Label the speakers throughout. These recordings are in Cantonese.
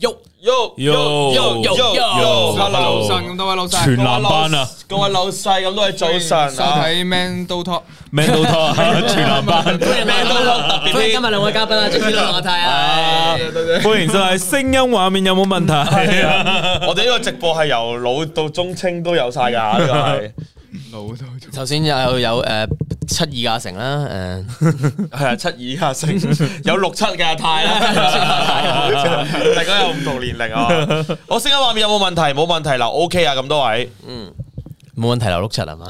Speaker 1: 喐，
Speaker 2: Yo
Speaker 3: Yo
Speaker 1: Yo Yo
Speaker 2: 各位老
Speaker 3: ，Hello
Speaker 4: 晨咁多位老細，
Speaker 3: 全男班
Speaker 1: à?
Speaker 3: 啊
Speaker 2: 各位老細咁多位早
Speaker 4: 收
Speaker 2: 晨啊！
Speaker 4: 睇 Man Do Talk，
Speaker 3: ，Man 到拖啊，全男 班，
Speaker 1: 咩都
Speaker 2: 特別啲
Speaker 1: 歡迎今日兩位嘉賓啊，終於同我睇啊！
Speaker 3: 啊歡迎收睇聲音畫面有冇問題啊？
Speaker 2: 我哋呢個直播係由老到中青都有晒 㗎，呢個係
Speaker 4: 老到
Speaker 1: 頭先又有誒七二阿成啦，呃誒
Speaker 2: 係啊七二啊成 有六七嘅太啦， 大家有唔同年齡啊！我聲音畫面有冇問題？冇問題啦，OK 啊咁多位，
Speaker 1: 嗯冇問題，劉碌啊柒係嘛？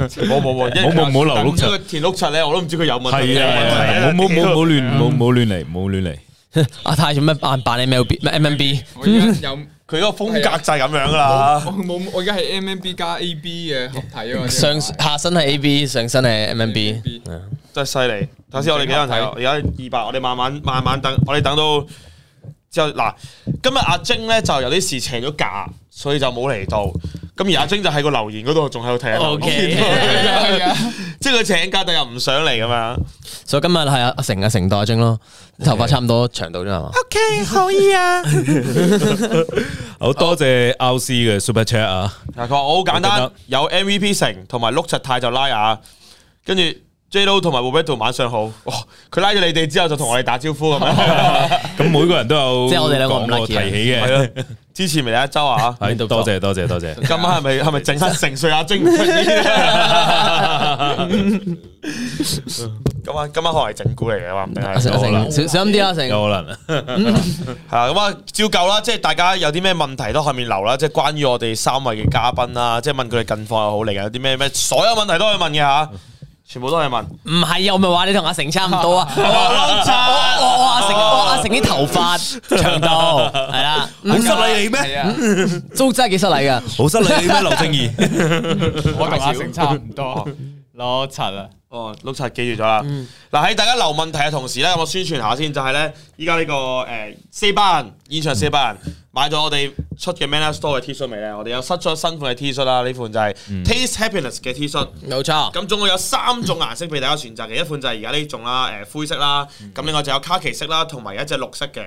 Speaker 2: 冇冇冇，
Speaker 3: 冇冇冇留碌柒
Speaker 2: 等咗佢填碌柒咧，我都唔知佢有問題
Speaker 3: 係
Speaker 1: à,
Speaker 2: 定冇問題
Speaker 3: 啊，冇冇冇冇亂冇冇亂嚟，冇亂嚟。
Speaker 1: 阿泰做咩扮扮 MLB 咩 MMB？
Speaker 4: 我而家有
Speaker 2: 佢嗰個風格就係啊咁樣㗎啦。
Speaker 4: 我冇我而家係 M M B 加 A B 嘅合體啊，
Speaker 1: 上下身係 AB，上身係 MMB。
Speaker 2: 真係犀利！頭先我哋幾多人睇啊？而家二百，我哋慢慢慢慢等，我哋等到之後嗱，今日阿晶咧就有啲事請咗假，所以就冇嚟到。咁而阿晶就喺個留言嗰度仲喺度睇緊留言
Speaker 1: OK
Speaker 4: 係啊，
Speaker 2: 即係佢請假，但又唔想嚟咁樣。
Speaker 1: 所以今日係阿阿成阿成代晶咯，頭髮差唔多長度啫係嘛？
Speaker 2: OK，可以啊。
Speaker 3: 好多謝 L C 嘅 Super Chat à. 啊！
Speaker 2: 嗱，佢話我好簡
Speaker 3: 我
Speaker 2: 單
Speaker 3: 覺得，
Speaker 2: 有 MVP 成同埋碌柒太就拉雅，跟住 J Lo 同埋 Roberto 晚上好。哇！佢拉咗你哋之後就同我哋打招呼咁樣。
Speaker 3: 咁每個人都有
Speaker 1: 即係我哋兩個唔
Speaker 3: 講過
Speaker 1: lucky 啊
Speaker 3: 提起
Speaker 2: 係
Speaker 3: 嘅，
Speaker 2: 啊，支持未啊，周啊？
Speaker 3: 係多謝多謝多謝。
Speaker 2: 今晚係 咪係咪整黑成碎阿晶唔出啊現？ 今晚今晚可能係整蠱嚟嘅，話唔定
Speaker 1: 阿
Speaker 2: 係啊
Speaker 1: 成阿成小小心啲啦，阿成
Speaker 3: 有可能，
Speaker 2: 係啊。咁啊，照舊啦，即係大家有啲咩問題都下面留啦，即係關於我哋三位嘅嘉賓啦，即係問佢哋近況又好嚟緊，有啲咩咩，所有問題都可以問嘅吓，全部都可以問。
Speaker 1: 唔係啊，我咪話你同阿成差唔多啊！我我我我阿成我阿成啲頭髮長度係啦，好
Speaker 3: 失禮你咩？
Speaker 4: 係啊，
Speaker 1: 都真係幾失禮噶。
Speaker 3: 好失禮你咩？劉正義，
Speaker 4: 我同阿成差唔多，攞柒啊！
Speaker 2: 哦，碌柒記住咗啦。嗱喺大家留問題嘅同時咧，我宣傳下先，就係咧依家呢個誒四班人現場四班人買咗我哋出嘅 Man Up Store 嘅 T 恤未咧？我哋有失咗新款嘅 T 恤啦，呢款就係 Taste Happiness 嘅 T 恤。
Speaker 1: 冇錯，
Speaker 2: 咁總共有三種顏色俾大家選擇嘅，一款就係而家呢種啦，誒、灰色啦，咁另外就有卡其色啦，同埋有一隻綠色嘅，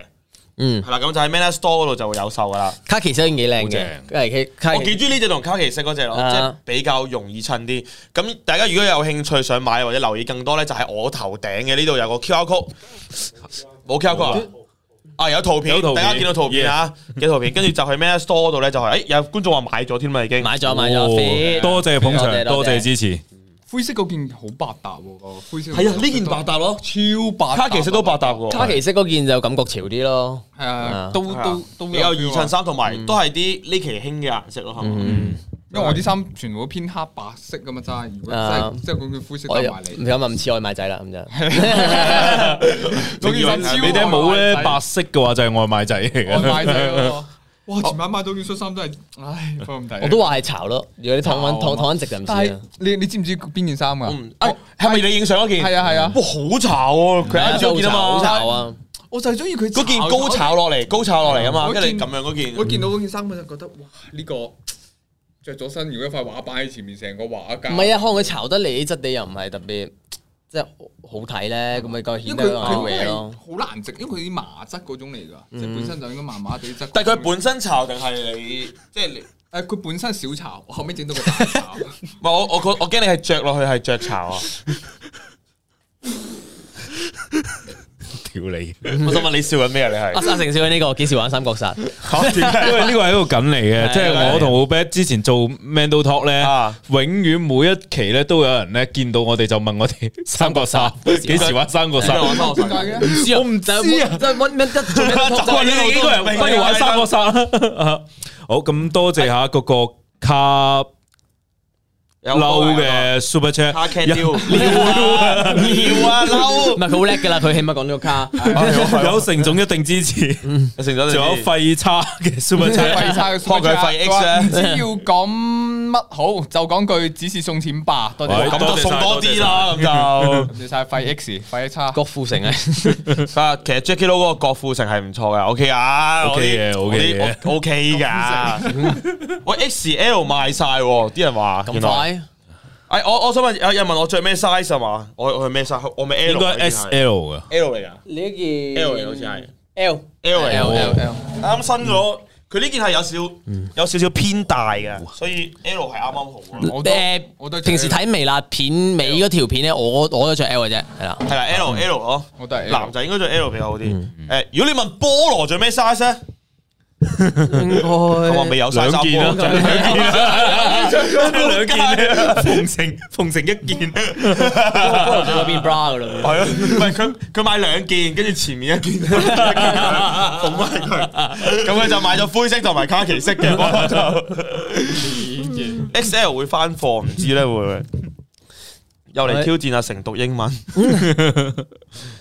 Speaker 1: 嗯，
Speaker 2: 係啦，咁就喺 Man Up Store 嗰度就會有售噶啦。
Speaker 1: 卡其色已經幾靚嘅，
Speaker 3: 好
Speaker 1: 係佢卡
Speaker 2: 我幾
Speaker 1: 其
Speaker 2: 中意呢只同卡其色嗰只咯，
Speaker 1: 啊
Speaker 2: 即係比較容易襯啲。咁大家如果有興趣想買或者留意更多咧，就喺我頭頂嘅呢度有個 QR code，冇 QR code 啊？啊有圖片
Speaker 3: 有，圖片
Speaker 2: 大家見到圖片啊，嘅圖片，跟住就去 Man Store 度咧就係，誒哎有觀眾話買咗添啦已經，
Speaker 1: 買咗買咗
Speaker 3: 哦
Speaker 1: fit
Speaker 3: 多謝捧場，多
Speaker 1: 多謝
Speaker 3: 謝支持。
Speaker 4: 灰色嗰件好百搭喎，個灰色
Speaker 2: 係啊呢件百搭咯，
Speaker 4: 超百搭，
Speaker 2: 卡其色都百搭嘅喎，
Speaker 1: 卡其色嗰件就感覺潮啲咯，
Speaker 4: 係啊，都
Speaker 2: 係啊
Speaker 4: 都都
Speaker 2: 比較二襯，衫，同埋都係啲呢期興嘅顏色咯，係
Speaker 1: 嗯
Speaker 2: 嘛？
Speaker 4: 因為我啲衫全部都偏黑白色噶嘛，真係如果真
Speaker 1: 啊
Speaker 4: 係即係嗰件灰色
Speaker 1: 我
Speaker 4: 搭
Speaker 1: 又
Speaker 4: 埋
Speaker 1: 唔
Speaker 4: 嚟，
Speaker 1: 敢問似外賣仔啦咁就。
Speaker 4: 嗰件衫超
Speaker 3: 你啲冇咧
Speaker 4: 外賣仔
Speaker 3: 白色嘅話就係外賣仔嚟
Speaker 4: 我買
Speaker 3: 嘅。
Speaker 4: 咗咯。哇！前晚買到件恤衫真係，唉，不過唔睇。
Speaker 1: 我都啊話係潮咯，如果你燙揾
Speaker 4: 潮
Speaker 1: 燙
Speaker 4: 啊
Speaker 1: 燙揾直就唔
Speaker 4: 但
Speaker 1: 似
Speaker 4: 係
Speaker 1: 啦。
Speaker 4: 你你知唔知邊件衫噶？
Speaker 2: 嗯，誒係咪你影相嗰件？
Speaker 4: 係啊係啊，
Speaker 2: 哇好潮喎，佢啱咗件啊
Speaker 1: 好
Speaker 2: 嘛，
Speaker 1: 潮啊！
Speaker 4: 我就係中意佢
Speaker 2: 嗰件高炒落嚟，高炒落嚟啊嘛，
Speaker 4: 我
Speaker 2: 跟
Speaker 4: 見
Speaker 2: 住你咁樣嗰件。
Speaker 4: 我見到嗰件衫我就覺得哇！呢個着咗身，如果一塊畫板喺前面，成個畫架。
Speaker 1: 唔係啊，可能佢潮得嚟質地又唔係特別即係好睇咧，咁咪夠
Speaker 4: 因
Speaker 1: 顯
Speaker 4: 為
Speaker 1: 得
Speaker 4: 佢
Speaker 1: 有
Speaker 4: 佢
Speaker 1: 嘢
Speaker 4: 係
Speaker 1: 咯。
Speaker 4: 好難整，因為佢啲麻質嗰種嚟㗎，即係本身就應該麻麻地質。
Speaker 2: 但係佢本身炒定係你，即係你，唔
Speaker 4: 誒佢本身小炒，我後尾整到個大 炒。
Speaker 2: 係我我我驚你係着落去係着炒啊！
Speaker 3: 屌你！
Speaker 2: 我想問你笑緊咩啊？你
Speaker 1: 阿
Speaker 2: 係
Speaker 1: 阿成少呢個幾時玩三國殺？
Speaker 3: 因為呢個係一個梗嚟嘅，即係我同 o b e t 之前做 Mandal Talk 咧
Speaker 2: 啊，
Speaker 3: 永遠每一期咧都有人咧見到我哋就問我哋三國殺幾時玩三國殺。
Speaker 2: 我
Speaker 3: 喂，
Speaker 2: 我
Speaker 4: 點解嘅？
Speaker 1: 知啊，我唔知啊，就揾咩得做咩得
Speaker 2: 就係
Speaker 3: 你哋幾個人不如玩三國殺啦。好，咁多謝下嗰個卡
Speaker 2: 有
Speaker 3: 嬲嘅 Super Chat。
Speaker 2: 卡 can 撩啊撩啊
Speaker 1: 唔係
Speaker 2: 嬲，
Speaker 1: 佢好叻㗎啦，佢起碼講到卡。
Speaker 3: 有成總一定支持，仲
Speaker 2: 成咗
Speaker 3: 有廢差嘅 Super
Speaker 4: 廢
Speaker 3: Chat，
Speaker 4: 差嘅
Speaker 2: 托佢廢 X
Speaker 4: 話
Speaker 2: 咧
Speaker 4: 唔知要講乜好，就講句只是送錢吧。多謝
Speaker 3: 喂
Speaker 4: 晒
Speaker 2: 咁就送多啲啦，咁
Speaker 4: 多謝晒廢 X 廢差。
Speaker 1: 郭富城啊，
Speaker 2: 就啊，其實 Jackie Lou 嗰個郭富城係唔錯嘅，OK 啊
Speaker 3: OK 嘅
Speaker 2: 我啲
Speaker 3: OK 嘅
Speaker 2: 我啲 OK 噶。喂，XL 賣晒喎，啲人話
Speaker 1: 咁
Speaker 2: 原來
Speaker 1: 快
Speaker 2: 哎，我我想問，有人問我着咩 size 啊嘛？我我係咩 size？我咪 L，
Speaker 3: 應該
Speaker 2: 嚟嘅
Speaker 3: S L 嘅。
Speaker 2: L 嚟噶
Speaker 1: 你一件
Speaker 2: L 嚟好似係
Speaker 1: L
Speaker 2: L 嚟
Speaker 1: L
Speaker 2: 嘅。
Speaker 4: L L
Speaker 2: 啱新咗。佢呢件係有少
Speaker 3: 嗯
Speaker 2: 有少少偏大嘅，所以 L 係啱啱好嘅。
Speaker 4: 我都
Speaker 1: 誒
Speaker 4: 我都係，
Speaker 1: 呃平時睇微辣片尾嗰條片咧，我我都着 L 嘅啫，係啦。
Speaker 3: 嗯
Speaker 2: 係啦，L L 咯，
Speaker 4: 我都係 L
Speaker 2: 男仔應該着 L 比較好啲。誒，如果你問菠蘿着咩 size 咧，我 話未有 size
Speaker 3: 兩件啦，
Speaker 2: 啊菠蘿
Speaker 3: 兩件啦， 兩件啊啦，奉承奉承一件，
Speaker 1: 菠蘿着嗰邊 bra 噶 啦，
Speaker 2: 係啊，唔係佢佢買兩件，跟住前面一件，捧埋佢，咁佢就買咗灰色同埋卡其色嘅，我就 XL 會翻貨，唔知咧會唔會？又嚟挑戰阿成讀 英文，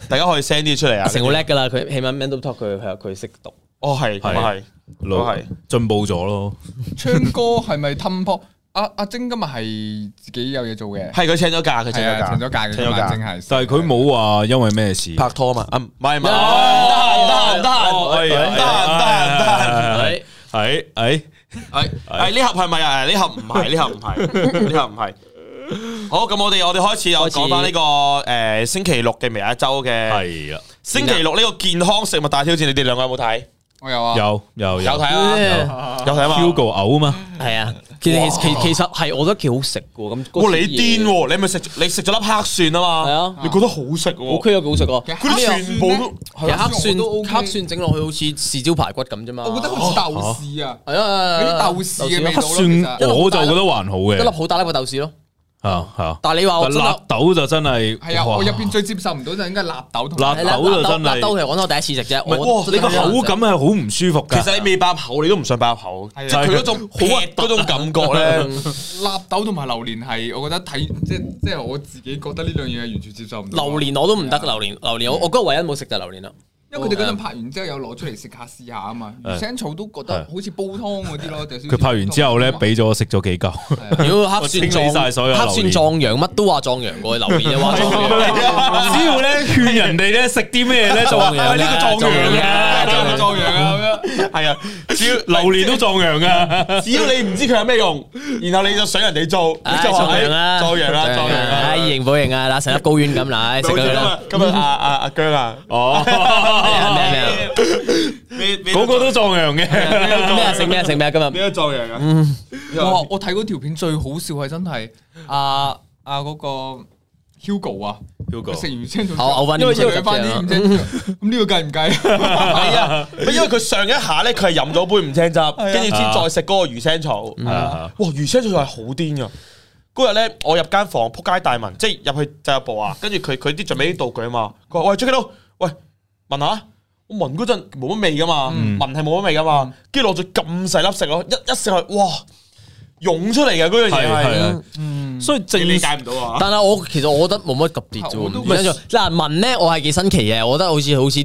Speaker 2: 大家可以 send 啲出嚟啊！
Speaker 1: 成好叻噶啦，佢起碼 mental talk 佢佢佢識讀。
Speaker 2: 哦，係咁啊係，都係
Speaker 3: 進步咗咯。
Speaker 4: 唱歌係咪氹波？阿阿晶今日係自己有嘢做嘅，
Speaker 2: 係佢請咗假，佢請
Speaker 4: 係
Speaker 2: 咗
Speaker 4: 啊，
Speaker 2: 假，
Speaker 4: 請咗假嘅，
Speaker 2: 請咗
Speaker 4: 阿晶
Speaker 2: 假，
Speaker 4: 係，
Speaker 3: 但係佢冇話因為咩事，
Speaker 2: 拍拖嘛？啊，唔係唔係，唔得
Speaker 1: 哦
Speaker 2: 閒唔得閒唔得閒唔得閒唔得閒。
Speaker 1: 係
Speaker 3: 係係
Speaker 2: 系系呢盒系咪啊？呢盒唔系，呢盒唔系，呢盒唔系。好，咁我哋我哋开始又
Speaker 1: 開始
Speaker 2: 讲翻呢个诶星期六嘅微一周嘅
Speaker 3: 係啊，
Speaker 2: 星期六呢个健康食物大挑战，你哋两个有冇睇？
Speaker 4: 我有啊，
Speaker 3: 有有
Speaker 2: 有睇啊，
Speaker 1: 係
Speaker 2: 有睇嘛
Speaker 3: Hugo 嘔啊嘛，
Speaker 1: 啊，其實其其實係我覺得幾好食嘅喎，咁
Speaker 2: 哇，你癫喎！你咪食你食咗粒黑蒜啊
Speaker 1: 係
Speaker 2: 嘛？
Speaker 1: 啊
Speaker 2: 你觉得好食
Speaker 1: 好
Speaker 2: 喎？
Speaker 1: 區有幾好食啊喎。
Speaker 2: 佢啲全部都
Speaker 1: 其實啊黑
Speaker 4: 我都
Speaker 1: 蒜
Speaker 4: OK
Speaker 1: 黑蒜整落去好似豉椒排骨咁啫嘛。
Speaker 4: 我覺得好似豆豉啊，
Speaker 1: 係啊，
Speaker 4: 嗰啲豆豉嘅味
Speaker 1: 豆
Speaker 4: 道
Speaker 1: 豉
Speaker 4: 咯
Speaker 3: 算
Speaker 4: 其實，
Speaker 3: 我就覺得還好
Speaker 1: 一粒
Speaker 3: 嘅，
Speaker 1: 好大粒嘅豆豉咯。
Speaker 3: 啊係啊，
Speaker 1: 但係你話我
Speaker 3: 但
Speaker 1: 真係
Speaker 3: 納豆就真係，
Speaker 4: 係啊，
Speaker 3: 哇
Speaker 4: 我入邊最接受唔到就應該係納豆同
Speaker 3: 辣
Speaker 1: 係啦
Speaker 3: 豆就真
Speaker 1: 辣豆
Speaker 3: 係，
Speaker 1: 其實講我第一次食啫。
Speaker 3: 唔係
Speaker 1: 我
Speaker 3: 哇你個口感係好唔舒服
Speaker 2: 其
Speaker 3: 㗎。
Speaker 2: 實你未爆口，你都唔想爆口，
Speaker 4: 係啊
Speaker 2: 就係佢嗰種好嗰種感覺咧。
Speaker 4: 納豆同埋榴蓮係，我覺得睇即即係我自己覺得呢兩樣嘢完全接受唔到。
Speaker 1: 榴，蓮我都唔得，榴蓮榴蓮我我嗰日唯一冇食就係榴蓮啦。
Speaker 4: 因為佢哋嗰陣拍完之後有攞出嚟食下試下啊嘛，魚腥草都覺得好似煲湯嗰啲咯。
Speaker 3: 佢拍完之後咧，俾咗我食咗幾嚿，
Speaker 1: 妖黑蒜
Speaker 3: 清理
Speaker 1: 壯
Speaker 3: 晒所有榴
Speaker 1: 黑
Speaker 3: 蓮
Speaker 1: 蒜壯陽，乜都話壯陽過榴蓮 啊，話壯陽。
Speaker 3: 只要咧勸人哋咧食啲咩咧就話
Speaker 1: 壯陽
Speaker 3: 喂 呢個壯陽
Speaker 1: 嘅
Speaker 3: 嘅，
Speaker 4: 壯壯陽啊咁樣，
Speaker 2: 係啊，只要
Speaker 3: 榴蓮都壯陽噶。
Speaker 2: 只要你唔知佢有咩用，然後你就想人哋做，你
Speaker 1: 唉
Speaker 2: 就話
Speaker 1: 壯陽啦，
Speaker 2: 壯陽啦，壯陽啦
Speaker 1: 唉，。以形補形啊，嗱，成粒高丸咁啦，唉食
Speaker 2: 好似
Speaker 1: 佢
Speaker 2: 今
Speaker 1: 啦。
Speaker 2: 日今日阿阿阿姜啊，
Speaker 3: 哦，
Speaker 1: 咩咩咩
Speaker 2: 你你
Speaker 3: 嗰個都壯陽嘅，
Speaker 1: 咩啊？食咩啊？食咩啊？今
Speaker 2: 你
Speaker 1: 日
Speaker 2: 都壯陽啊？
Speaker 4: 哇！我睇嗰條片最好笑係真係啊啊嗰個 Hugo 啊
Speaker 3: Hugo
Speaker 4: 佢食完魚腥草之後，
Speaker 1: 好嘔返啲
Speaker 4: 因
Speaker 1: 魚腥
Speaker 4: 為因
Speaker 1: 草
Speaker 4: 為佢翻啲唔知咁呢個計唔計？
Speaker 2: 係啊，因為佢上一下咧，佢係啊嗯飲咗杯唔青汁，跟住先再食嗰個魚腥草。
Speaker 3: 啊
Speaker 2: 哇，魚腥草係好癲噶！嗰日咧，我入間房，撲街大文，即係入去製入部啊，跟住佢佢啲準備啲道具啊嘛，佢話喂 j a c 喂聞下，我聞嗰陣冇乜味噶嘛，聞係冇乜味噶嘛，跟住落咗咁細粒食咯，一一食落去，哇，湧出嚟嘅嗰
Speaker 3: 係
Speaker 2: 樣嘢
Speaker 3: 係
Speaker 2: 係，
Speaker 3: 啊，所以正
Speaker 2: 你理解唔到啊！
Speaker 1: 但係我其實我覺得冇乜特別啫喎，
Speaker 4: 我都
Speaker 1: 唔知點解嗱聞咧我係幾新奇嘅，我覺得好似好似啲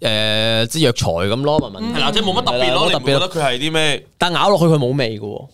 Speaker 1: 誒即係藥材咁咯，聞聞
Speaker 2: 嗯係啦，即係冇乜特
Speaker 1: 係
Speaker 2: 別咯，你
Speaker 1: 啦冇乜
Speaker 2: 唔
Speaker 1: 特別
Speaker 2: 覺得佢係啲咩？
Speaker 1: 但咬落去佢冇味嘅喎，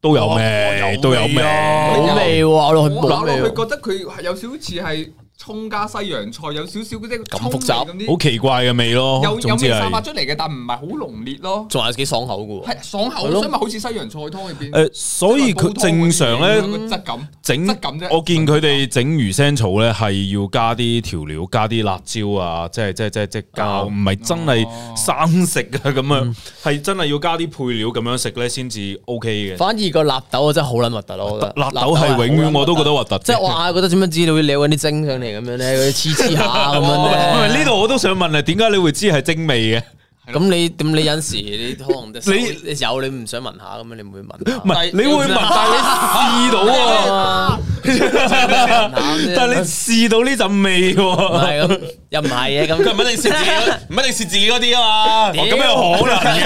Speaker 3: 都有
Speaker 2: 哇
Speaker 3: 味，都有味。
Speaker 2: 啊
Speaker 1: 冇味喎，咬落去
Speaker 4: 我咬
Speaker 1: 冇
Speaker 4: 落
Speaker 1: 味
Speaker 4: 去
Speaker 1: 喎。
Speaker 4: 覺得佢係有少少似係葱加西洋菜，有少少嗰啲
Speaker 1: 咁複雜
Speaker 4: 葱味咁啲
Speaker 3: 好奇怪嘅味咯，
Speaker 4: 有有
Speaker 3: 總之
Speaker 4: 味散發
Speaker 3: 係
Speaker 4: 出嚟嘅，但唔係好濃烈咯，
Speaker 1: 仲有幾爽口嘅喎，
Speaker 4: 係爽口，
Speaker 1: 係咯
Speaker 4: 所以咪好似西洋菜湯入邊。
Speaker 3: 誒，所以佢正常咧
Speaker 4: 個質感
Speaker 3: 整，
Speaker 4: 質感啫。
Speaker 3: 我見佢哋整魚腥草咧係要加啲調料，加啲辣椒啊，即係即係即係即係教，唔係真係生食啊咁樣，係真係要加啲配料咁樣食咧先至 OK 嘅。
Speaker 1: 反而個納豆我真係好撚核突咯，我覺得
Speaker 3: 辣豆係永遠我都覺得核突嘅，
Speaker 1: 啊即係我硬係覺得點樣知道撩緊啲精上嚟咁樣咧，嗰啲黐黐下咁
Speaker 3: 喂
Speaker 1: 樣
Speaker 3: 喂
Speaker 1: 咧。
Speaker 3: 呢度我都想問啊，點解你會知係精味嘅？
Speaker 1: 咁你點？你有陣時你可能隻手
Speaker 3: 你
Speaker 1: 你有你唔想聞下咁樣，你唔會聞下。
Speaker 3: 唔係你 會聞，但係你試到喎，
Speaker 1: 啊，
Speaker 3: 但係你試到呢陣味
Speaker 1: 唔
Speaker 3: 喎，
Speaker 1: 係咁，又唔係嘅咁。
Speaker 2: 佢唔一定食自己嗰， 唔一定食自己嗰啲啊 嘛。
Speaker 1: 屌
Speaker 3: 哦咁又可 能嘅。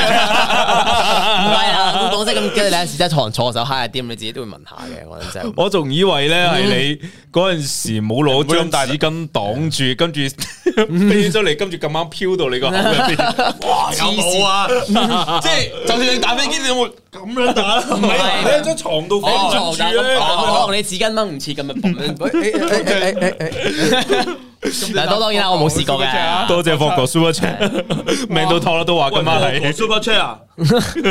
Speaker 1: 唔係啊，咁講真咁，跟住你有陣時真係堂坐手揩下啲，咁你自己都會聞下嘅。我諗真係。
Speaker 3: 我仲以為咧係你
Speaker 1: 嗯
Speaker 3: 嗰陣時冇攞張紙巾擋住，跟住
Speaker 1: 嗯
Speaker 3: 飛咗嚟，跟住咁啱飄到你個口入 邊。
Speaker 2: 哇，有冇啊？即係就算你打飛機，你有冇咁樣打？唔
Speaker 3: 唔
Speaker 1: 啊
Speaker 3: 係你喺張床度
Speaker 1: 我
Speaker 3: 放
Speaker 1: 坐
Speaker 3: 住
Speaker 1: 㗎，
Speaker 3: 咧，
Speaker 1: 可能你紙巾掹唔切咁 咪但係當哦當然啦，我冇試過嘅。哦
Speaker 3: 多謝霍哥 Super Chat，命到托啦都話今晚係。
Speaker 2: Super Chat 啊！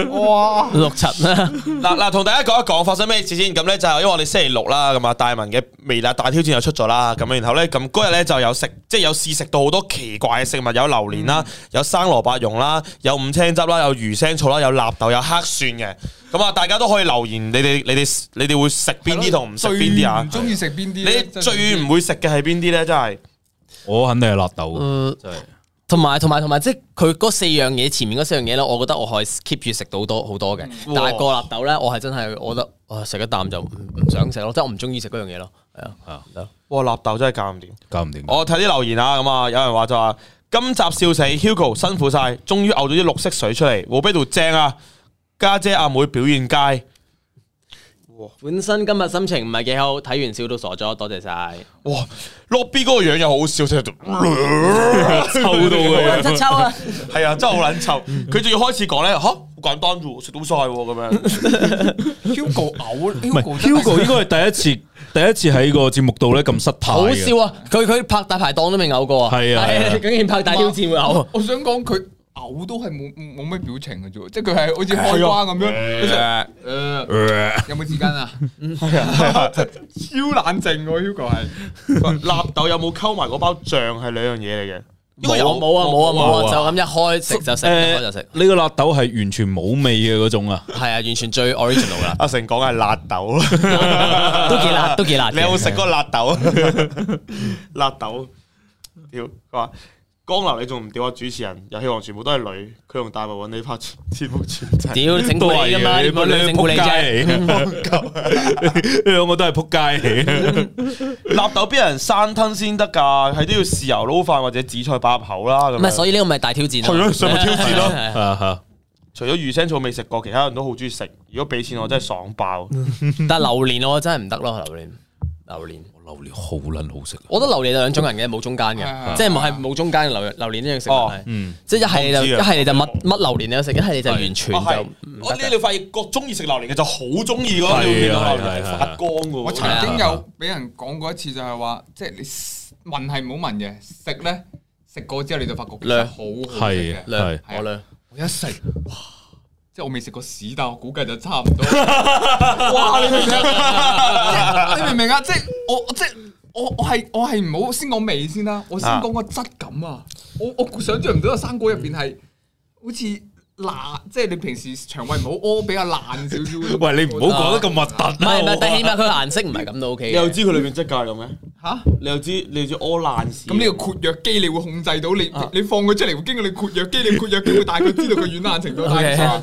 Speaker 4: 哇！
Speaker 1: 六七 啦，
Speaker 2: 嗱嗱，同大家講一講發生咩事先。咁咧就係因為我哋星期六啦，咁啊大文嘅微辣大挑戰就出咗啦。咁然後咧，咁嗰日咧就有食，即係有試食到好多奇怪嘅食物，有榴蓮啦，有生蘿蔔蓉啦，有五青汁啦，有魚腥草啦，有納豆，有黑蒜嘅。咁啊，大家都可以留言，你哋你哋你哋會食邊啲同唔食邊啲啊
Speaker 4: 最唔？中意食邊啲咧？
Speaker 2: 你最唔會食嘅係邊啲咧？真係
Speaker 3: 我肯定係辣豆，
Speaker 1: 嗯，
Speaker 3: 真係
Speaker 1: 同埋同埋同埋，即係佢嗰四樣嘢前面嗰四樣嘢咧，我覺得我可以 keep 住食到多好多嘅。但係個納豆咧，我係真係我覺得，啊食一啖就唔唔想食咯，即係我唔中意食嗰樣嘢咯。係啊，
Speaker 3: 啊
Speaker 1: 係啊
Speaker 2: 哇，納豆真係搞唔掂。
Speaker 3: 搞唔掂。
Speaker 2: 我睇啲留言啊，咁啊，有人話就話今集笑死 Hugo 辛苦晒，終於嘔咗啲綠色水出嚟，冇俾度正啊！家姐阿妹表現佳，
Speaker 1: 本身今日心情唔係幾好，睇完笑到傻咗，多謝晒。
Speaker 2: 哇！Lobby 嗰個樣又好 笑，真係度
Speaker 3: 抽到佢，
Speaker 1: 七秋 啊！
Speaker 2: 係啊，真係好撚臭。佢仲要開始講咧，吓，好簡單啫喎，食到晒喎咁樣。
Speaker 4: Hugo 嘔
Speaker 3: 唔係 Hugo 應該係第一次， 第一次喺個節目度咧咁失態嘅
Speaker 1: 好笑啊！佢佢拍大排檔都未嘔過啊！
Speaker 3: 係啊
Speaker 1: 但
Speaker 3: 係啊
Speaker 1: 係 竟然拍大挑戰會嘔
Speaker 4: 我。 我想講佢嘔都係冇冇咩表情嘅啫喎，即係佢係好似開關咁樣。誒 有冇紙巾啊？ 超冷靜喎，Hugo 係。
Speaker 2: 納豆有冇溝埋嗰包醬係兩樣嘢嚟嘅？應
Speaker 1: 冇
Speaker 2: 該
Speaker 1: 啊
Speaker 2: 有
Speaker 1: 冇啊冇啊冇
Speaker 3: 冇啊
Speaker 1: 啊！就咁一開食就食，一開就
Speaker 3: 誒
Speaker 1: 食，，
Speaker 3: 呢個辣豆係完全冇味嘅嗰種啊！
Speaker 1: 係啊，完全最 original 啦，
Speaker 2: 阿成講係辣豆啦。
Speaker 1: 都幾辣，都幾辣嘅。
Speaker 2: 你有冇食過辣豆？ 辣豆，屌！佢話江流你仲唔屌啊？主持人遊戲王全部都係女，佢用大陸揾你拍節目全集。
Speaker 1: 屌
Speaker 3: 啊
Speaker 1: 整蠱你噶嘛？你冇
Speaker 3: 兩
Speaker 1: 整蠱你啫。
Speaker 3: 啫，兩個都係撲街嚟。
Speaker 2: 辣豆邊有人生吞先得㗎？係都要豉油撈飯或者紫菜擺入口啦。咁
Speaker 1: 唔係，
Speaker 2: 樣
Speaker 1: 啊所以呢個咪大挑戰
Speaker 2: 係咯上咪挑戰咯
Speaker 1: 係啊
Speaker 3: 啊哈
Speaker 2: 除咗魚腥草未食過，其他人都好中意食。如果俾錢我真係爽爆。
Speaker 1: 但係榴蓮我真係唔得咯，榴蓮榴蓮，
Speaker 3: 榴蓮好撚好食啊！
Speaker 1: 我覺得榴蓮有兩種人嘅，冇中間嘅，
Speaker 4: 係
Speaker 1: 即係冇係冇中間嘅榴榴蓮呢樣食物
Speaker 2: 哦
Speaker 1: 係
Speaker 3: 嗯，
Speaker 1: 即係一係你
Speaker 2: 我
Speaker 1: 就
Speaker 2: 唔知
Speaker 1: 一
Speaker 2: 啊
Speaker 1: 係你就乜乜榴蓮你都食，一係你就完全
Speaker 2: 啊係
Speaker 1: 就唔
Speaker 2: 我
Speaker 1: 得
Speaker 2: 呢
Speaker 1: 嘅
Speaker 2: 你發現個中意食榴蓮嘅就好中意嗰個榴
Speaker 3: 係
Speaker 2: 蓮
Speaker 3: 啊
Speaker 2: 榴蓮係
Speaker 3: 係啊
Speaker 2: 發光㗎喎。
Speaker 4: 我曾經有俾人講過一次，就係話，即係你聞係唔好聞嘅，食咧食過之後你就發覺其實好好食
Speaker 3: 係
Speaker 4: 嘅。
Speaker 1: 兩
Speaker 3: 係
Speaker 4: 係啊
Speaker 1: 我兩。
Speaker 4: 我一食，哇！即係我未食過屎，但我估計就差唔 多。
Speaker 2: 哇！你明唔明啊？
Speaker 4: 你明唔明啊？即係我我即係我我係我係唔好先講味先啦，我先講個質感啊！我我想象唔到個生果入邊係好似爛，即係你平時腸胃唔好屙比較爛少少。
Speaker 3: 喂，你唔好講得咁核
Speaker 1: 唔
Speaker 3: 突啊啦
Speaker 1: 係唔係，但係起
Speaker 3: 好
Speaker 1: 碼佢顏色唔係咁都 OK
Speaker 2: 你又
Speaker 1: 嘅。
Speaker 2: 知佢裏面質價係咁咩？
Speaker 4: 嚇！
Speaker 2: 你又知你又知屙爛屎。
Speaker 4: 咁呢個括約肌你會控制到你，你放佢出嚟會經過你括約肌，你括約肌會大概知道佢軟爛程度大概點樣啊嘛。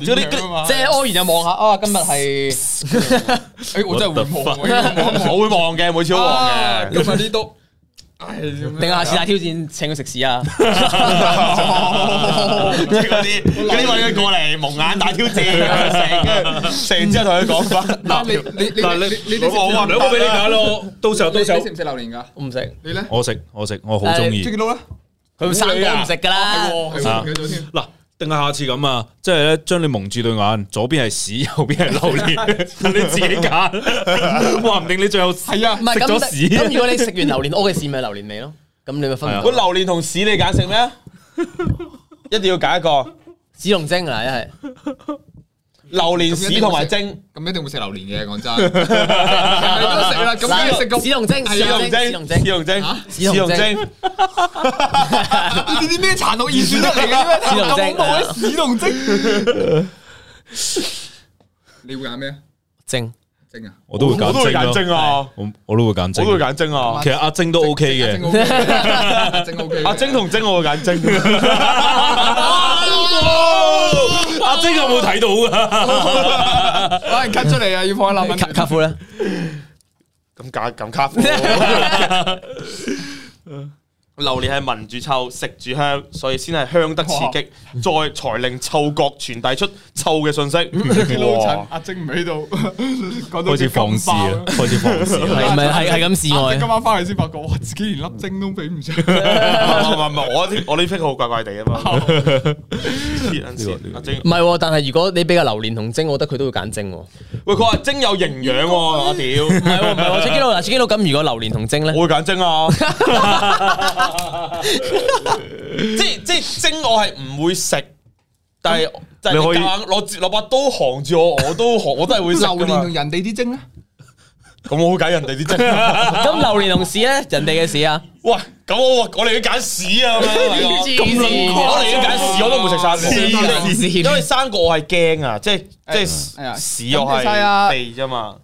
Speaker 1: 即係屙完就望下，啊，今日係
Speaker 4: 誒，我真係會望喎，
Speaker 2: 我會望嘅， 每次都
Speaker 4: 我
Speaker 2: 望
Speaker 4: 望
Speaker 2: 嘅。
Speaker 4: 咁啊呢度，唉，定
Speaker 1: 定下次大挑戰請佢食屎啊！
Speaker 2: 即係嗰啲嗰啲揾佢過嚟蒙眼大挑戰，成食完之後同佢講翻。
Speaker 4: 但係你你你你你
Speaker 2: 我話
Speaker 3: 兩個俾你揀咯，到時候到時候
Speaker 4: 你食唔食榴蓮㗎？
Speaker 1: 我唔食，
Speaker 4: 你咧？
Speaker 3: 我食我食，我好中意
Speaker 4: 最。見到啦，
Speaker 1: 佢生果唔食噶啦。
Speaker 4: 係喎，係咗添。
Speaker 3: 嗱，定係下次咁啊，即係咧將你蒙住對眼，左邊係屎，右邊係榴蓮，你自己揀，話唔定你最後
Speaker 4: 係啊
Speaker 1: 唔，係
Speaker 3: 食咗
Speaker 1: 咁，
Speaker 3: 屎
Speaker 1: 咁如果你食完榴蓮屙嘅屎咪榴蓮味咯，咁你咪分唔
Speaker 3: 係
Speaker 1: 到
Speaker 2: 本榴蓮同屎你揀食咩？一定要揀一個
Speaker 1: 紫龍精啊，一係
Speaker 2: 榴蓮屎同埋蒸。
Speaker 4: 咁一定會食榴蓮嘅，講真。係咪都食啦？咁梗係食個
Speaker 1: 紫龍精，
Speaker 4: 係
Speaker 1: 紫
Speaker 4: 啊
Speaker 1: 龍
Speaker 2: 蒸
Speaker 1: 精，紫龍精
Speaker 2: 屎，
Speaker 1: 紫龍
Speaker 2: 同蒸，
Speaker 1: 蒸
Speaker 2: 蒸，
Speaker 4: 呢啲咩殘酷演算得嚟 嘅？
Speaker 1: 紫龍精
Speaker 4: 咁恐怖嘅屎同精。你會揀咩啊？
Speaker 1: 精，
Speaker 4: 精啊？
Speaker 3: 我都會
Speaker 2: 我都會
Speaker 3: 揀
Speaker 2: 揀
Speaker 3: 蒸
Speaker 2: 蒸
Speaker 3: 咯，
Speaker 2: 啊，
Speaker 3: 我我都會揀
Speaker 2: 我
Speaker 3: 蒸
Speaker 2: 都會。揀蒸啊。
Speaker 3: 其實阿蒸都 OK
Speaker 4: 精
Speaker 3: 嘅，
Speaker 4: OK，嘅精 OK。
Speaker 2: 阿蒸。同蒸我會揀蒸。
Speaker 3: 阿蒸有冇睇到噶？
Speaker 4: 可能 cut 出嚟啊，要放 喺立文。
Speaker 1: 卡卡夫咧，
Speaker 2: 咁假咁卡夫。榴蓮係聞住臭，食住香，所以先係香得刺激，再才令嗅覺傳遞出臭嘅信
Speaker 4: 你
Speaker 2: 息。
Speaker 4: 撈襯
Speaker 2: 哇！
Speaker 4: 阿晶唔喺 度，講到
Speaker 3: 開始放肆
Speaker 4: 啊！
Speaker 3: 啊！開始放肆啊！
Speaker 1: 係咪係係咁示
Speaker 4: 阿晶今
Speaker 1: 愛？
Speaker 4: 晚翻嚟先發覺，哇！自己連粒晶都比唔上。
Speaker 2: 唔係唔係，我啲我呢 pick 好怪怪地啊嘛。黐撚線阿晶
Speaker 1: 唔，係喎，但係如果你俾個榴蓮同精，我覺得佢都會揀精喎。唔
Speaker 2: 喂佢話晶有營養喎，我屌，
Speaker 1: 係喎，唔係喎，出基佬嗱，出基佬咁，如果榴蓮同精咧
Speaker 2: 我，會揀晶 啊！即係即係晶我係唔會食，但係但係
Speaker 3: 你可以
Speaker 2: 夾硬攞攞把刀行住 我，我都行，我都係會食
Speaker 4: 榴
Speaker 2: 㗎
Speaker 4: 蓮同
Speaker 2: 嘛。
Speaker 4: 人哋啲精咧，
Speaker 2: 咁我會揀人哋啲真。
Speaker 1: 咁榴莲同屎咧，人哋嘅屎啊，
Speaker 2: 哇！咁我我哋要揀屎啊咁 樣。
Speaker 1: 咁
Speaker 2: 我哋要揀屎，我都唔會食生
Speaker 4: 啊
Speaker 2: 果。
Speaker 1: 黐線
Speaker 2: 因為生果我係驚啊，即係即
Speaker 4: 係啊
Speaker 2: 係屎我
Speaker 4: 咁其實啊
Speaker 2: 係避啫嘛。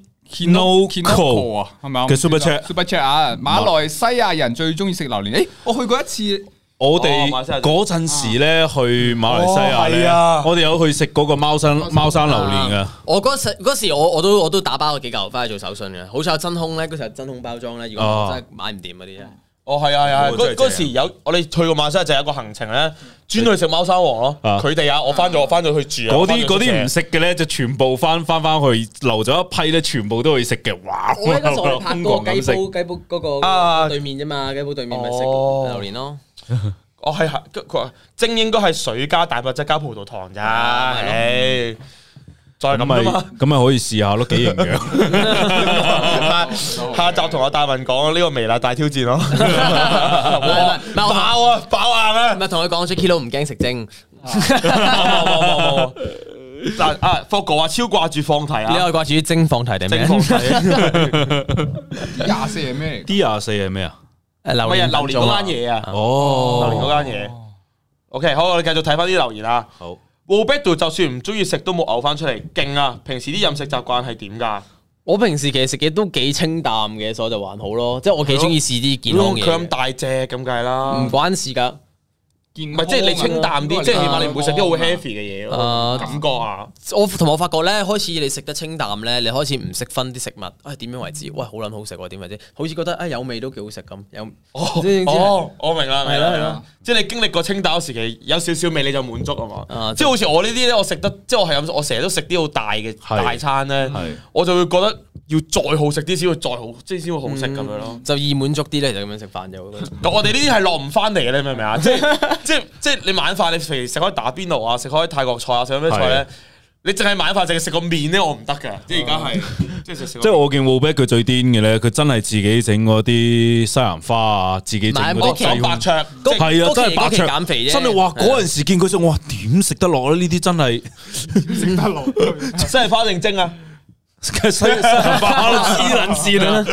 Speaker 4: à?
Speaker 3: Kinoko
Speaker 4: 啊，係咪啊
Speaker 3: 嘅 Super Chat
Speaker 4: Super Chat à? 啊，馬來西亞人最中意食榴蓮。誒，我去過一次，
Speaker 3: 我
Speaker 2: 哦
Speaker 3: 哋
Speaker 2: 馬來西亞啊
Speaker 3: 嗰陣時咧去馬來西亞咧
Speaker 2: 哦係啊，
Speaker 3: 我哋有去食嗰個貓山貓山榴蓮嘅。
Speaker 1: 啊我嗰時嗰時我我都我都打包咗幾嚿翻去做手信嘅，好彩有真空咧，嗰時有真空包裝咧，如果
Speaker 3: 哦
Speaker 1: 真係買唔掂嗰啲咧，
Speaker 2: 哦，係啊，係啊，
Speaker 3: 嗰個
Speaker 2: 嗰
Speaker 3: 真係正
Speaker 2: 嗰
Speaker 3: 啊
Speaker 2: 時有我哋去過馬來西亞就有一個行程咧，專去食貓山王咯。
Speaker 3: 啊
Speaker 2: 佢哋啊，我翻咗我翻咗去住啊。
Speaker 3: 嗰
Speaker 2: 我返咗
Speaker 3: 啲
Speaker 2: 去
Speaker 3: 嗰啲唔
Speaker 2: 食
Speaker 3: 食嘅咧，就全部翻翻翻去，留咗一批咧，全部都去食嘅。哇！
Speaker 1: 我喺嗰時我哋拍
Speaker 3: 瘋
Speaker 1: 嗰
Speaker 3: 狂
Speaker 1: 個雞
Speaker 3: 咁
Speaker 1: 煲
Speaker 3: 食，
Speaker 1: 雞煲嗰
Speaker 2: 啊
Speaker 1: 個對面啫嘛，雞煲對面咪食
Speaker 2: 哦
Speaker 1: 榴蓮咯，
Speaker 2: 哦係係佢佢話精應該係水加蛋白質加葡萄糖咋，
Speaker 1: 啊咪咯
Speaker 2: 唉，就係
Speaker 3: 咁
Speaker 2: 咁
Speaker 3: 咪
Speaker 2: 啊嘛。
Speaker 3: 咁咪可以試下咯，幾營 養。À.
Speaker 2: 下集同阿大文講呢個微辣大挑戰咯，哇
Speaker 1: 唔係我
Speaker 2: 爆啊爆硬啊！
Speaker 1: 咪同佢講 Jacky Lou 唔驚食精，
Speaker 2: 嗱啊，霍哥話超掛住放題
Speaker 1: 你
Speaker 2: 啊，
Speaker 1: 係掛住啲精放題定咩
Speaker 2: 正？放題。
Speaker 4: 廿四係咩嚟㗎？
Speaker 3: D 廿四係咩啊？
Speaker 1: 誒 榴
Speaker 2: 咪
Speaker 1: 蓮
Speaker 2: 人榴蓮嗰間嘢啊，榴
Speaker 3: 哦，
Speaker 2: 蓮嗰間嘢。OK，好，我哋繼續睇翻啲留言啊。
Speaker 3: 好
Speaker 2: w o b e d o 就算唔中意食都冇嘔翻出嚟，勁啊！平時啲飲食習慣係點㗎？
Speaker 1: 我平時其實食嘢都幾清淡嘅，所以就還好咯。即係我幾中意試啲健康
Speaker 2: 佢咁
Speaker 1: 嘢，
Speaker 2: 大隻嗯咁計啦
Speaker 1: 唔，關事㗎。
Speaker 4: 健
Speaker 2: 唔
Speaker 4: 唔啊
Speaker 2: 係即係你清淡啲，即係起碼你唔會食啲好 heavy 嘅嘢咯，
Speaker 1: 啊
Speaker 2: 感覺啊。
Speaker 1: 我同我發覺咧，開始你食得清淡咧，你開始唔識分啲食物，啊點樣為之？喂，好撚好食喎，點為之？好似覺得啊有味都幾好食咁，有
Speaker 2: 哦
Speaker 1: 即係總之
Speaker 2: 哦，我明啦，明啦，
Speaker 1: 係啦
Speaker 2: 明啦，即係你經歷過清淡嗰時期，有少少味你就滿足啊嘛。
Speaker 1: 啊
Speaker 2: 即係好似我呢啲咧，我食得即係我係咁，我成日都食啲好大嘅
Speaker 3: 係
Speaker 2: 大餐咧
Speaker 3: 係，
Speaker 2: 我就會覺得要再好食啲先會再好，即係先會好食咁樣咯。
Speaker 1: 就易滿足啲咧，就咁樣食飯就。唔
Speaker 2: 我哋呢啲係落唔翻嚟嘅，你明唔明啊？即係即係即係你晚飯，你譬如食開打邊爐啊，食開泰國菜啊，食開咩菜咧？你淨係晚飯淨係食個麵咧，我唔得嘅。即係而家係即係食食個
Speaker 3: 即係我見 w o b e 佢最癲嘅咧，佢真係自己整嗰啲西蘭花啊，自己整
Speaker 1: 買
Speaker 3: 嗰啲
Speaker 1: 屋企
Speaker 3: 西
Speaker 2: 有
Speaker 3: 紅
Speaker 2: 白灼，即係
Speaker 3: 係啊，
Speaker 1: 嗰期
Speaker 3: 真係白
Speaker 1: 嗰期
Speaker 3: 灼
Speaker 1: 減肥啫
Speaker 3: 真係哇！嗰陣時見佢就哇，點食得落啊咧？呢啲 真係
Speaker 4: 食得落。
Speaker 2: 真係花定蒸啊！
Speaker 3: 西西蘭花啦，黐撚線啊！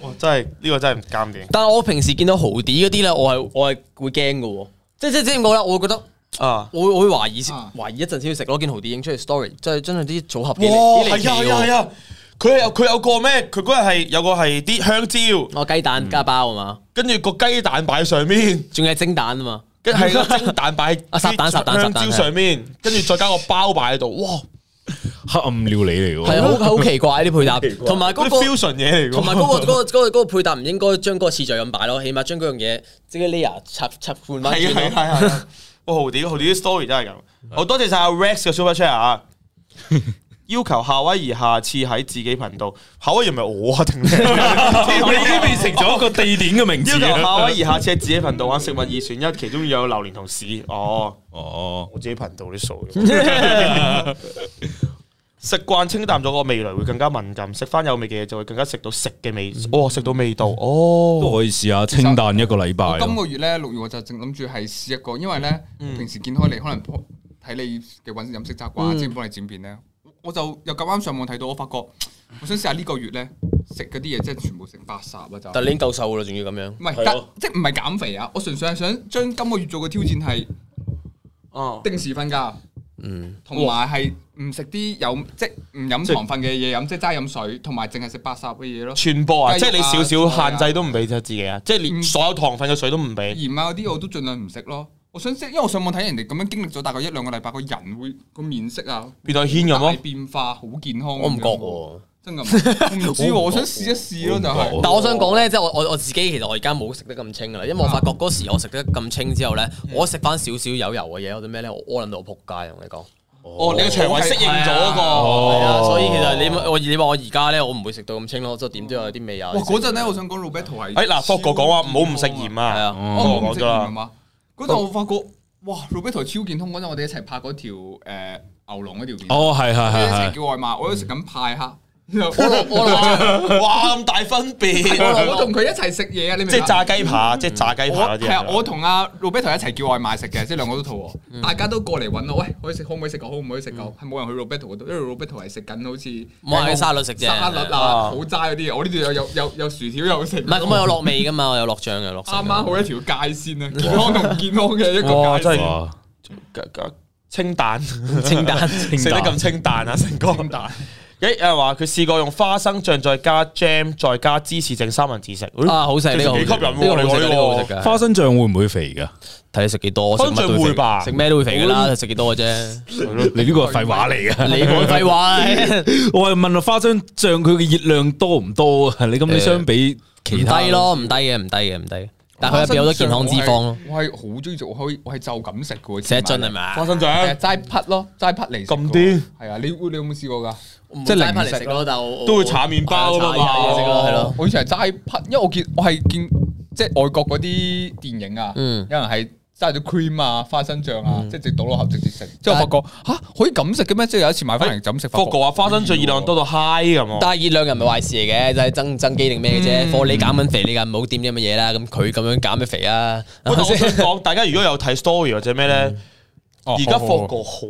Speaker 2: 哇！真係呢個真係唔監定
Speaker 1: 但係我平時見到豪啲嗰啲咧，我係我係會驚嘅喎，即係即係點講咧？我會覺得
Speaker 2: 啊！
Speaker 1: 我會我會懷疑
Speaker 4: 啊
Speaker 1: 懷疑一陣先食咯。見豪啲影出嚟 story，即係真係啲組合幾
Speaker 2: 哇，
Speaker 1: 離幾離
Speaker 2: 係啊
Speaker 1: 奇
Speaker 2: 係啊係
Speaker 1: 喎。
Speaker 2: 啊！佢有佢有個咩？佢嗰日係有個係啲香蕉，
Speaker 1: 我雞
Speaker 2: 嗯
Speaker 1: 蛋加包啊嘛，
Speaker 2: 跟住個雞蛋擺上面，
Speaker 1: 仲有蒸蛋啊嘛。
Speaker 2: 跟住係個蒸蛋擺
Speaker 1: 啊烚蛋烚蛋
Speaker 2: 香
Speaker 1: 烚蛋
Speaker 2: 蕉上面，跟住再加個包擺喺度，哇！
Speaker 3: 黑暗料理嚟
Speaker 1: 係啊
Speaker 3: 喎，
Speaker 1: 好好奇怪啲配搭，同埋嗰
Speaker 2: 嗰啲
Speaker 1: 個
Speaker 2: fusion 嘢嚟㗎，
Speaker 1: 同埋 嗰個嗰個嗰個嗰個配搭唔應該將嗰個次序咁擺咯，起碼將嗰樣嘢即係 layer 拆拆換翻
Speaker 2: 係啊係
Speaker 1: 轉咯。
Speaker 2: 啊係啊！ 哇，豪啲豪啲啲 story 真係咁，好多謝晒阿 Rex 嘅 super chat 啊！要求夏威夷下次喺自己頻道，夏威夷咪我啊 定你？
Speaker 3: 我哋已經變成咗一個地點嘅名字
Speaker 2: 要
Speaker 3: 啊！
Speaker 2: 求夏威夷下次喺自己頻道玩食物二選一，其中有榴蓮同屎哦。
Speaker 3: 哦，
Speaker 2: 我自己頻道啲數嘅。 食慣清淡咗個味蕾會更加敏感，食翻有味嘅嘢就會更加食到食嘅味，哦食到味道，
Speaker 3: 都
Speaker 2: 哦
Speaker 3: 可以試下清淡一個禮拜
Speaker 4: 我今
Speaker 3: 咯。
Speaker 4: 個月咧六月我就正諗住係試一個，因為咧平時見開你可能睇你嘅飲飲食習慣，即係幫你剪片咧，我我就又咁啱上網睇到，我發 覺我想試下呢個月咧食嗰啲嘢，即係全部食垃圾啊就
Speaker 1: 但。你已經夠瘦啦，仲要咁樣
Speaker 4: 唔。係，但即係唔係減肥啊！我純粹係想將今個月做嘅挑戰係
Speaker 2: 哦，
Speaker 4: 定時瞓覺，嗯，同埋係唔食啲有即係唔飲糖分嘅嘢飲，即係齋飲水，同埋淨係食白霎嘅嘢咯。
Speaker 2: 傳播啊，
Speaker 4: 雞
Speaker 2: 即係你少少
Speaker 4: 啊
Speaker 2: 限制都唔俾自己啊，即係連
Speaker 4: 嗯
Speaker 2: 所有糖分嘅水都唔俾。
Speaker 4: 鹽啊嗰啲我都盡量唔食咯。我想即係因為我上網睇人哋咁樣經歷咗大概一兩個禮拜，個人會個面色啊
Speaker 2: 變到軒咁咯
Speaker 4: 大變化，好健康。
Speaker 1: 我唔覺
Speaker 4: 喎，
Speaker 1: 喎。
Speaker 4: 真㗎唔我唔知喎，
Speaker 3: 我唔覺
Speaker 4: 我想試一試咯，就
Speaker 3: 我唔覺
Speaker 4: 係
Speaker 1: 但我想講咧，即係我我我自己其實我而家冇食得咁清噶啦，因
Speaker 2: 啊
Speaker 1: 為我發覺嗰時我食得咁清之後咧，
Speaker 2: 嗯
Speaker 1: 我食翻少少有油嘅嘢，或者咩咧，我屙撚到我仆街，啊同你講。
Speaker 2: 哦，你個腸胃適應咗嗰個，
Speaker 3: 哦
Speaker 1: 係啊，所以其實你我你話我而家咧，我唔會食到咁清咯，即係點都有啲味啊。
Speaker 4: 哇！嗰陣咧，我想講 Roberto 係
Speaker 2: 誒嗱，霍哥講話唔好唔食鹽
Speaker 1: 係
Speaker 2: 啊，
Speaker 1: 啊，
Speaker 4: 哦，我
Speaker 2: 哎我
Speaker 4: 唔
Speaker 2: 講
Speaker 4: 食
Speaker 2: 咗
Speaker 4: 鹽係
Speaker 2: 啦，
Speaker 4: 嘛？嗰陣我發覺，哇！Roberto 超健康嗰陣，我哋一齊拍嗰條誒牛龍嗰條片，
Speaker 3: 哦，係係
Speaker 4: 佢一齊
Speaker 3: 係係，
Speaker 4: 叫外賣，我喺度食緊派克，然後
Speaker 1: 我老我老
Speaker 2: 哇咁大分 別，
Speaker 4: 我我同佢一齊食嘢啊！你明唔
Speaker 2: 即
Speaker 4: 明啊
Speaker 2: 係炸雞扒，即係炸雞扒
Speaker 4: 我
Speaker 2: 嗰啲
Speaker 4: 係啊
Speaker 2: 人，。
Speaker 4: 我同阿 Roberto 一齊叫外賣食嘅，即係兩個都肚
Speaker 1: 嗯
Speaker 4: 餓，大家都過嚟揾我，喂，可以食可唔可以食個，可唔可以食個？係冇人去 Roberto 嗰度，因為 Roberto 係食緊好似
Speaker 1: 冇人去沙律食啫
Speaker 4: 沙律啊、
Speaker 2: 啊
Speaker 4: 好齋嗰啲嘢，我呢度有有有有薯條有食，
Speaker 1: 唔係咁我有落味噶嘛，我有落醬嘅落。
Speaker 4: 啱啱好一條界線啊，健康同唔健康嘅一
Speaker 1: 哦
Speaker 4: 個
Speaker 2: 哇
Speaker 4: 界
Speaker 2: 真係
Speaker 4: 線。
Speaker 3: 哇
Speaker 2: 清淡，食
Speaker 1: 清淡。
Speaker 2: 得咁清淡啊，成哥。清淡。誒有人話佢試過用花生醬再加 jam 再加芝士整三文治食，
Speaker 1: 啊，好食呢個好食，
Speaker 2: 幾吸引喎
Speaker 1: 呢個好
Speaker 2: 你講
Speaker 1: 食，
Speaker 2: 呢個
Speaker 1: 呢個好食㗎
Speaker 3: 花生醬會唔會肥噶？
Speaker 1: 睇你食幾多，食
Speaker 2: 花生醬
Speaker 1: 乜都
Speaker 2: 會
Speaker 1: 肥
Speaker 2: 吧
Speaker 1: 食咩都會肥噶啦，食幾多嘅啫。
Speaker 3: 你呢個係廢話嚟 噶。
Speaker 1: 你講廢話，
Speaker 3: 我係問啊，花生醬佢嘅熱量多唔多啊？你咁你相比
Speaker 1: 唔
Speaker 3: 其 他
Speaker 1: 低，咯，唔低嘅，唔低嘅，唔低。但係佢入邊有好多健康脂肪咯，
Speaker 4: 我係好中意做，我可以我係就咁食嘅喎。
Speaker 1: 食一樽係咪啊？
Speaker 2: 生
Speaker 4: 係啊？齋匹咯，齋匹嚟食
Speaker 2: 咁
Speaker 4: 嘅喎
Speaker 2: 癲
Speaker 4: 係啊！你你有冇試過㗎？
Speaker 1: 即係
Speaker 4: 零食咯
Speaker 1: 零食咯，但我
Speaker 2: 都會炒麵包㗎嘛
Speaker 1: 我有炒嘢食咯，係咯。
Speaker 4: 我以前係齋匹，因為我見我係見即係外國嗰啲電影啊，
Speaker 1: 嗯
Speaker 4: 有人係揸咗 cream 啊、花生醬啊，即係直倒落口直接食。之後我發覺吓可以咁食嘅咩？即係有一次買翻嚟就咁食。
Speaker 2: 福哥話花生醬熱量多到 high 咁喎，
Speaker 1: 但係熱量又唔係壞事嚟嘅，就係增增肌定咩嘅啫。貨你減緊肥，你梗係唔好掂啲咁嘅嘢啦。咁佢咁樣減嘅肥啊，
Speaker 2: 喂但我想講，大家如果有睇 story 或者咩咧，
Speaker 4: 哦
Speaker 2: 而家
Speaker 4: 好好
Speaker 2: 福哥好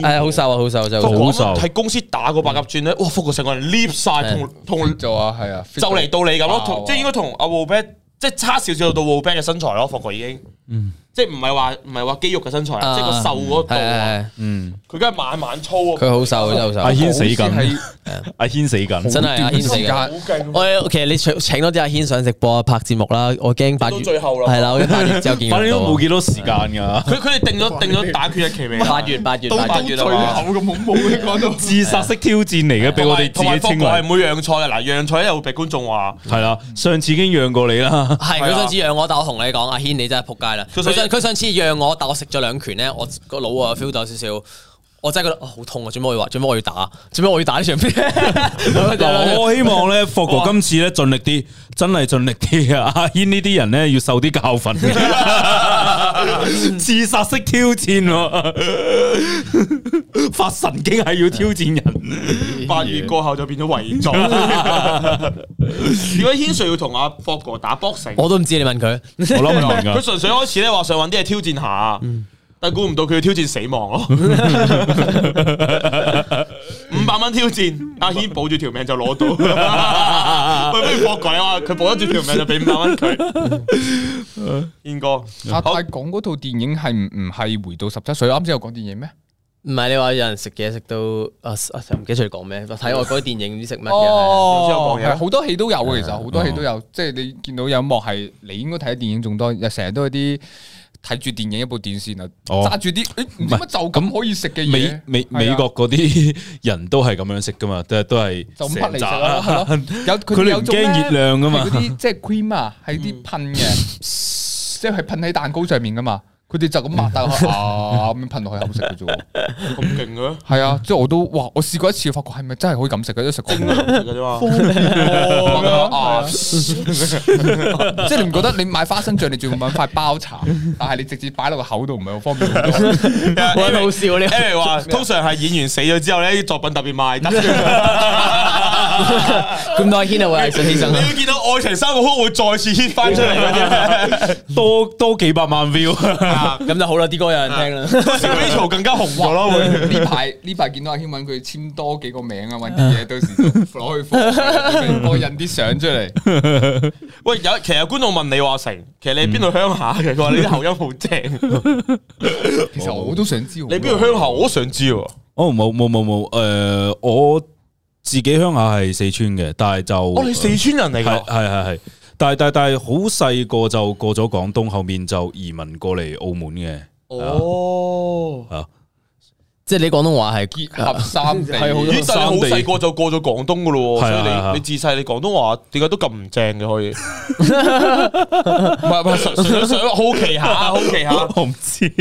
Speaker 1: 係好瘦啊，好瘦就
Speaker 2: 福哥
Speaker 3: 好瘦
Speaker 2: 喺公司打個白鴿轉咧，哇！福哥成個人 lift 晒，同同
Speaker 4: 就話係啊，
Speaker 2: 就嚟到你咁咯，同
Speaker 4: 啊
Speaker 2: 即係應該同阿 w o b a t 即係差少少到 w o b a t 嘅身材咯，霍哥已經，即係唔係話唔係話肌肉嘅身材啊，
Speaker 1: 嗯啊
Speaker 2: 即係個瘦嗰度
Speaker 1: 係
Speaker 2: 啊，
Speaker 1: 係
Speaker 3: 嗯，
Speaker 2: 佢梗係晚晚操啊，
Speaker 1: 佢好瘦，真係好
Speaker 3: 阿
Speaker 1: 瘦。
Speaker 3: 軒死
Speaker 4: 好似
Speaker 3: 緊，
Speaker 4: 係
Speaker 3: 阿軒死緊，
Speaker 1: 真係阿啊軒死
Speaker 4: 時
Speaker 1: 㗎。
Speaker 2: 好
Speaker 4: 間
Speaker 2: 勁啊，
Speaker 1: 我其實你請請多啲阿軒上直播啊拍節目啦，我驚八月
Speaker 2: 到最後啦
Speaker 1: 係啦，我驚八月之後見
Speaker 3: 反
Speaker 1: 佢
Speaker 3: 正
Speaker 1: 到
Speaker 3: 都
Speaker 1: 啊。
Speaker 3: 冇幾多時間㗎。
Speaker 2: 佢佢哋定咗定咗打拳日期未啊？
Speaker 1: 八月八月
Speaker 4: 到
Speaker 1: 八
Speaker 4: 到
Speaker 1: 月
Speaker 4: 最
Speaker 1: 啊
Speaker 4: 後
Speaker 1: 嘛
Speaker 4: 咁恐怖嘅講到。
Speaker 3: 自殺式挑戰嚟嘅，俾我哋自
Speaker 2: 同埋
Speaker 3: 己稱
Speaker 2: 同埋
Speaker 1: 啊
Speaker 2: 福哥係
Speaker 3: 為
Speaker 2: 唔會讓菜嘅，嗱讓菜又會被觀眾話
Speaker 3: 係啦。上次已經讓過你啦，
Speaker 1: 係
Speaker 2: 係
Speaker 1: 佢
Speaker 2: 啊
Speaker 1: 上次讓我，但我同你講，阿軒你真係仆街啦。
Speaker 2: 佢
Speaker 1: 佢
Speaker 2: 上
Speaker 1: 上佢上次讓我，但我食咗兩拳咧，我個腦啊 feel 到有少少，我真係覺得哦好痛啊！做咩我要話？做咩我要打？做咩我要打呢場 片？
Speaker 3: 嗱，我希望咧，霍哥今次咧盡力啲，真係盡力啲啊！阿軒呢啲人咧要受啲教 訓，自殺式挑戰喎，發神經係要挑 戰人。
Speaker 2: 八月過後就變咗遺 作。如果軒 Sir 要同阿霍哥打 boxing，
Speaker 1: 我都唔知你問佢。
Speaker 3: 我諗唔明
Speaker 2: 佢
Speaker 3: 啊，
Speaker 2: 純粹開始咧話想揾啲嘢挑戰下，但估唔到佢要挑戰死亡咯。五百蚊挑戰，阿軒保住條命就攞到。喂，不如搏鬼啊！佢保得住條命就俾五百蚊佢。軒哥，
Speaker 4: 阿啊泰
Speaker 2: 好
Speaker 4: 講嗰套電影係唔唔係回到十七歲？啱先有講電影咩？
Speaker 1: 唔係你話有人食嘢食到啊啊唔記得咗你講咩？睇外國啲電影唔知食乜啊嘅。
Speaker 4: 哦
Speaker 2: 有啲有講嘢
Speaker 4: 係好多戲都有嘅，其實好多戲都有，即係你見到有一幕係你應該睇得電影仲多，又成日都有啲睇住電影一部電視啊，
Speaker 3: 哦
Speaker 4: 揸住啲誒唔知乜就咁可以食嘅嘢，
Speaker 3: 美美
Speaker 4: 係啊
Speaker 3: 美國嗰啲人都係咁樣食噶嘛，都係都係
Speaker 4: 就咁匹嚟食
Speaker 3: 成
Speaker 4: 咯，係 咯，有
Speaker 3: 佢哋
Speaker 4: 有
Speaker 3: 唔
Speaker 4: 種
Speaker 3: 驚
Speaker 4: 咧
Speaker 3: 熱量㗎嘛嗯
Speaker 4: 係嗰啲即係 cream 啊，係啲噴 嘅，即係噴喺蛋糕上面噶嘛，佢哋就咁擘大
Speaker 3: 嗯
Speaker 4: 個口啊咁樣噴落去口食嘅啫喎，
Speaker 2: 咁 勁嘅，
Speaker 4: 係啊，即係我都哇，我試過一次，發覺係咪真係可以咁食嘅？都食過。
Speaker 2: 嘅啫 嘛。
Speaker 4: 啊！即係你唔覺得你買花生醬，你仲要揾塊包茶，但係你直接擺落個口度，唔係好方便好多。
Speaker 1: 喂好笑啊呢個
Speaker 2: Eric 話通常係演員死咗之後咧，啲作品特別賣 得。
Speaker 1: 咁多阿軒啊， 為藝術犧牲
Speaker 2: 你
Speaker 1: 啊！
Speaker 2: 要見到愛情三部曲會再次 hit 翻出嚟 嗰啲咧，
Speaker 3: 多多幾百萬 view。
Speaker 1: 咁就好啦，啲歌有人聽啦。
Speaker 2: 小 Rachel 更加紅咗 咯，會。
Speaker 4: 呢排呢排見到阿軒揾佢簽多幾個名啊，揾啲嘢到時就攞去放，我印啲相出嚟。
Speaker 2: 喂，有其實有觀眾問李話成，其實你邊度鄉下嘅？佢話你啲口音好正，
Speaker 4: 其實我都想知你
Speaker 2: 你邊度鄉下？我都想知喎。
Speaker 3: 哦，冇冇冇冇，诶、我自己鄉下係四川嘅，但係就
Speaker 2: 哦，你四川人嚟
Speaker 3: 係
Speaker 2: 㗎？
Speaker 3: 係係係，但係但係但係好細個就過咗廣東，後面就移民過嚟澳門嘅，
Speaker 2: 哦，
Speaker 3: 啊，
Speaker 1: 即係你廣東話係
Speaker 4: 結合三地，
Speaker 3: 係好多
Speaker 2: 咦？但係你好細個就過咗廣東㗎咯喎，
Speaker 3: 係啊
Speaker 2: 所以
Speaker 3: 係啊
Speaker 2: 你你自細你廣東話點解都咁唔正嘅 可以？唔係唔係，純純粹想好 奇下，好奇下。嗯
Speaker 3: 我唔知，
Speaker 2: 你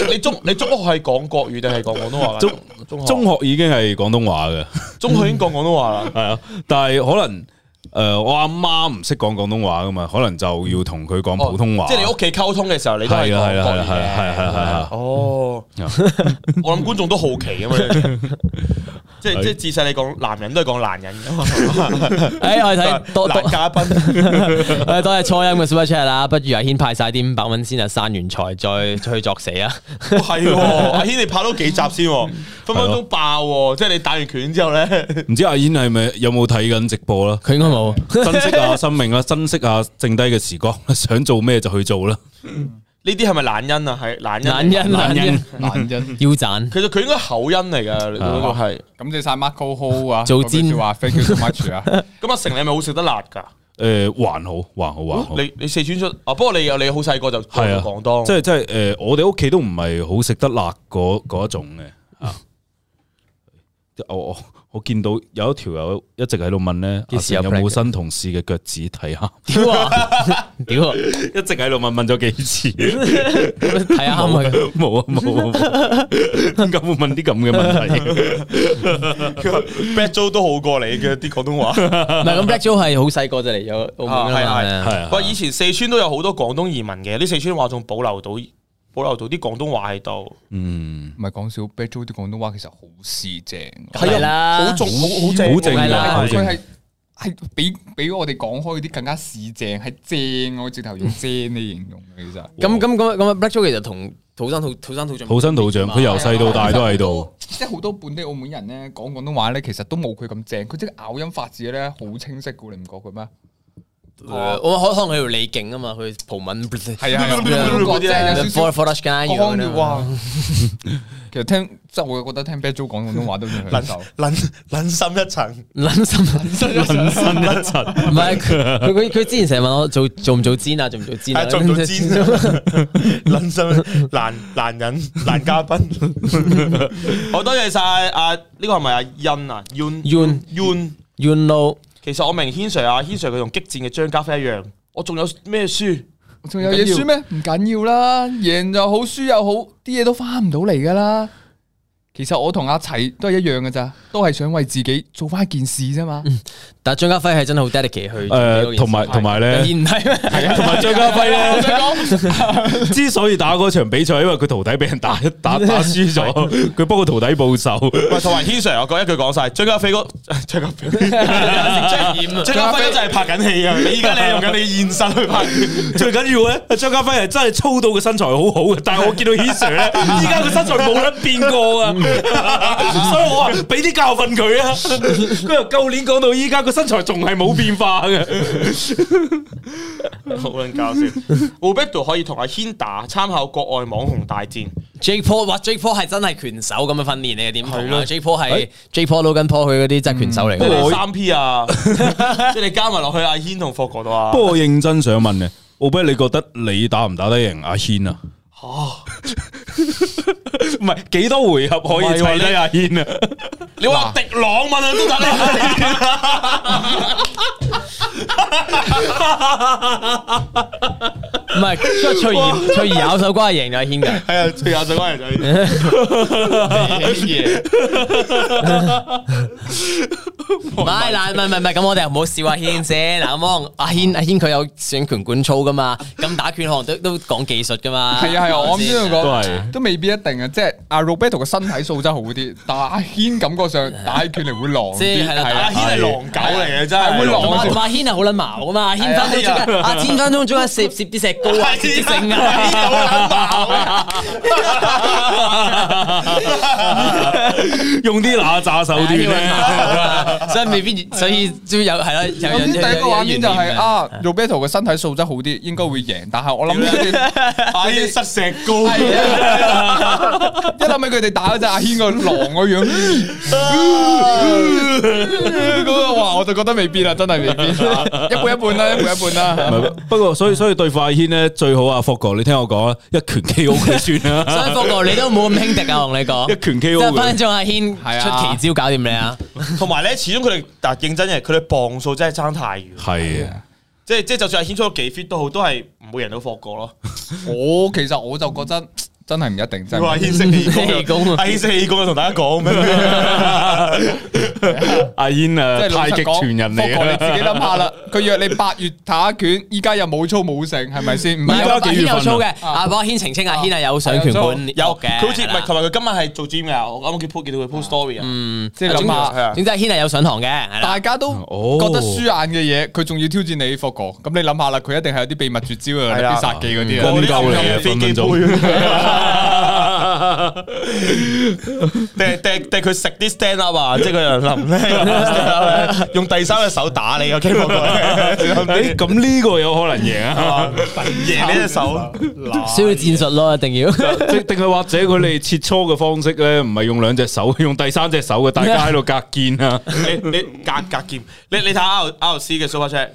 Speaker 2: 你你中你中學係講國語定係講廣東話㗎？
Speaker 3: 中
Speaker 2: 中
Speaker 3: 中
Speaker 2: 中
Speaker 3: 學已經係廣東話嘅，
Speaker 2: 中學已經講廣東話啦。
Speaker 3: 係啊，但係可能诶、誒我阿媽唔識講廣東話噶嘛，可能就要同佢講普通話，
Speaker 2: 哦即係你屋企溝通嘅時候，你都係
Speaker 3: 係啊係啊
Speaker 2: 講國
Speaker 3: 係
Speaker 2: 語
Speaker 3: 啊係啊係啊係
Speaker 2: 嘅。
Speaker 3: 啊係啊，
Speaker 2: 哦，我諗觀眾都好奇啊嘛。即係
Speaker 3: 係
Speaker 2: 即係自細你講男人都係講男人啊噶嘛，
Speaker 1: 诶，哎我哋 睇多多
Speaker 2: 男，嘉 賓。
Speaker 1: 诶，多謝初音嘅 super chat 啦，不如阿軒派晒啲五百蚊先啊，散完財再去作死啊！
Speaker 2: 系，哦阿軒你拍多幾集先喎，分分鐘爆喎，即係你打完拳之後 咧，
Speaker 3: 唔知阿燕係咪有冇睇緊直播 啦？
Speaker 1: 佢應該冇，
Speaker 3: 珍惜下生命啦，珍惜下剩低嘅時光，想做咩就去做啦。
Speaker 2: 呢啲係咪懶音啊？係懶音，
Speaker 1: 懶人懶人
Speaker 4: 男人
Speaker 1: 腰斬，
Speaker 2: 其實佢應該口音嚟噶，你嗰個係。
Speaker 4: 感謝晒 Marco Ho 啊，
Speaker 1: 做
Speaker 4: 煎
Speaker 1: 煎
Speaker 4: 話 thank you so much 啊，
Speaker 2: 咁阿成你係咪好食得辣㗎？
Speaker 3: 诶，還好，還好，還好。
Speaker 2: 你你四川出啊？不過你你好細個就
Speaker 3: 係啊
Speaker 2: 廣東，
Speaker 3: 即 係即係诶，誒我哋屋企都唔係好食得辣嗰嗰一種嘅啊。我我我見到有一條友一直喺度問咧，
Speaker 1: 幾
Speaker 3: 阿
Speaker 1: 時有
Speaker 3: 成有啊冇
Speaker 1: practice？
Speaker 3: 新同事嘅腳趾睇下？
Speaker 1: 屌啊， 屌啊，
Speaker 3: 一直喺度問問咗幾次，
Speaker 1: 睇下啱唔啱？
Speaker 3: 冇啊冇啊冇啊，點解會問啲咁嘅問題？
Speaker 2: 係 Black Joe 都好過你嘅啲廣東話。
Speaker 1: 唔係咁，Black Joe 係好細個就嚟咗澳門㗎啦
Speaker 2: 啊係
Speaker 1: 係
Speaker 2: 係
Speaker 1: 啊，
Speaker 3: 係啊
Speaker 2: 喂，以前四川都有好多廣東移民嘅，啲四川話仲保留到保留到啲廣東話喺度，
Speaker 3: 嗯，
Speaker 4: 唔係講笑，Bad Joe 啲廣東話其實好市正㗎，
Speaker 1: 係啊啦
Speaker 2: 好重好好正，
Speaker 3: 好正
Speaker 1: 㗎
Speaker 3: 嘅，好
Speaker 4: 佢
Speaker 3: 正嘅。
Speaker 4: 係係比比我哋講開嗰啲更加市正，係正我直頭用正嚟形容嘅，其實
Speaker 1: 咁咁咁咁，Black Joe 其實同土生土土生土長，
Speaker 3: 土生土長，佢由細到大都喺 度。
Speaker 4: 即係好多本地澳門人咧講廣東話咧，其實都冇佢咁正，佢即係咬音發字咧好清晰嘅，你唔覺嘅咩？
Speaker 1: 呃我可可能佢條李勁啊嘛，佢葡文
Speaker 4: 係啊，
Speaker 1: 係啊
Speaker 4: 嗰啲即係有少
Speaker 1: f
Speaker 4: 少
Speaker 1: o r。for us 間樣
Speaker 4: 講嘅
Speaker 1: 樣啊
Speaker 4: 哇，其實聽即係我覺得聽 Bad Joe 講廣東話都要享受。
Speaker 2: 撚撚深一 層。
Speaker 1: 撚心
Speaker 3: 人生一 層，
Speaker 1: 唔係佢佢佢佢之前成日問我做做唔做煎啊，做唔做煎啊？
Speaker 2: 係做唔做煎捻心難難人難嘉賓， 好多謝晒阿呢個係咪阿欣啊？Yun
Speaker 1: Yun
Speaker 2: Yun，
Speaker 1: You know
Speaker 2: 其實我明軒 Sir 啊，軒 Sir 佢同激戰嘅張家輝一樣，我仲有咩輸？
Speaker 4: 仲有嘢輸咩？唔緊要啦，贏又好，輸又好，啲嘢都翻唔到嚟噶啦。其實我同阿齊都係一樣噶咋，都係想為自己做翻一件事啫嘛。
Speaker 1: 但係張家輝係真係好 dedicate 去
Speaker 3: 誒，呃同埋同埋咧
Speaker 1: 而，唔係咩？
Speaker 3: 同埋張家輝 咧， 之所以打嗰場比賽，因為佢徒弟俾人打 打打輸咗，佢幫個徒弟報仇。
Speaker 2: 喂，同埋軒 Sir，我講一句講晒，張家輝嗰張家輝，啊 張張家輝就係拍緊戲 啊！你依家你係用緊你現實去拍，
Speaker 3: 最緊要咧，張家輝係真係操到個身材好好嘅，但係我見到 He Sir 咧，依家個身材冇得變過啊，所以我話俾啲教訓佢啊。佢由舊年講到依家，個身材仲係冇變化 嘅。
Speaker 2: 好撚搞笑。Roberto 可以同阿軒打，參考國外網紅大戰。
Speaker 1: J Paul 哇，J Paul 係真係拳手咁嘅訓練嚟嘅，點同
Speaker 2: 係咯嗯
Speaker 1: 啊？J Paul 係 J Paul 攞緊 Paul 佢嗰啲真係拳手嚟
Speaker 2: 即係你
Speaker 1: 嘅。
Speaker 2: 三 P 啊，即係你加埋落去阿軒同霍哥度啊
Speaker 3: 不。過我認真想問嘅，奧比，你覺得你打唔打得贏阿軒啊？ 唔係幾多回合可以砌低阿軒啊？
Speaker 2: 你話迪朗問啊都得啦。
Speaker 1: 唔係，因為翠兒翠兒咬手瓜係贏咗阿 軒㗎。
Speaker 2: 係啊，最有最關人就係
Speaker 1: 唔係嗱，唔係唔係唔係，咁我哋又唔好笑阿軒先。嗱，咁我阿軒阿軒佢有上拳館操㗎嘛，咁打拳可能都都講技術㗎嘛。
Speaker 4: 係啊係啊，我啱先
Speaker 1: 係
Speaker 4: 都
Speaker 1: 咪先
Speaker 3: 都
Speaker 4: 講，
Speaker 3: 係
Speaker 4: 都未必一定啊。即係阿 Roberto 嘅身體素質好啲，但係阿軒感覺上打起拳嚟會狼
Speaker 1: 即
Speaker 4: 啲，
Speaker 1: 係啦
Speaker 4: 係
Speaker 2: 阿
Speaker 4: 啊
Speaker 2: 軒係狼狗嚟嘅真係。
Speaker 4: 係會狼
Speaker 1: 同埋同埋阿軒係啊好撚矛噶嘛，阿軒分鐘中間，啊阿軒分鐘中間攝攝啲石膏啊，攝啲剩啊，
Speaker 3: 用啲哪吒手段
Speaker 1: 啊
Speaker 3: 咧？
Speaker 1: 所以未必，所以都有係啦，有
Speaker 4: 我
Speaker 1: 有
Speaker 4: 諗第一個畫面就係
Speaker 1: 啊，
Speaker 4: 啊，Roberto 嘅身體素質好啲，應該會贏。但係我諗佢哋
Speaker 2: 阿軒塞石膏，
Speaker 4: 係啊一諗起佢哋打嗰只阿軒個狼個樣，嗰個話我就覺得未必啦，真係未必，一半一半啦，一半一半
Speaker 3: 唔
Speaker 4: 啦。啊
Speaker 3: 係不過所以所以對付阿軒咧最好啊，霍哥，你聽我講啊，一拳 K.O. 佢算
Speaker 1: 所以
Speaker 3: 啦，
Speaker 1: 福哥你都冇咁輕敵啊，我同你講，
Speaker 3: 一拳
Speaker 1: 即
Speaker 3: K.O.
Speaker 1: 係分
Speaker 3: 佢
Speaker 1: 鐘阿軒
Speaker 4: 係啊
Speaker 1: 出奇招搞掂你啊，
Speaker 2: 同埋咧，始終佢哋但係認真嘅，佢哋磅數真係爭太遠。
Speaker 3: 係啊，
Speaker 2: 即係即係，就算阿軒出咗幾 fit 都好，都係唔會贏到霍哥咯。
Speaker 4: 我其實我就覺得真係唔一定，真
Speaker 2: 話
Speaker 4: 係唔一定
Speaker 2: 牽涉義
Speaker 1: 義工
Speaker 2: 工，
Speaker 1: 啊
Speaker 2: 阿牽涉義工啊同大 家講咩？
Speaker 3: 阿燕
Speaker 4: 即
Speaker 3: 啊，
Speaker 4: 係老
Speaker 3: 太
Speaker 4: 實
Speaker 3: 極
Speaker 4: 講
Speaker 3: 傳人嚟
Speaker 4: 福哥你
Speaker 3: 嘅，
Speaker 4: 自己諗下啦。佢約你八月打拳，依家又冇操冇成，係咪先？唔
Speaker 1: 唔係
Speaker 4: 係
Speaker 3: 家
Speaker 1: 阿
Speaker 3: 幾
Speaker 1: 軒
Speaker 3: 月份啊
Speaker 1: 有操嘅，阿阿軒澄清阿軒係有上拳館
Speaker 2: 有
Speaker 1: 嘅，
Speaker 2: 佢好似唔係，
Speaker 1: 係啦
Speaker 2: 同埋佢今日係做 gym 㗎，我啱啱見 po 見到佢 po story 啊，
Speaker 1: 嗯，
Speaker 4: 即係諗下
Speaker 2: 係啊
Speaker 1: 總之阿軒係有上堂嘅，係啦
Speaker 4: 大家都
Speaker 3: 哦
Speaker 4: 覺得輸眼嘅嘢，佢仲要挑戰你福哥，咁你諗下啦，佢一定係有啲秘密絕招啊，
Speaker 2: 係
Speaker 4: 有
Speaker 2: 啦
Speaker 4: 啲殺技嗰啲
Speaker 3: 真
Speaker 4: 啊
Speaker 3: 鳩嚟
Speaker 2: 我。啲暗
Speaker 3: 嘅
Speaker 2: 暗飛
Speaker 3: 分
Speaker 2: 機
Speaker 3: 分鐘。
Speaker 2: 定定定佢食啲 stand up 啊，即係佢又淋咧，用第三隻手打你，OK 冇
Speaker 3: 誒哎咁呢個有可能贏啊！
Speaker 2: 贏呢隻手，
Speaker 1: 需要戰術咯，一定要。
Speaker 3: 即定係或者佢哋切磋嘅方式咧，唔係用兩隻手，用第三隻手嘅，大家喺度隔肩啊！
Speaker 2: 你你隔隔劍，你你睇下 R R C 嘅 super chat，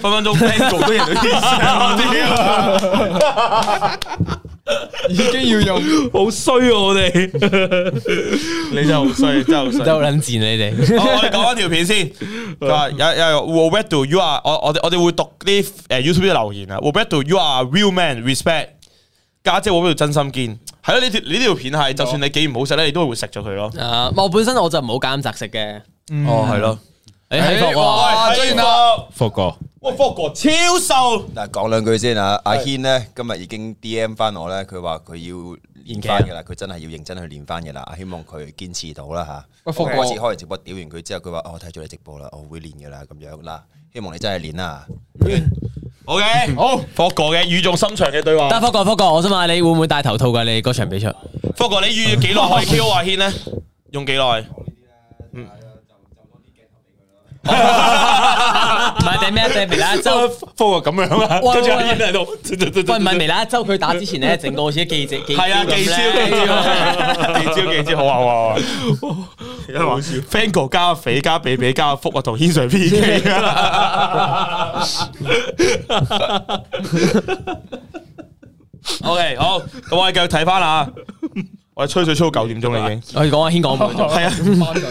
Speaker 2: 分 分鐘 Mango 都贏到天上，屌
Speaker 4: 已經要用，
Speaker 3: 好衰啊！我哋
Speaker 2: 你真係好衰，真係好衰
Speaker 1: 都。撚賤你哋。
Speaker 2: 好我哋講翻條片 先。佢話有有 w o b e t o you are 我我哋我哋會讀啲誒 YouTube 嘅留言啊。w o b e t o you are real man respect。家姐 w o b e t o 真心堅。係咯，呢條呢條片係，就算你幾唔好食咧，你都會食咗佢咯。
Speaker 1: 啊，我本身我就唔好揀擇食嘅。
Speaker 2: 哦，係咯。
Speaker 1: 誒，喺服喎，
Speaker 4: 哇
Speaker 2: 喂，
Speaker 4: 追
Speaker 2: 福
Speaker 4: 啦
Speaker 2: 哥，
Speaker 3: 福哥，
Speaker 2: 哇，福哥超瘦，
Speaker 5: 嗱，講兩句先啊！阿軒咧今日已經 D.M 翻我咧，佢話佢要練翻嘅啦，佢真係要認真去練翻嘅啦。啊希望佢堅持到啦嚇。
Speaker 4: 喂福哥
Speaker 5: 我開始開完直播屌完佢之後，佢話：哦我睇咗你直播啦，我會練嘅啦咁樣嗱。希望你真係練啦。
Speaker 2: OK，好，福哥嘅語重心長嘅對話。
Speaker 1: 得福哥福哥，我想問下你會唔會戴頭套㗎？你嗰場比賽
Speaker 2: 福哥，你預幾耐 可以 KO 阿軒咧？用幾耐？
Speaker 1: 唔係定咩定微辣一周？
Speaker 3: 福哥咁樣啊，
Speaker 1: 喂
Speaker 3: 跟住阿
Speaker 1: 喂
Speaker 3: 燕喺度，
Speaker 1: 喂，唔係微辣一周，佢打之前咧，整個好似記者記
Speaker 2: 係啊，
Speaker 1: 記
Speaker 2: 記招記招記招記招，好啊好啊！好笑，Fan 哥加肥加比比加福啊，同軒 Sir P K 啊 OK，好，咁我哋繼續睇翻啦。我哋吹水吹到九點鐘啦已經。
Speaker 1: 我哋講阿軒講唔到，
Speaker 2: 係啊，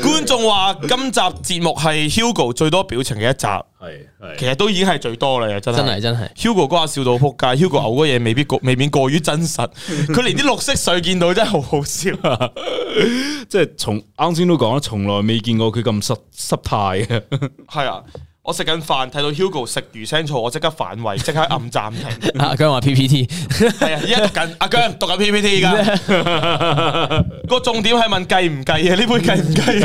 Speaker 2: 觀眾話今集節目係 Hugo 最多表情嘅一集，
Speaker 3: 係
Speaker 2: 其
Speaker 3: 係
Speaker 2: 實都已經係最多啦，真係
Speaker 1: 真係真係。
Speaker 2: Hugo 嗰下笑到仆街，Hugo 嘔嗰嘢未必 過，未免過於真 實。佢連啲綠色水見到真係好好笑 啊！
Speaker 3: 即係從啱先都講啦，從來未見過佢咁失失態嘅，
Speaker 2: 係啊，我食緊飯睇到 Hugo 食魚腥草，我即刻反胃， 即刻暗暫停。
Speaker 1: 阿姜啊話 PPT，
Speaker 2: 係啊，依家讀 緊阿姜讀緊 PPT 噶。個重點係問計唔計啊？呢杯計唔計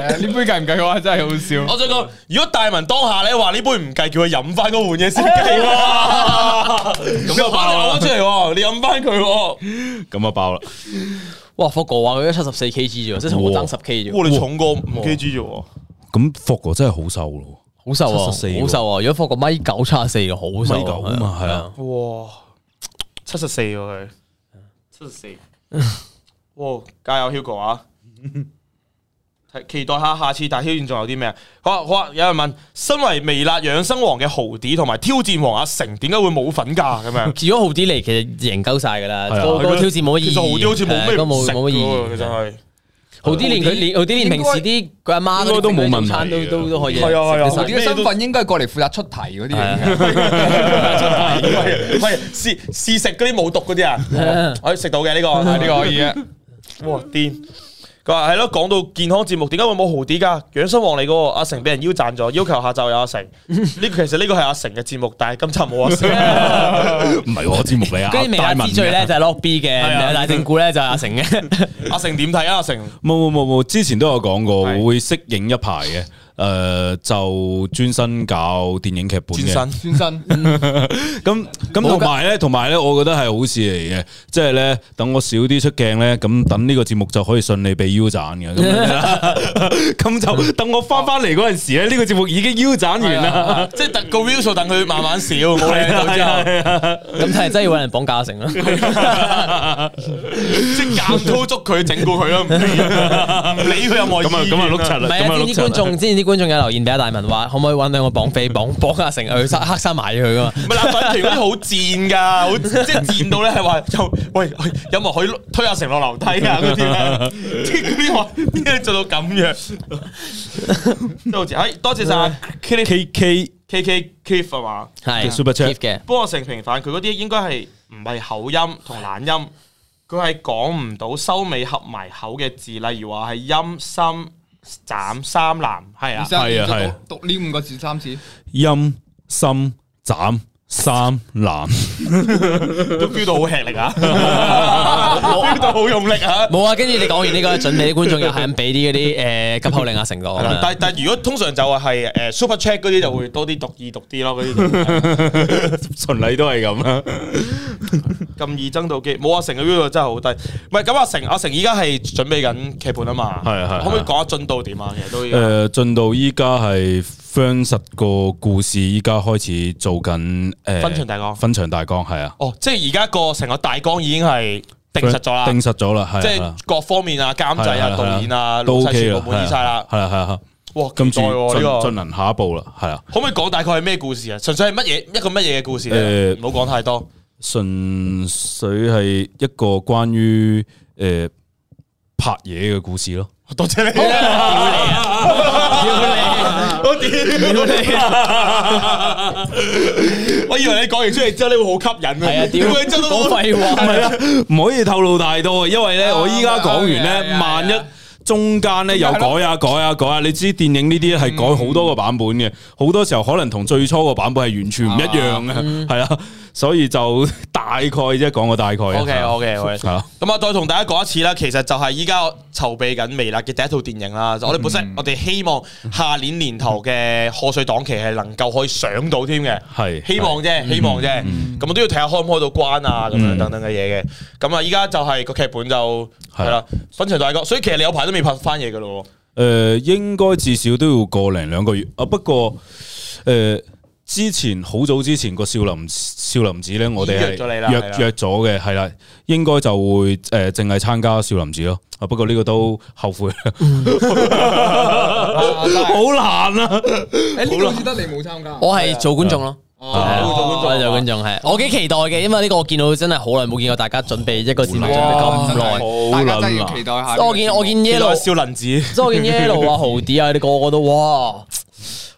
Speaker 2: 啊？
Speaker 4: 呢杯計唔計嘅話真係好笑。
Speaker 2: 我想講，如果大文當下咧話呢杯唔計，叫佢 飲翻嗰碗嘢先計喎。咁又爆咗出嚟喎，你飲翻佢喎。
Speaker 3: 咁啊爆啦！
Speaker 1: 哇！福哥話佢七十四 Kg 啫喎，即係同我爭十 K 啫喎，
Speaker 2: 哇，你重過五 Kg 啫喎。
Speaker 3: 咁福哥真係好瘦咯，
Speaker 1: 好瘦啊，
Speaker 3: 74喎
Speaker 1: 好瘦啊！如果福哥米九七十四嘅，好瘦，
Speaker 3: 米九啊嘛係啊，
Speaker 2: 哇，七十四喎佢，七十四，哇！加油 Hugo 啊！睇期待下下次大挑戰仲有啲咩啊？好啊好啊！有人問，身為微辣養生王嘅豪迪同埋挑戰王阿成，點解會冇份㗎？咁樣
Speaker 1: 如果豪啲嚟，其實贏鳩晒㗎啦，
Speaker 3: 係啊
Speaker 1: 個個挑戰冇乜意義，
Speaker 2: 其實豪迪好似冇咩
Speaker 1: 係都冇
Speaker 2: 食
Speaker 1: 冇乜意
Speaker 2: 㗎喎
Speaker 1: 義
Speaker 2: 其實。係。
Speaker 1: 豪啲連佢連豪啲連平時啲佢阿媽嗰啲
Speaker 3: 應該都冇問題
Speaker 1: 餐都都都可以
Speaker 2: 係啊係啊
Speaker 1: 食
Speaker 4: 我
Speaker 1: 得晒
Speaker 4: 哋嘅身份應該係過嚟負責出題嗰啲嘢嘅。
Speaker 2: 唔係試試食嗰啲冇毒嗰啲啊，我食到嘅呢個
Speaker 4: 啊
Speaker 2: 係
Speaker 4: 呢
Speaker 2: 呢
Speaker 4: 個可以啊，
Speaker 2: 個，哇癲！佢話係咯，講到健康節目，點解會冇豪啲㗎？養生王嚟個阿成俾人腰賺咗，要求下晝有阿成。呢個其實呢個係阿成嘅節目，但係今集冇阿成。
Speaker 3: 唔係我節目 嚟啊，
Speaker 1: 跟住微辣之最咧就係 Lock B 嘅，
Speaker 2: 啊
Speaker 1: 大正股咧就係阿成 嘅。
Speaker 2: 阿成點睇啊？阿成
Speaker 3: 冇冇冇冇，之前都有講過
Speaker 2: 係
Speaker 3: 會適應一排嘅，誒、就專身搞電影劇本
Speaker 2: 轉
Speaker 3: 嘅。
Speaker 2: 身
Speaker 4: 先生，
Speaker 3: 咁咁同埋咧，同埋咧，我覺得係好事嚟嘅，即係咧，等我少啲出鏡咧，咁等呢個節目就可以順利被腰斬嘅。咁 樣咁就等我翻翻嚟嗰陣時咧，呢個節目已經腰斬完啦。
Speaker 2: 即係等個 view 數等佢慢慢少，
Speaker 1: 啊
Speaker 2: 冇理到之後，
Speaker 1: 咁睇嚟真係要揾人綁架阿 成啦。啊
Speaker 2: 即係夾刀捉佢整蠱佢咯，唔理唔理佢有冇
Speaker 3: 咁啊咁啊碌柒
Speaker 1: 唔
Speaker 3: 啦，
Speaker 1: 係
Speaker 3: 咁啊
Speaker 1: 啊！之前啲觀
Speaker 3: 碌柒啦。
Speaker 1: 眾，之前啲觀眾有留言俾阿大文話，可唔可以揾兩個綁匪綁綁阿成去黑黑衫埋咗佢噶嘛？
Speaker 2: 唔係辣粉團嗰啲好賤㗎，好即係賤到咧係話又喂有冇可以推阿成落樓梯啊嗰啲咧，即係嗰啲話邊度做到咁樣？即係好似哎多謝晒 K
Speaker 3: 嗯 K K
Speaker 2: K K Cliff 係嘛？
Speaker 1: 係
Speaker 3: Super chat
Speaker 1: 嘅，
Speaker 2: 幫我成平反佢嗰啲應該係唔係口音同懶音，佢係講唔到收尾合埋口嘅字，例如話係陰心斬三男，係啊，
Speaker 3: 係啊係
Speaker 4: 係
Speaker 3: 啊
Speaker 4: 啊，讀讀呢五個字三次，
Speaker 3: 陰心斬三 男，
Speaker 2: 都 feel 到好吃力啊，feel 到好用力啊。
Speaker 1: 冇啊，跟住你講完呢個，準備啲觀眾又係咁俾啲嗰 啲诶急口令啊，成個
Speaker 2: 但但如果通常就係誒 super check 嗰啲就會多啲讀易讀啲咯，嗰 啲就
Speaker 3: 循例都係咁啊啦。
Speaker 2: 咁易增到機。冇阿成嘅 view 度真係好低，唔係咁阿成阿成依家係準備緊劇本啊嘛，
Speaker 3: 係係係
Speaker 2: 可唔可以講下進度點啊？其實都要
Speaker 3: 诶，進度依家係 firm 實個故事，依家開始做緊诶
Speaker 2: 分場大綱
Speaker 3: 分場大綱係啊，
Speaker 2: 哦，即係而家個成個大綱已經係定實咗啦，
Speaker 3: 定實咗啦，係啊
Speaker 2: 即
Speaker 3: 係啊
Speaker 2: 係各方面啊、監製
Speaker 3: 係
Speaker 2: 啊、
Speaker 3: 啊
Speaker 2: 導演啊、老
Speaker 3: 都
Speaker 2: 細
Speaker 3: OK
Speaker 2: 全
Speaker 3: 啦
Speaker 2: 部滿意晒啦。
Speaker 3: 係啊啦係啦，
Speaker 2: 哇，
Speaker 3: 跟
Speaker 2: 咁
Speaker 3: 住
Speaker 2: 待喎
Speaker 3: 進
Speaker 2: 呢個
Speaker 3: 進。行下一步啦，係啊，
Speaker 2: 可唔可以講大概係咩故事啊？純粹係乜嘢一個乜嘢嘅故事咧？
Speaker 3: 誒
Speaker 2: 唔好講太多。
Speaker 3: 純粹係一個關於诶拍嘢嘅故事 咯。
Speaker 2: 多謝你啊！屌你！我屌你！ 我以為你講完出嚟之後，你會好吸引啊！
Speaker 1: 係啊，屌，
Speaker 2: 你真係
Speaker 1: 講
Speaker 2: 好
Speaker 1: 廢話，
Speaker 3: 唔係啦，唔可以透露太多，啊因為咧，
Speaker 2: 啊
Speaker 4: 啱
Speaker 3: 我依家講完
Speaker 4: 啱嘅
Speaker 3: 咧，
Speaker 4: 啱嘅
Speaker 3: 萬一
Speaker 4: 啱嘅
Speaker 3: 中間咧又改啊改啊改啊，你知電影呢啲係改好多個版本嘅，好多時候可能同最初個版本係完全唔一樣
Speaker 2: 嗯
Speaker 3: 嘅，係啊，所以就大概啫，講個大概。
Speaker 2: OK OK OK。
Speaker 3: 係啊
Speaker 2: 咁啊，再同大家講一次啦，其實就係依家籌備緊微辣嘅第一套電影啦。我哋本
Speaker 3: 嗯
Speaker 2: 身我哋希望下年年頭嘅賀歲檔期係能夠可以上到添嘅。
Speaker 3: 係
Speaker 2: 希望啫，希望啫。咁我都要睇下開唔開到關啊，咁樣
Speaker 3: 嗯
Speaker 2: 等等嘅嘢嘅。咁啊，依家就係個劇本就
Speaker 3: 係
Speaker 2: 係啦，分場大角。所以其實你有排都未拍翻嘢嘅咯喎。
Speaker 3: 誒、呃應該至少都要個零兩個月啊。不過誒、之前好早之前個少林少林寺咧，我哋
Speaker 2: 約咗你啦
Speaker 3: 係
Speaker 2: 係
Speaker 3: 約
Speaker 2: 啦
Speaker 3: 約咗嘅，係啦，應該就會誒呃淨係參加少林寺咯。啊，不過呢個都後悔，
Speaker 2: 嗯
Speaker 3: 好難啊！
Speaker 4: 誒呢個好似得你冇參加，
Speaker 1: 我係啊做觀眾咯。
Speaker 4: 哦
Speaker 1: 我係做觀眾係，我幾期待嘅，因為呢個我見到真係好耐冇見過大家準備一個節目準備咁
Speaker 4: 真係
Speaker 1: 耐。
Speaker 3: 好
Speaker 4: 大
Speaker 3: 撚
Speaker 4: 家真係
Speaker 3: 難
Speaker 4: 要期待下呢個節目。
Speaker 1: 我見我見
Speaker 2: 原來
Speaker 1: yellow，
Speaker 2: 係少林寺，
Speaker 1: 即係我見 yellow 啊、豪啲啊，你個個都哇，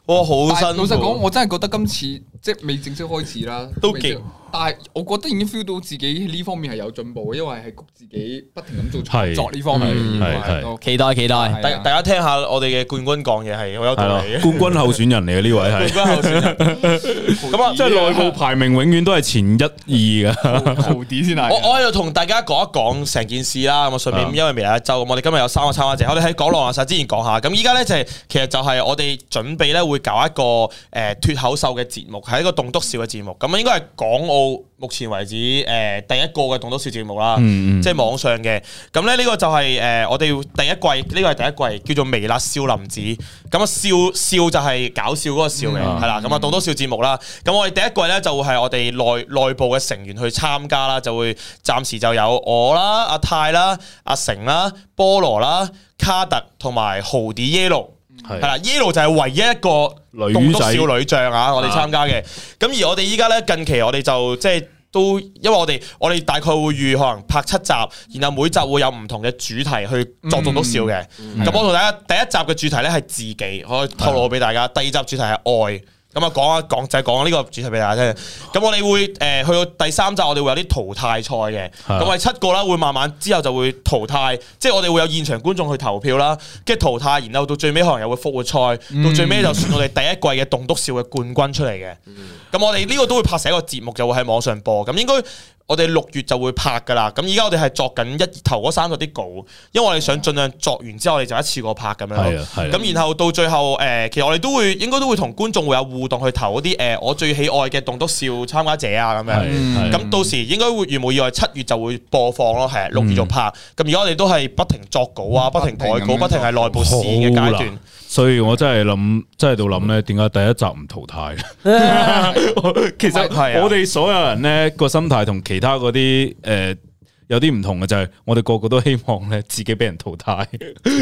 Speaker 2: 哇，好
Speaker 4: 但係
Speaker 2: 辛苦。
Speaker 4: 老實講，我真係覺得今次即係未正式開始啦，
Speaker 2: 都
Speaker 4: 未正
Speaker 2: 勁。
Speaker 4: 但係我覺得已經 feel 到自己呢方面係有進步嘅，因為係焗自己不停咁做創作呢方面。
Speaker 2: 嗯
Speaker 3: 係
Speaker 4: 係
Speaker 3: 係
Speaker 4: 都
Speaker 1: 期待期待。
Speaker 2: 大
Speaker 4: 係啊
Speaker 2: 大家聽下我哋嘅冠軍講嘢係好有
Speaker 3: 係
Speaker 2: 道
Speaker 3: 啦
Speaker 2: 理，嘅。
Speaker 3: 冠軍候選人嚟嘅呢位係，
Speaker 2: 冠軍候 選人。咁啊，
Speaker 3: 即係內部排名永遠都係前一二嘅。
Speaker 4: 豪啲先係。
Speaker 2: 我我喺度同大家講一講成件事啦，咁啊順
Speaker 3: 啊
Speaker 2: 便因為未來一周，咁我哋今日有三個參加者，我哋喺講狼牙殺之前講下，咁依家咧就係、其實就係我哋準備咧會搞一個誒、呃、脱口秀嘅節目，係一個棟篤笑嘅節目，咁應該係港澳目前為止誒、呃第一個嘅棟篤笑節目啦，
Speaker 3: 嗯嗯
Speaker 2: 即係網上嘅。咁咧呢個就係、呃我哋第一季，呢、個係第一季叫做微辣少林寺。咁啊笑笑就係搞笑嗰個笑嘅，
Speaker 3: 嗯
Speaker 2: 係啦。咁啊棟篤笑節目啦。咁我哋第一季咧就會係我哋內內部嘅成員去參加啦，就會暫時就有我啦、阿泰啦、阿成啦、菠蘿啦、卡特同埋豪啲 yellow。
Speaker 3: 係
Speaker 2: 係啦，Yellow 就係唯一一個
Speaker 3: 女
Speaker 2: 棟
Speaker 3: 仔
Speaker 2: 篤少女像啊，我哋參加嘅。咁而我哋依家咧近期我哋就即係都，因為我哋我哋大概會預可能拍七集，然後每集會有唔同嘅主題去作棟篤笑嘅。咁我同大家第一集嘅主題咧係自己，我透露俾大家。第二集主題係愛。咁啊，講一講就係講呢個主題俾大家聽。咁我哋會誒、呃去到第三集，我哋會有啲淘汰賽嘅。
Speaker 3: 係
Speaker 2: 咁我哋七個啦，會慢慢之後就會淘汰，即係我哋會有現場觀眾去投票啦，跟住淘汰，然後到最尾可能有個復活賽，到最尾就算我哋第一季嘅棟篤笑嘅冠軍出嚟嘅。咁我哋呢個都會拍成一個節目，就會喺網上播。咁應該我哋六月就會拍㗎啦。咁而家我哋係作緊一頭嗰三個啲稿，因為我哋想盡量作完之後，我哋就一次過拍咁樣
Speaker 3: 係啊係啊
Speaker 2: 咯。咁然後到最後誒、呃其實我哋都會應該都會同觀眾會有互動去投嗰啲誒我最喜愛嘅棟篤笑參加者啊咁樣。
Speaker 3: 係
Speaker 2: 咁到時應該會如無意外，七月就會播放咯，係六月就拍。咁而家我哋都係不停作稿
Speaker 3: 嗯
Speaker 2: 啊，不停改
Speaker 4: 不停
Speaker 2: 稿，
Speaker 4: 咁樣
Speaker 2: 不停係內部試嘅階
Speaker 3: 好
Speaker 2: 段
Speaker 3: 難。所以我真係諗，真係度諗咧，點解第一集唔淘汰？其實
Speaker 2: 係啊
Speaker 3: 我哋所有人咧個心態同其他嗰啲诶有啲唔同嘅，就係我哋個個都希望咧自己俾人淘汰，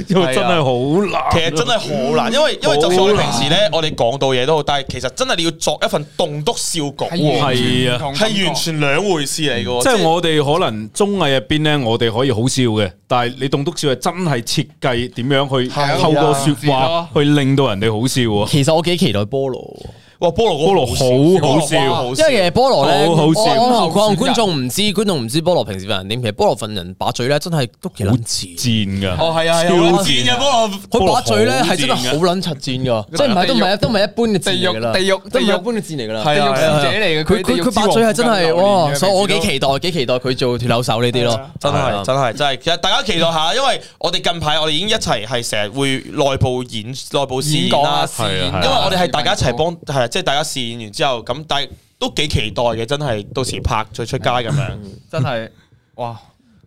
Speaker 3: 因為真係好難啊。
Speaker 2: 其實真係嗯好難，因為因為就算我哋平時咧，我哋講到嘢都好，但係其實真係你要作一份棟篤笑稿
Speaker 4: 係
Speaker 2: 喎，
Speaker 4: 全
Speaker 3: 係啊
Speaker 4: 唔同感覺
Speaker 2: 哦係完全兩回事嚟嘅喎。
Speaker 3: 即係我哋可能綜藝入邊咧，我哋可以好笑嘅，但係你棟篤笑係真係設計點樣去
Speaker 4: 係啊
Speaker 3: 透過説
Speaker 4: 係
Speaker 3: 話
Speaker 4: 啊
Speaker 3: 去令到人哋好笑喎。
Speaker 1: 其實我幾期待菠蘿喎，
Speaker 2: 哇，菠蘿
Speaker 3: 菠
Speaker 2: 嗰個
Speaker 3: 蘿好好
Speaker 2: 菠蘿
Speaker 3: 笑
Speaker 2: 瓜好
Speaker 1: 因
Speaker 2: 笑，
Speaker 1: 為其實菠蘿咧，
Speaker 3: 好好
Speaker 1: 我
Speaker 3: 笑
Speaker 1: 我可能觀眾唔知，觀眾唔知菠蘿平時份人點。其實菠蘿份人把嘴咧，真係都幾撚賤。
Speaker 3: 贱噶，
Speaker 2: 哦係啊係啊，
Speaker 3: 超
Speaker 2: 好
Speaker 3: 賤
Speaker 2: 賤嘅菠蘿。
Speaker 1: 佢把嘴咧
Speaker 3: 菠蘿好
Speaker 1: 係真係
Speaker 3: 賤
Speaker 1: 好
Speaker 3: 㗎
Speaker 1: 撚柒賤噶，即係唔係都唔
Speaker 4: 地
Speaker 1: 係
Speaker 4: 獄
Speaker 1: 都唔係一般嘅字嚟㗎啦，
Speaker 4: 地獄
Speaker 1: 都唔
Speaker 4: 地
Speaker 1: 係
Speaker 4: 獄
Speaker 1: 一般嘅字嚟㗎啦。
Speaker 2: 係啊
Speaker 4: 地獄使者嚟嘅，
Speaker 1: 佢佢佢把嘴係真係，哇！所以我幾期待，幾期待佢做脱手手呢啲
Speaker 4: 係
Speaker 1: 咯
Speaker 4: 啊，
Speaker 2: 真
Speaker 1: 係
Speaker 2: 係
Speaker 1: 啊
Speaker 2: 真係真係，其實大家期待下，因為我哋近排我哋已經一齊係成日會內部演內部試
Speaker 4: 演
Speaker 2: 演
Speaker 4: 講
Speaker 2: 啦
Speaker 3: 係啊
Speaker 4: 啊，，試演
Speaker 3: 係啊
Speaker 2: 因為我哋係大家一齊幫，係啊即係大家試演完之後，咁但係都幾期待嘅，真係到時拍再出街咁樣。
Speaker 4: 真係 哇！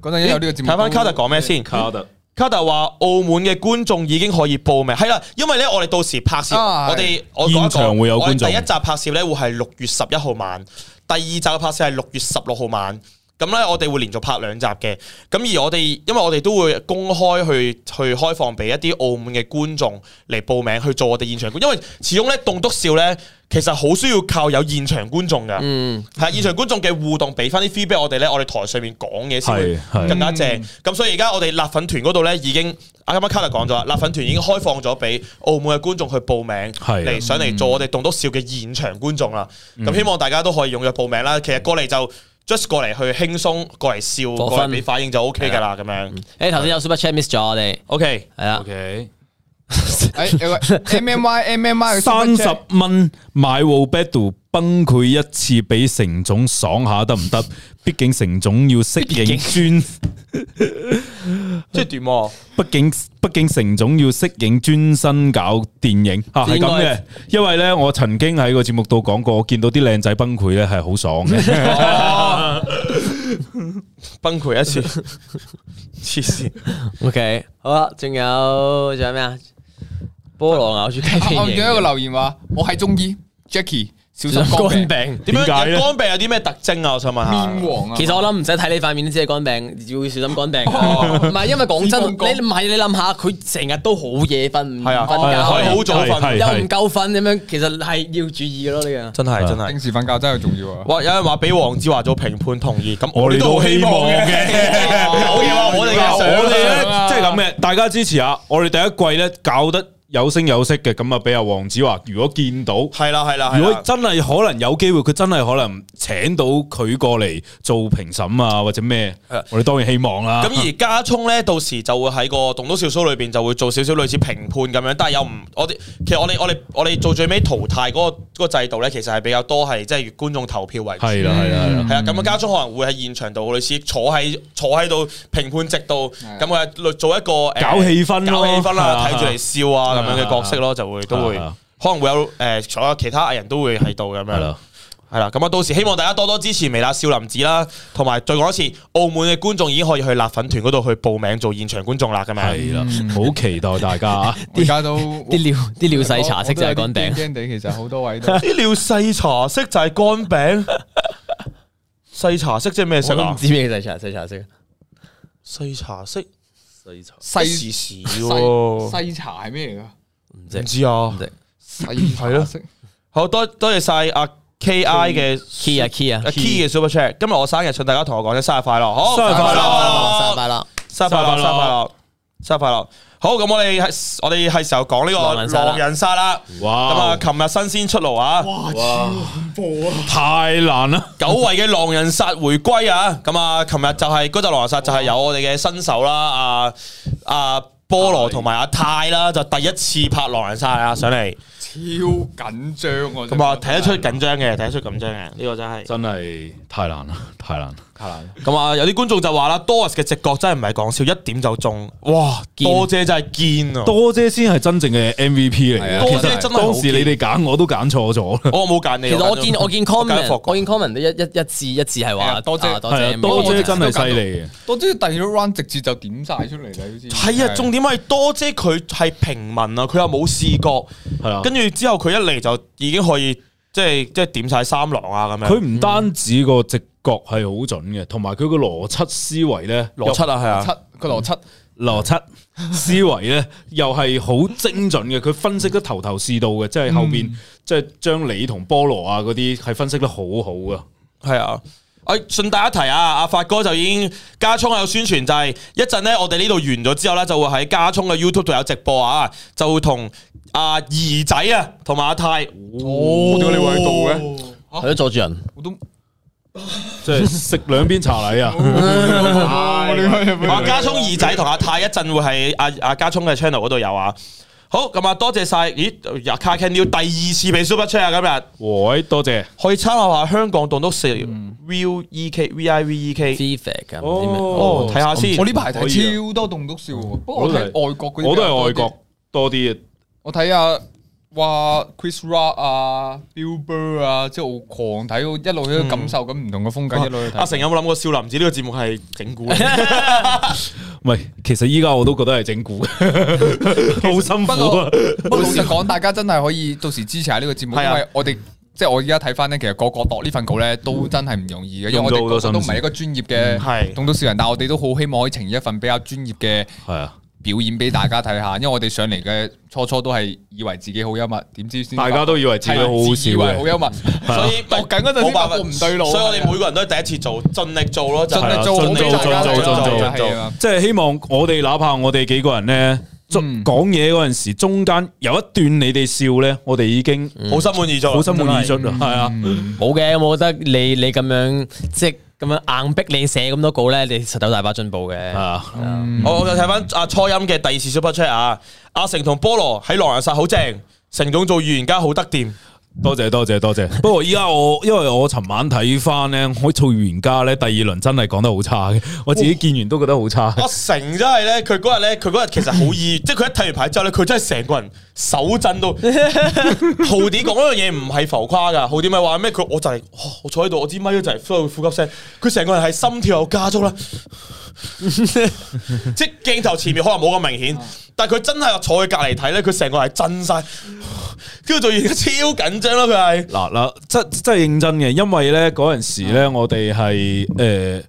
Speaker 4: 嗰陣有呢個節目，
Speaker 2: 睇翻卡特講咩先？
Speaker 3: 卡特
Speaker 2: 卡特話澳門嘅觀眾已經可以報名，係啦，因為咧我哋到時拍攝，
Speaker 4: 啊係
Speaker 2: 我哋我講一講
Speaker 3: 現場會有觀眾
Speaker 2: 我哋第一集拍攝咧會係六月十一號晚，第二集嘅拍攝係六月十六號晚。咁咧，我哋會連續拍兩集嘅。咁而我哋，因為我哋都會公開去去開放俾一啲澳門嘅觀眾嚟報名去做我哋現場觀，因為始終咧棟篤笑咧，其實好需要靠有現場觀眾㗎。
Speaker 1: 嗯，
Speaker 2: 係現場觀眾嘅互動，俾翻啲 feedback 我哋咧，我哋台上面講嘢先會
Speaker 3: 係係
Speaker 2: 更加正。咁所以而家我哋辣粉團嗰度咧已經，啊啱啱卡特講咗啦，辣粉團已經開放咗俾澳門嘅觀眾去報名，
Speaker 3: 係嗯
Speaker 2: 嚟上嚟做我哋棟篤笑嘅現場觀眾啦。咁希望大家都可以踴躍報名啦。其實過嚟就 just 過嚟去輕鬆，過嚟笑，
Speaker 1: 過分
Speaker 2: 過嚟俾反應就 OK 㗎啦。
Speaker 3: 啊
Speaker 2: 咁
Speaker 3: 嗯
Speaker 2: 樣
Speaker 1: 誒頭先有 super chat miss 咗我哋，
Speaker 2: OK，
Speaker 1: 係啊，
Speaker 3: ，OK，
Speaker 4: 誒有個 M M Y M M Y
Speaker 3: 三十蚊買 w b a t t l 崩潰一次俾成總爽下得唔得？畢竟成總要適應專。
Speaker 2: 即係點啊？
Speaker 3: 畢竟畢竟成總要適應專心搞電影啊，係
Speaker 1: 應該
Speaker 3: 咁嘅。因為咧，我曾經喺個節目度講過，我見到啲靚仔崩潰咧係好爽 嘅。
Speaker 1: 哦
Speaker 2: 崩潰一 次，黐線！
Speaker 1: OK，好啦，仲有仲有咩啊？菠蘿咬住雞皮
Speaker 4: 我唔記得有個
Speaker 1: 型，
Speaker 4: 留言話，我係中醫 Jackie 小心
Speaker 1: 肝
Speaker 4: 肝病
Speaker 1: 病。
Speaker 2: 點
Speaker 3: 點解咧
Speaker 2: 樣肝病有啲咩特徵啊？我想問下。
Speaker 4: 面黃啊，
Speaker 1: 其實我諗唔使睇你塊面都知係肝病，要小心肝病。唔係因為講真，
Speaker 4: 脂肪肝
Speaker 1: 你唔係你諗下，佢成日都好夜瞓，唔
Speaker 2: 係啊
Speaker 1: 瞓
Speaker 2: 係啊係啊
Speaker 1: 覺，
Speaker 2: 好早瞓
Speaker 3: 係係
Speaker 1: 又
Speaker 3: 係
Speaker 1: 唔夠瞓咁樣，其實係要注意咯呢樣。
Speaker 2: 真係真係。
Speaker 4: 定時瞓覺真係重要啊。
Speaker 2: 哇！有人話俾黃子華做評判同意，咁
Speaker 3: 我哋都
Speaker 2: 好
Speaker 3: 希望嘅
Speaker 2: 有嘅話，我哋嘅
Speaker 4: 我
Speaker 3: 我哋咧
Speaker 4: 想啊
Speaker 3: 即係咁嘅，大家支持下。我哋第一季咧搞得有聲有色嘅，咁啊俾阿黃子華，如果見到。
Speaker 2: 係啦係啊啦，
Speaker 3: 如
Speaker 2: 係
Speaker 3: 果
Speaker 2: 啦
Speaker 3: 真係可能有機會，佢真係可能請到佢過嚟做評審啊，或者咩
Speaker 2: 係，
Speaker 3: 我哋當然希望啦。
Speaker 2: 咁而家聰咧，到時就會喺個棟篤笑 show 裏邊就會做少少類似評判咁樣，但係又唔我哋其實我哋我哋我哋做最尾淘汰嗰個嗰個制度咧，其實係比較多係即係觀眾投票為主。
Speaker 3: 係啦，係啦，係啦。
Speaker 2: 係啊，咁啊，家聰可能會喺現場度類似坐喺坐喺度評判席度，咁佢做一個誒
Speaker 3: 搞氣氛咯
Speaker 2: 搞氣氛
Speaker 3: 係啊
Speaker 2: 啦，睇住嚟笑啊咁樣嘅角色咯，就會都會
Speaker 3: 係啊
Speaker 2: 可能會有誒，所有其他藝人都會喺度咁
Speaker 3: 係
Speaker 2: 樣
Speaker 3: 啦。
Speaker 2: 係啦，咁啊，到時希望大家多多支持微辣少林寺啦，同埋再講一次，澳門嘅觀眾已經可以去辣粉團嗰度去報名做現場觀眾啦，咁樣。
Speaker 3: 係啦，好期待大家 啊！
Speaker 4: 而家都
Speaker 1: 啲尿啲尿細茶色就係肝
Speaker 4: 我
Speaker 1: 病
Speaker 4: 都有啲。驚驚地，其實好多 位都
Speaker 2: 啲料細茶色就係乾 餅，細茶色即係咩
Speaker 1: 我
Speaker 2: 色
Speaker 1: 都唔
Speaker 2: 啊？
Speaker 1: 知咩細茶細茶色。
Speaker 2: 細茶色，
Speaker 4: 細
Speaker 2: 時時喎。
Speaker 4: 細茶係咩嚟噶？
Speaker 1: 唔
Speaker 2: 哦唔知啊，
Speaker 4: 細
Speaker 2: 係咯
Speaker 4: 茶色
Speaker 2: 好多多謝晒阿 K I 嘅
Speaker 1: key 啊 key 啊
Speaker 2: 阿 Key 嘅 Super Chat，今日我生日，請大家同我講聲生日快樂，好，
Speaker 3: 生日快樂
Speaker 1: 生日快樂！
Speaker 2: 生日快樂，生日快樂，生日快樂。好，咁我哋係我哋係時候講呢
Speaker 1: 狼人
Speaker 2: 個
Speaker 1: 殺啦
Speaker 2: 狼人殺啦。咁
Speaker 3: 哇
Speaker 2: 啊，，琴日新鮮出爐啊，
Speaker 3: 太難啦！
Speaker 2: 久違嘅狼人殺回歸啊！咁啊，琴日就係嗰集狼人殺就係有我哋嘅新手啦，啊啊菠蘿同埋阿泰啦，就第一次拍狼人殺啊上嚟，
Speaker 4: 超緊張我
Speaker 2: 咁啊睇得出緊張嘅，睇得出緊張嘅，呢個真係。
Speaker 3: 真係太難啦，太難啦，太難啦！
Speaker 2: 咁啊，有啲觀眾就話啦，Doris 嘅直覺真係唔係講笑，一點就中，哇！
Speaker 1: 堅
Speaker 2: 多姐真係堅啊！
Speaker 3: 多姐先係真正嘅 MVP 嚟嘅，
Speaker 4: 係啊
Speaker 3: 其
Speaker 4: 多姐
Speaker 3: 實
Speaker 2: 真係好
Speaker 3: 當時你哋揀我都揀錯咗啦。
Speaker 2: 哎我冇揀你，
Speaker 1: 其實我見
Speaker 2: 揀咗
Speaker 1: 我見
Speaker 2: 揀咗霍
Speaker 1: comment，
Speaker 2: 國
Speaker 1: 我見 comment 都一一一致一致係
Speaker 4: 係
Speaker 1: 話
Speaker 4: 啊多謝
Speaker 1: 啊多
Speaker 3: 係
Speaker 1: 謝
Speaker 3: 啊，多
Speaker 4: 我
Speaker 3: 姐
Speaker 4: 真
Speaker 3: 真係犀利嘅，
Speaker 4: 多姐第二 round 直接就點晒出嚟啦，好似
Speaker 2: 係啊，重點係多姐佢係平民啊，佢又冇視覺，
Speaker 3: 係啦。
Speaker 2: 跟住之後佢一嚟就已經可以即係即係點晒三郎啊咁樣。
Speaker 3: 佢唔單止個直覺係好準嘅，同埋佢個邏輯思維咧，
Speaker 2: 邏輯啊，係啊，
Speaker 4: 七個邏輯
Speaker 3: 邏輯思維咧，又係好精準嘅。佢分析得頭頭是道嘅，即係後邊
Speaker 2: 嗯
Speaker 3: 即係將你同菠蘿啊嗰啲係分析得好好噶。
Speaker 2: 係啊。誒，順帶一提啊，阿發哥就已經加聰有宣傳，就係一陣咧，我哋呢度完咗之後咧，就會喺加聰嘅 YouTube 度有直播啊，就會同阿兒仔啊，同埋阿泰，我屌你會喺度嘅，
Speaker 1: 係咯，佐住人，
Speaker 4: 我都
Speaker 3: 即係食兩邊茶 禮啊！
Speaker 2: 嗯阿家聰兒仔同阿泰一陣會喺阿阿家聰嘅 channel 嗰度有啊。好，咁啊，多謝晒，咦，阿卡 Ken 要第二次俾 Super Chat 啊，今日
Speaker 3: 喂，多謝。
Speaker 2: 可以參考下香港棟篤笑
Speaker 4: 嗯
Speaker 2: View E K V I V E K，
Speaker 1: feedback 噶，唔知咩
Speaker 2: 哦，
Speaker 3: 哦
Speaker 2: 睇下先
Speaker 4: 啊
Speaker 2: 啊
Speaker 4: 我。呢排
Speaker 3: 可以啊嗯
Speaker 4: 睇超多棟篤笑喎，不過我
Speaker 3: 我都
Speaker 4: 睇
Speaker 3: 係
Speaker 4: 外國嗰啲，啊
Speaker 3: 我都係外，國多啲啊嘅，
Speaker 4: 我睇下哇 Chris Rock 啊、Bill Burr 啊，即係我狂睇，我一路喺度感受緊唔同嘅
Speaker 3: 啊
Speaker 4: 風格，一路去
Speaker 2: 阿
Speaker 4: 睇。
Speaker 2: 成有冇諗過少林寺呢個節目係整 蠱嘅？
Speaker 3: 唔係，其實依家我都覺得係整蠱，好辛
Speaker 4: 不
Speaker 3: 苦啊
Speaker 4: 過！不過老實講，大家真係可以到時支持下呢個節目，
Speaker 2: 係
Speaker 4: 因
Speaker 2: 啊
Speaker 4: 為我哋。即係我而家睇翻咧，其實個個度呢份稿咧都真係唔容易嘅，因為我哋個個都唔係一個專業嘅
Speaker 2: 嗯係
Speaker 4: 棟篤笑人，但係我哋都好希望可以呈現一份比較專業嘅
Speaker 3: 係啊，
Speaker 4: 表演俾大家睇下，因為我哋上嚟嘅初初都係以為自己好幽默，點知先
Speaker 3: 大家都以為自己好好
Speaker 4: 以為好
Speaker 3: 笑嘅，
Speaker 4: 幽默，
Speaker 2: 所以
Speaker 4: 度緊嗰陣先發覺唔對路啊
Speaker 2: 所以我哋每個人都係第一次做，盡力做咯，就係
Speaker 4: 盡力
Speaker 3: 係啊
Speaker 4: 做好
Speaker 3: 盡
Speaker 4: 俾
Speaker 3: 做
Speaker 4: 大家
Speaker 3: 盡做
Speaker 4: 睇
Speaker 3: 盡做
Speaker 4: 係啊
Speaker 2: 盡做
Speaker 4: 係啊
Speaker 3: 即係希望我哋哪怕我哋幾個人咧，
Speaker 4: 嗯
Speaker 3: 講嘢嗰陣時，中間有一段你哋笑咧，我哋已經
Speaker 4: 嗯
Speaker 2: 好心滿意足，
Speaker 3: 好心滿意足啦，係啊。
Speaker 1: 冇嘅，我覺得你你咁樣即係咁樣硬逼你寫咁多稿咧，你實有大把進步嘅。
Speaker 3: 啊！
Speaker 4: 嗯
Speaker 2: 我我就睇翻阿初音嘅第二次 Super Chat 啊，阿成同菠蘿喺狼人殺好正，成總做預言家好得掂，
Speaker 3: 多謝多謝多謝。不過依家我 因為我尋晚睇翻咧，我做完家咧第二輪真係講得好差嘅，我自己見完都覺得好差。
Speaker 2: 阿成真係咧，佢嗰日咧，佢嗰日其實好易，即係佢一睇完牌之後咧，佢真係成個人手震到。浩啲講一樣嘢唔係浮誇噶，浩啲咪話咩？佢我就係、哇我坐喺度，我支咪就係呼呼吸聲，佢成個人係心跳有加速啦，即係鏡頭前面可能冇咁明顯，但係佢真係坐喺隔離睇咧，佢成個係震晒，跟住做完超緊張啦，佢係。
Speaker 3: 嗱嗱，真真係認真嘅，因為咧嗰陣時咧，我哋係誒，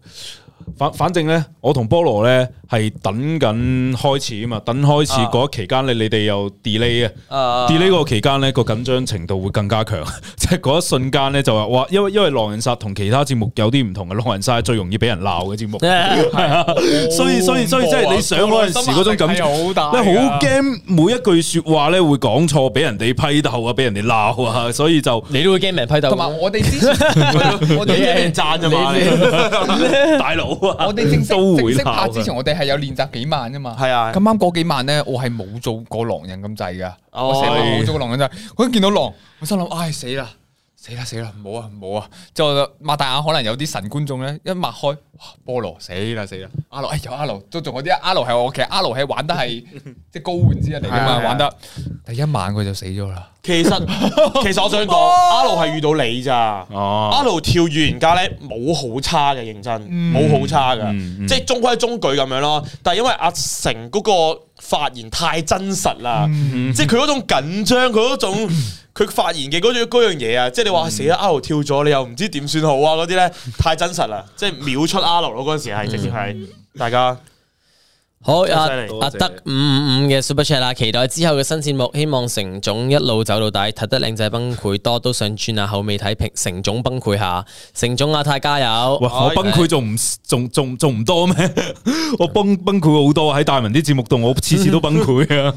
Speaker 3: 反反正咧，我同菠蘿咧係等緊開始啊嘛，等開始嗰期間咧，你哋又 delay 啊，delay 個期間咧個緊張程度會更加強， 即係嗰一瞬間咧就話哇，因為因為狼人殺同其他節目有啲唔同嘅，狼人殺係最容易俾人鬧嘅節目，係啊，所以所以所以即係你上嗰陣時嗰種感
Speaker 4: 心
Speaker 3: 覺
Speaker 4: 壓力係好大㗎
Speaker 3: 你好驚每一句說話咧會講錯，俾人哋批鬥啊，俾人哋鬧啊，所以就。
Speaker 1: 你都會驚俾人批鬥。
Speaker 4: 同埋我哋 之前， 我
Speaker 2: 你俾人
Speaker 4: 哋
Speaker 2: 讚
Speaker 3: 啊
Speaker 2: 啫嘛，你
Speaker 3: 大佬啊，
Speaker 4: 我哋正式
Speaker 3: 都
Speaker 4: 正
Speaker 3: 會
Speaker 4: 式
Speaker 3: 鬧啊
Speaker 4: 拍
Speaker 3: 嘅
Speaker 4: 之前，我哋係有練習幾晚啫嘛。
Speaker 2: 係啊
Speaker 4: 咁啱嗰幾晚咧，我係冇做過狼人咁滯噶，
Speaker 2: 哦
Speaker 4: 我成日冇做過狼人滯。我一見到狼，我心諗唉死啦！死啦死啦，唔好啊唔好啊！之後就擘大眼，可能有啲神觀眾咧，一擘開，哇菠蘿死啦死啦！阿羅哎有阿羅，都仲有啲阿羅係我，其實阿羅係玩 得係即係高玩之一嚟噶
Speaker 2: 係啊
Speaker 4: 嘛，
Speaker 2: 係啊
Speaker 4: 玩得第一晚佢就死咗啦。
Speaker 2: 其 實其實我想講，阿盧係遇到你咋。阿
Speaker 3: 哦，
Speaker 2: 盧跳預言家咧冇好差嘅，認真冇好差噶，
Speaker 3: 嗯嗯
Speaker 2: 即係中規中矩咁樣咯。但係因為阿成嗰個發言太真實啦，
Speaker 3: 嗯
Speaker 2: 嗯即係佢嗰種緊張，佢 嗰種佢發言嘅嗰種嗰樣嘢啊，即係你話
Speaker 3: 嗯
Speaker 2: 死啦，阿盧跳咗，你又唔知點算好啊嗰啲咧，太真實啦，即係秒出阿盧咯嗰陣
Speaker 3: 嗯
Speaker 2: 時係直接係大家
Speaker 1: 好阿
Speaker 2: 真係犀利
Speaker 1: 阿德五五五嘅 Super Chat 啦，期待之後嘅新節目，希望成總一路走到底，睇得靚仔崩潰多，都想轉下口味睇平成總崩潰下，成總阿泰加油！
Speaker 3: 哇！我崩潰仲唔仲仲仲唔多咩？ 我崩崩潰好多喺大文啲節目度，我次次都崩潰 啊！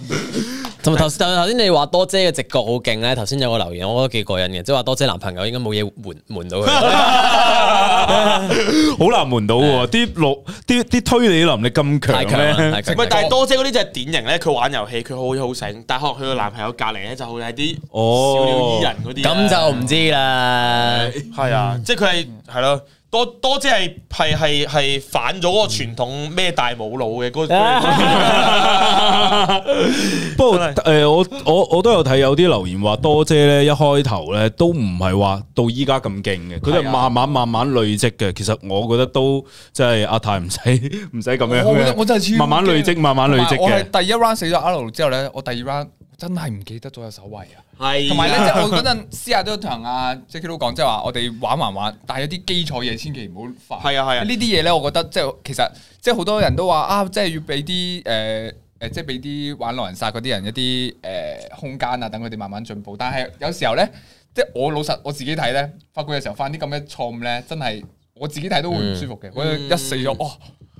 Speaker 1: 同埋頭頭頭先你話多姐嘅直覺好勁咧，頭先有個留言，我覺得幾過癮嘅，即係話多姐男朋友應該冇嘢瞞瞞 到
Speaker 3: 啊
Speaker 1: 佢。
Speaker 3: 好難瞞到喎，啲落啲啲推理能力咁
Speaker 1: 太強啦
Speaker 3: 強
Speaker 1: 太
Speaker 3: 咧，
Speaker 1: 強
Speaker 2: 唔係，但係多姐嗰啲就係典型咧，佢玩遊戲佢好好醒，但係可能佢個男朋友隔離咧就好係啲
Speaker 3: 哦
Speaker 2: 小鳥依人嗰啲
Speaker 1: 咁
Speaker 2: 呢。
Speaker 1: 就唔知 啦。
Speaker 2: 係啊，即係佢係係咯，多多姐係係係係反咗嗰個傳統咩大冇腦嘅嗰
Speaker 3: 哎
Speaker 2: 嗰
Speaker 3: 不過誒，我我我都有睇有啲留言話多姐咧，一開頭咧都唔係話到依家咁勁嘅，佢
Speaker 4: 啊
Speaker 3: 哋慢慢慢慢累積嘅。其實我覺得都即係阿泰唔使 唔使咁樣
Speaker 4: 我覺得
Speaker 3: 嘅，
Speaker 4: 我真係超
Speaker 3: 慢慢累積，
Speaker 4: 驚
Speaker 3: 慢慢累積
Speaker 4: 同埋我
Speaker 3: 嘅。
Speaker 4: 係第一 round 死咗阿盧之後咧，我第二 round 真係唔記得咗有手位啊。
Speaker 2: 係
Speaker 4: 同埋咧，即係我嗰陣私下都同阿 Jacky 都講，即係話我哋玩還玩，但係有啲基礎嘢千祈唔好犯。
Speaker 2: 係啊係啊
Speaker 4: 呢啲嘢咧，我覺得即係其實即係好多人都話啊，即係要俾啲誒誒，即係俾啲玩狼人殺嗰啲人一啲誒、呃空間啊，等佢哋慢慢進步。但係有時候咧，即係我老實我自己睇
Speaker 2: 嗯
Speaker 4: 咧，發覺有時候犯啲咁嘅錯誤咧，真係我自己睇都會唔舒服嘅。我一死咗，哇！哦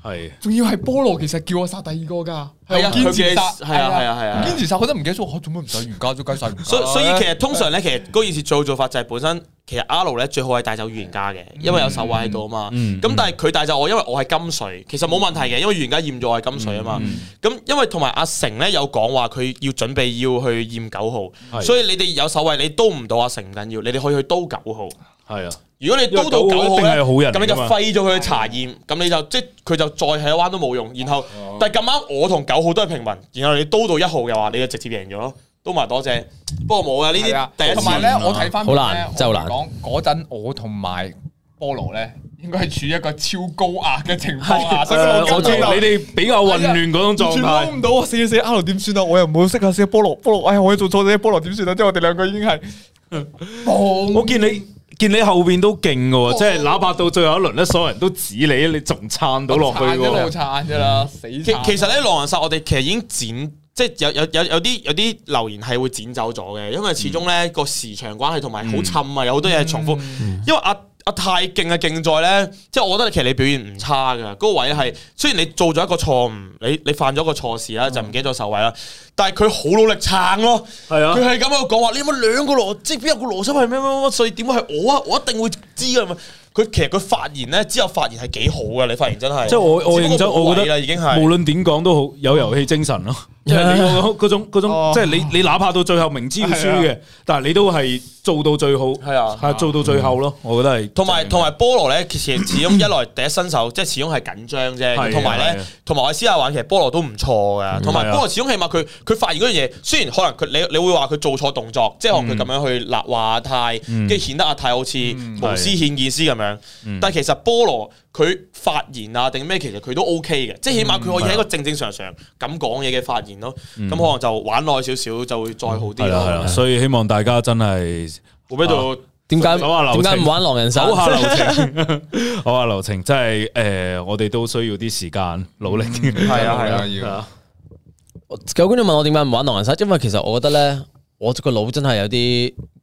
Speaker 3: 係
Speaker 4: 仲要係菠蘿，其實叫我殺第二個㗎，係
Speaker 2: 係啊
Speaker 4: 堅持殺，
Speaker 2: 佢嘅係啊係啊係啊
Speaker 4: 堅持殺，覺得唔記得咗，我哦做咩唔使瑜伽都計晒瑜伽
Speaker 2: 所以所以其
Speaker 4: 實
Speaker 2: 實通常咧，其實嗰件事最好做法就係本身其實阿盧咧最好係帶走預言家嘅，因為有手位喺度啊嘛。
Speaker 3: 嗯
Speaker 2: 咁但係佢帶走我，因為我係金水，其實冇問題嘅，因為預言家驗咗我係金水啊嘛。咁因為同埋阿成咧有講話，佢要準備要去驗九號，
Speaker 3: 係
Speaker 2: 所以你哋有手位你都唔到阿成唔緊要，你哋可以去刀九號。
Speaker 3: 係啊，
Speaker 2: 如果你刀到
Speaker 3: 因為
Speaker 2: 九
Speaker 3: 九號
Speaker 2: 號
Speaker 3: 一定係好
Speaker 2: 咧，
Speaker 3: 人嚟㗎嘛
Speaker 2: 咁你就廢咗佢去查驗，咁你就即係佢就再喺一彎都冇用。然後，
Speaker 3: 哦
Speaker 2: 但係咁啱我同九號都係平民，然後你刀到一號嘅話，你就直接贏咗咯。都埋多謝，不過冇啊，呢
Speaker 4: 係
Speaker 2: 啲
Speaker 4: 啊，
Speaker 2: 第一
Speaker 4: 同
Speaker 2: 次
Speaker 4: 埋咧，我睇翻
Speaker 1: 好難真係好難
Speaker 4: 講嗰陣，我同埋菠蘿咧，應該係處於一個超高壓嘅情況下，所以
Speaker 3: 誒
Speaker 4: 我
Speaker 3: 呃我知
Speaker 4: 今日
Speaker 3: 你哋比較混亂嗰種狀
Speaker 4: 完全
Speaker 3: 態
Speaker 4: 啊撈唔到，我死死 R 點算啊！我又唔好識下死菠蘿，菠蘿，哎呀，我做錯咗菠蘿點算啊！即係我哋兩個已經係，
Speaker 3: 我
Speaker 4: 冇
Speaker 3: 見你見你後邊都勁嘅
Speaker 4: 哦
Speaker 3: 喎，即係哪怕到最後一輪咧，所有人都指你，你仲撐到落去
Speaker 4: 撐一
Speaker 3: 喎
Speaker 4: 路。撐啫啦，死撐
Speaker 2: 其其實咧，狼人殺我哋其實已經剪，即係有有有有啲有啲留言係會剪走咗嘅，因
Speaker 3: 嗯
Speaker 2: 為始終咧個時長關係同埋好沉啊，有好多嘢係重複。
Speaker 3: 嗯
Speaker 2: 因為阿阿太勁嘅競賽咧，即係我覺得其實你表現唔差㗎，嗰個位
Speaker 3: 嗯
Speaker 2: 係雖然你做咗一個錯誤，你你犯咗一個錯事啦，就唔記得咗受位啦，但係佢好努力撐咯。
Speaker 3: 係啊
Speaker 2: 佢，係咁喺度講話，你有冇兩個邏，即係邊有個邏輯係咩咩咩？所以點解係我啊？我一定會知嘅。佢其實佢發言咧之後發言係幾好嘅，你發言真係。
Speaker 3: 即係我我
Speaker 2: 只
Speaker 3: 認
Speaker 2: 不過
Speaker 3: 真，我
Speaker 2: 冇
Speaker 3: 覺
Speaker 2: 位啦
Speaker 3: 得
Speaker 2: 已經係啊
Speaker 3: 無論點講都好，有遊戲精神咯。即係你嗰嗰種嗰
Speaker 4: 哦
Speaker 3: 種，即係你你哪怕到最後明知要輸嘅，但係你都係做到最好，
Speaker 2: 啊係啊嗯
Speaker 3: 係做到最後咯。我覺得係
Speaker 2: 同埋同埋菠蘿咧，其實始終一來第一 新手，即係始終係緊張啫。
Speaker 3: 係
Speaker 2: 同
Speaker 3: 係
Speaker 2: 埋咧
Speaker 3: 啊，
Speaker 2: 同埋我喺私下玩，其實菠蘿都唔錯㗎。同埋
Speaker 3: 係啊
Speaker 2: 菠蘿始終起碼佢佢發現嗰樣嘢，雖然可能佢你你會話佢做錯動作，即係可
Speaker 3: 嗯
Speaker 2: 能佢咁樣去立話阿泰，跟住顯得阿泰好似
Speaker 3: 嗯
Speaker 2: 無私顯見私咁樣。但係其實菠蘿佢發言啊定咩，其實佢都 OK 嘅，即係起碼佢可以喺一個正正常常咁講嘢嘅發言咯。咁可能就玩耐少少就會再好啲
Speaker 3: 嗯係啦係啦，啊
Speaker 2: 咯。
Speaker 3: 所以希望大家真係
Speaker 2: 我喺度
Speaker 1: 點解
Speaker 3: 手下留
Speaker 1: 點
Speaker 3: 情
Speaker 1: 解唔玩狼人殺？
Speaker 3: 手下留 情，手下留情，啊真係诶，我哋都需要啲時間努力。係
Speaker 2: 啊係啊
Speaker 4: 要
Speaker 3: 啊，
Speaker 1: 有觀眾問我點解唔玩狼人殺，因為其實我覺得咧，我個腦真係有啲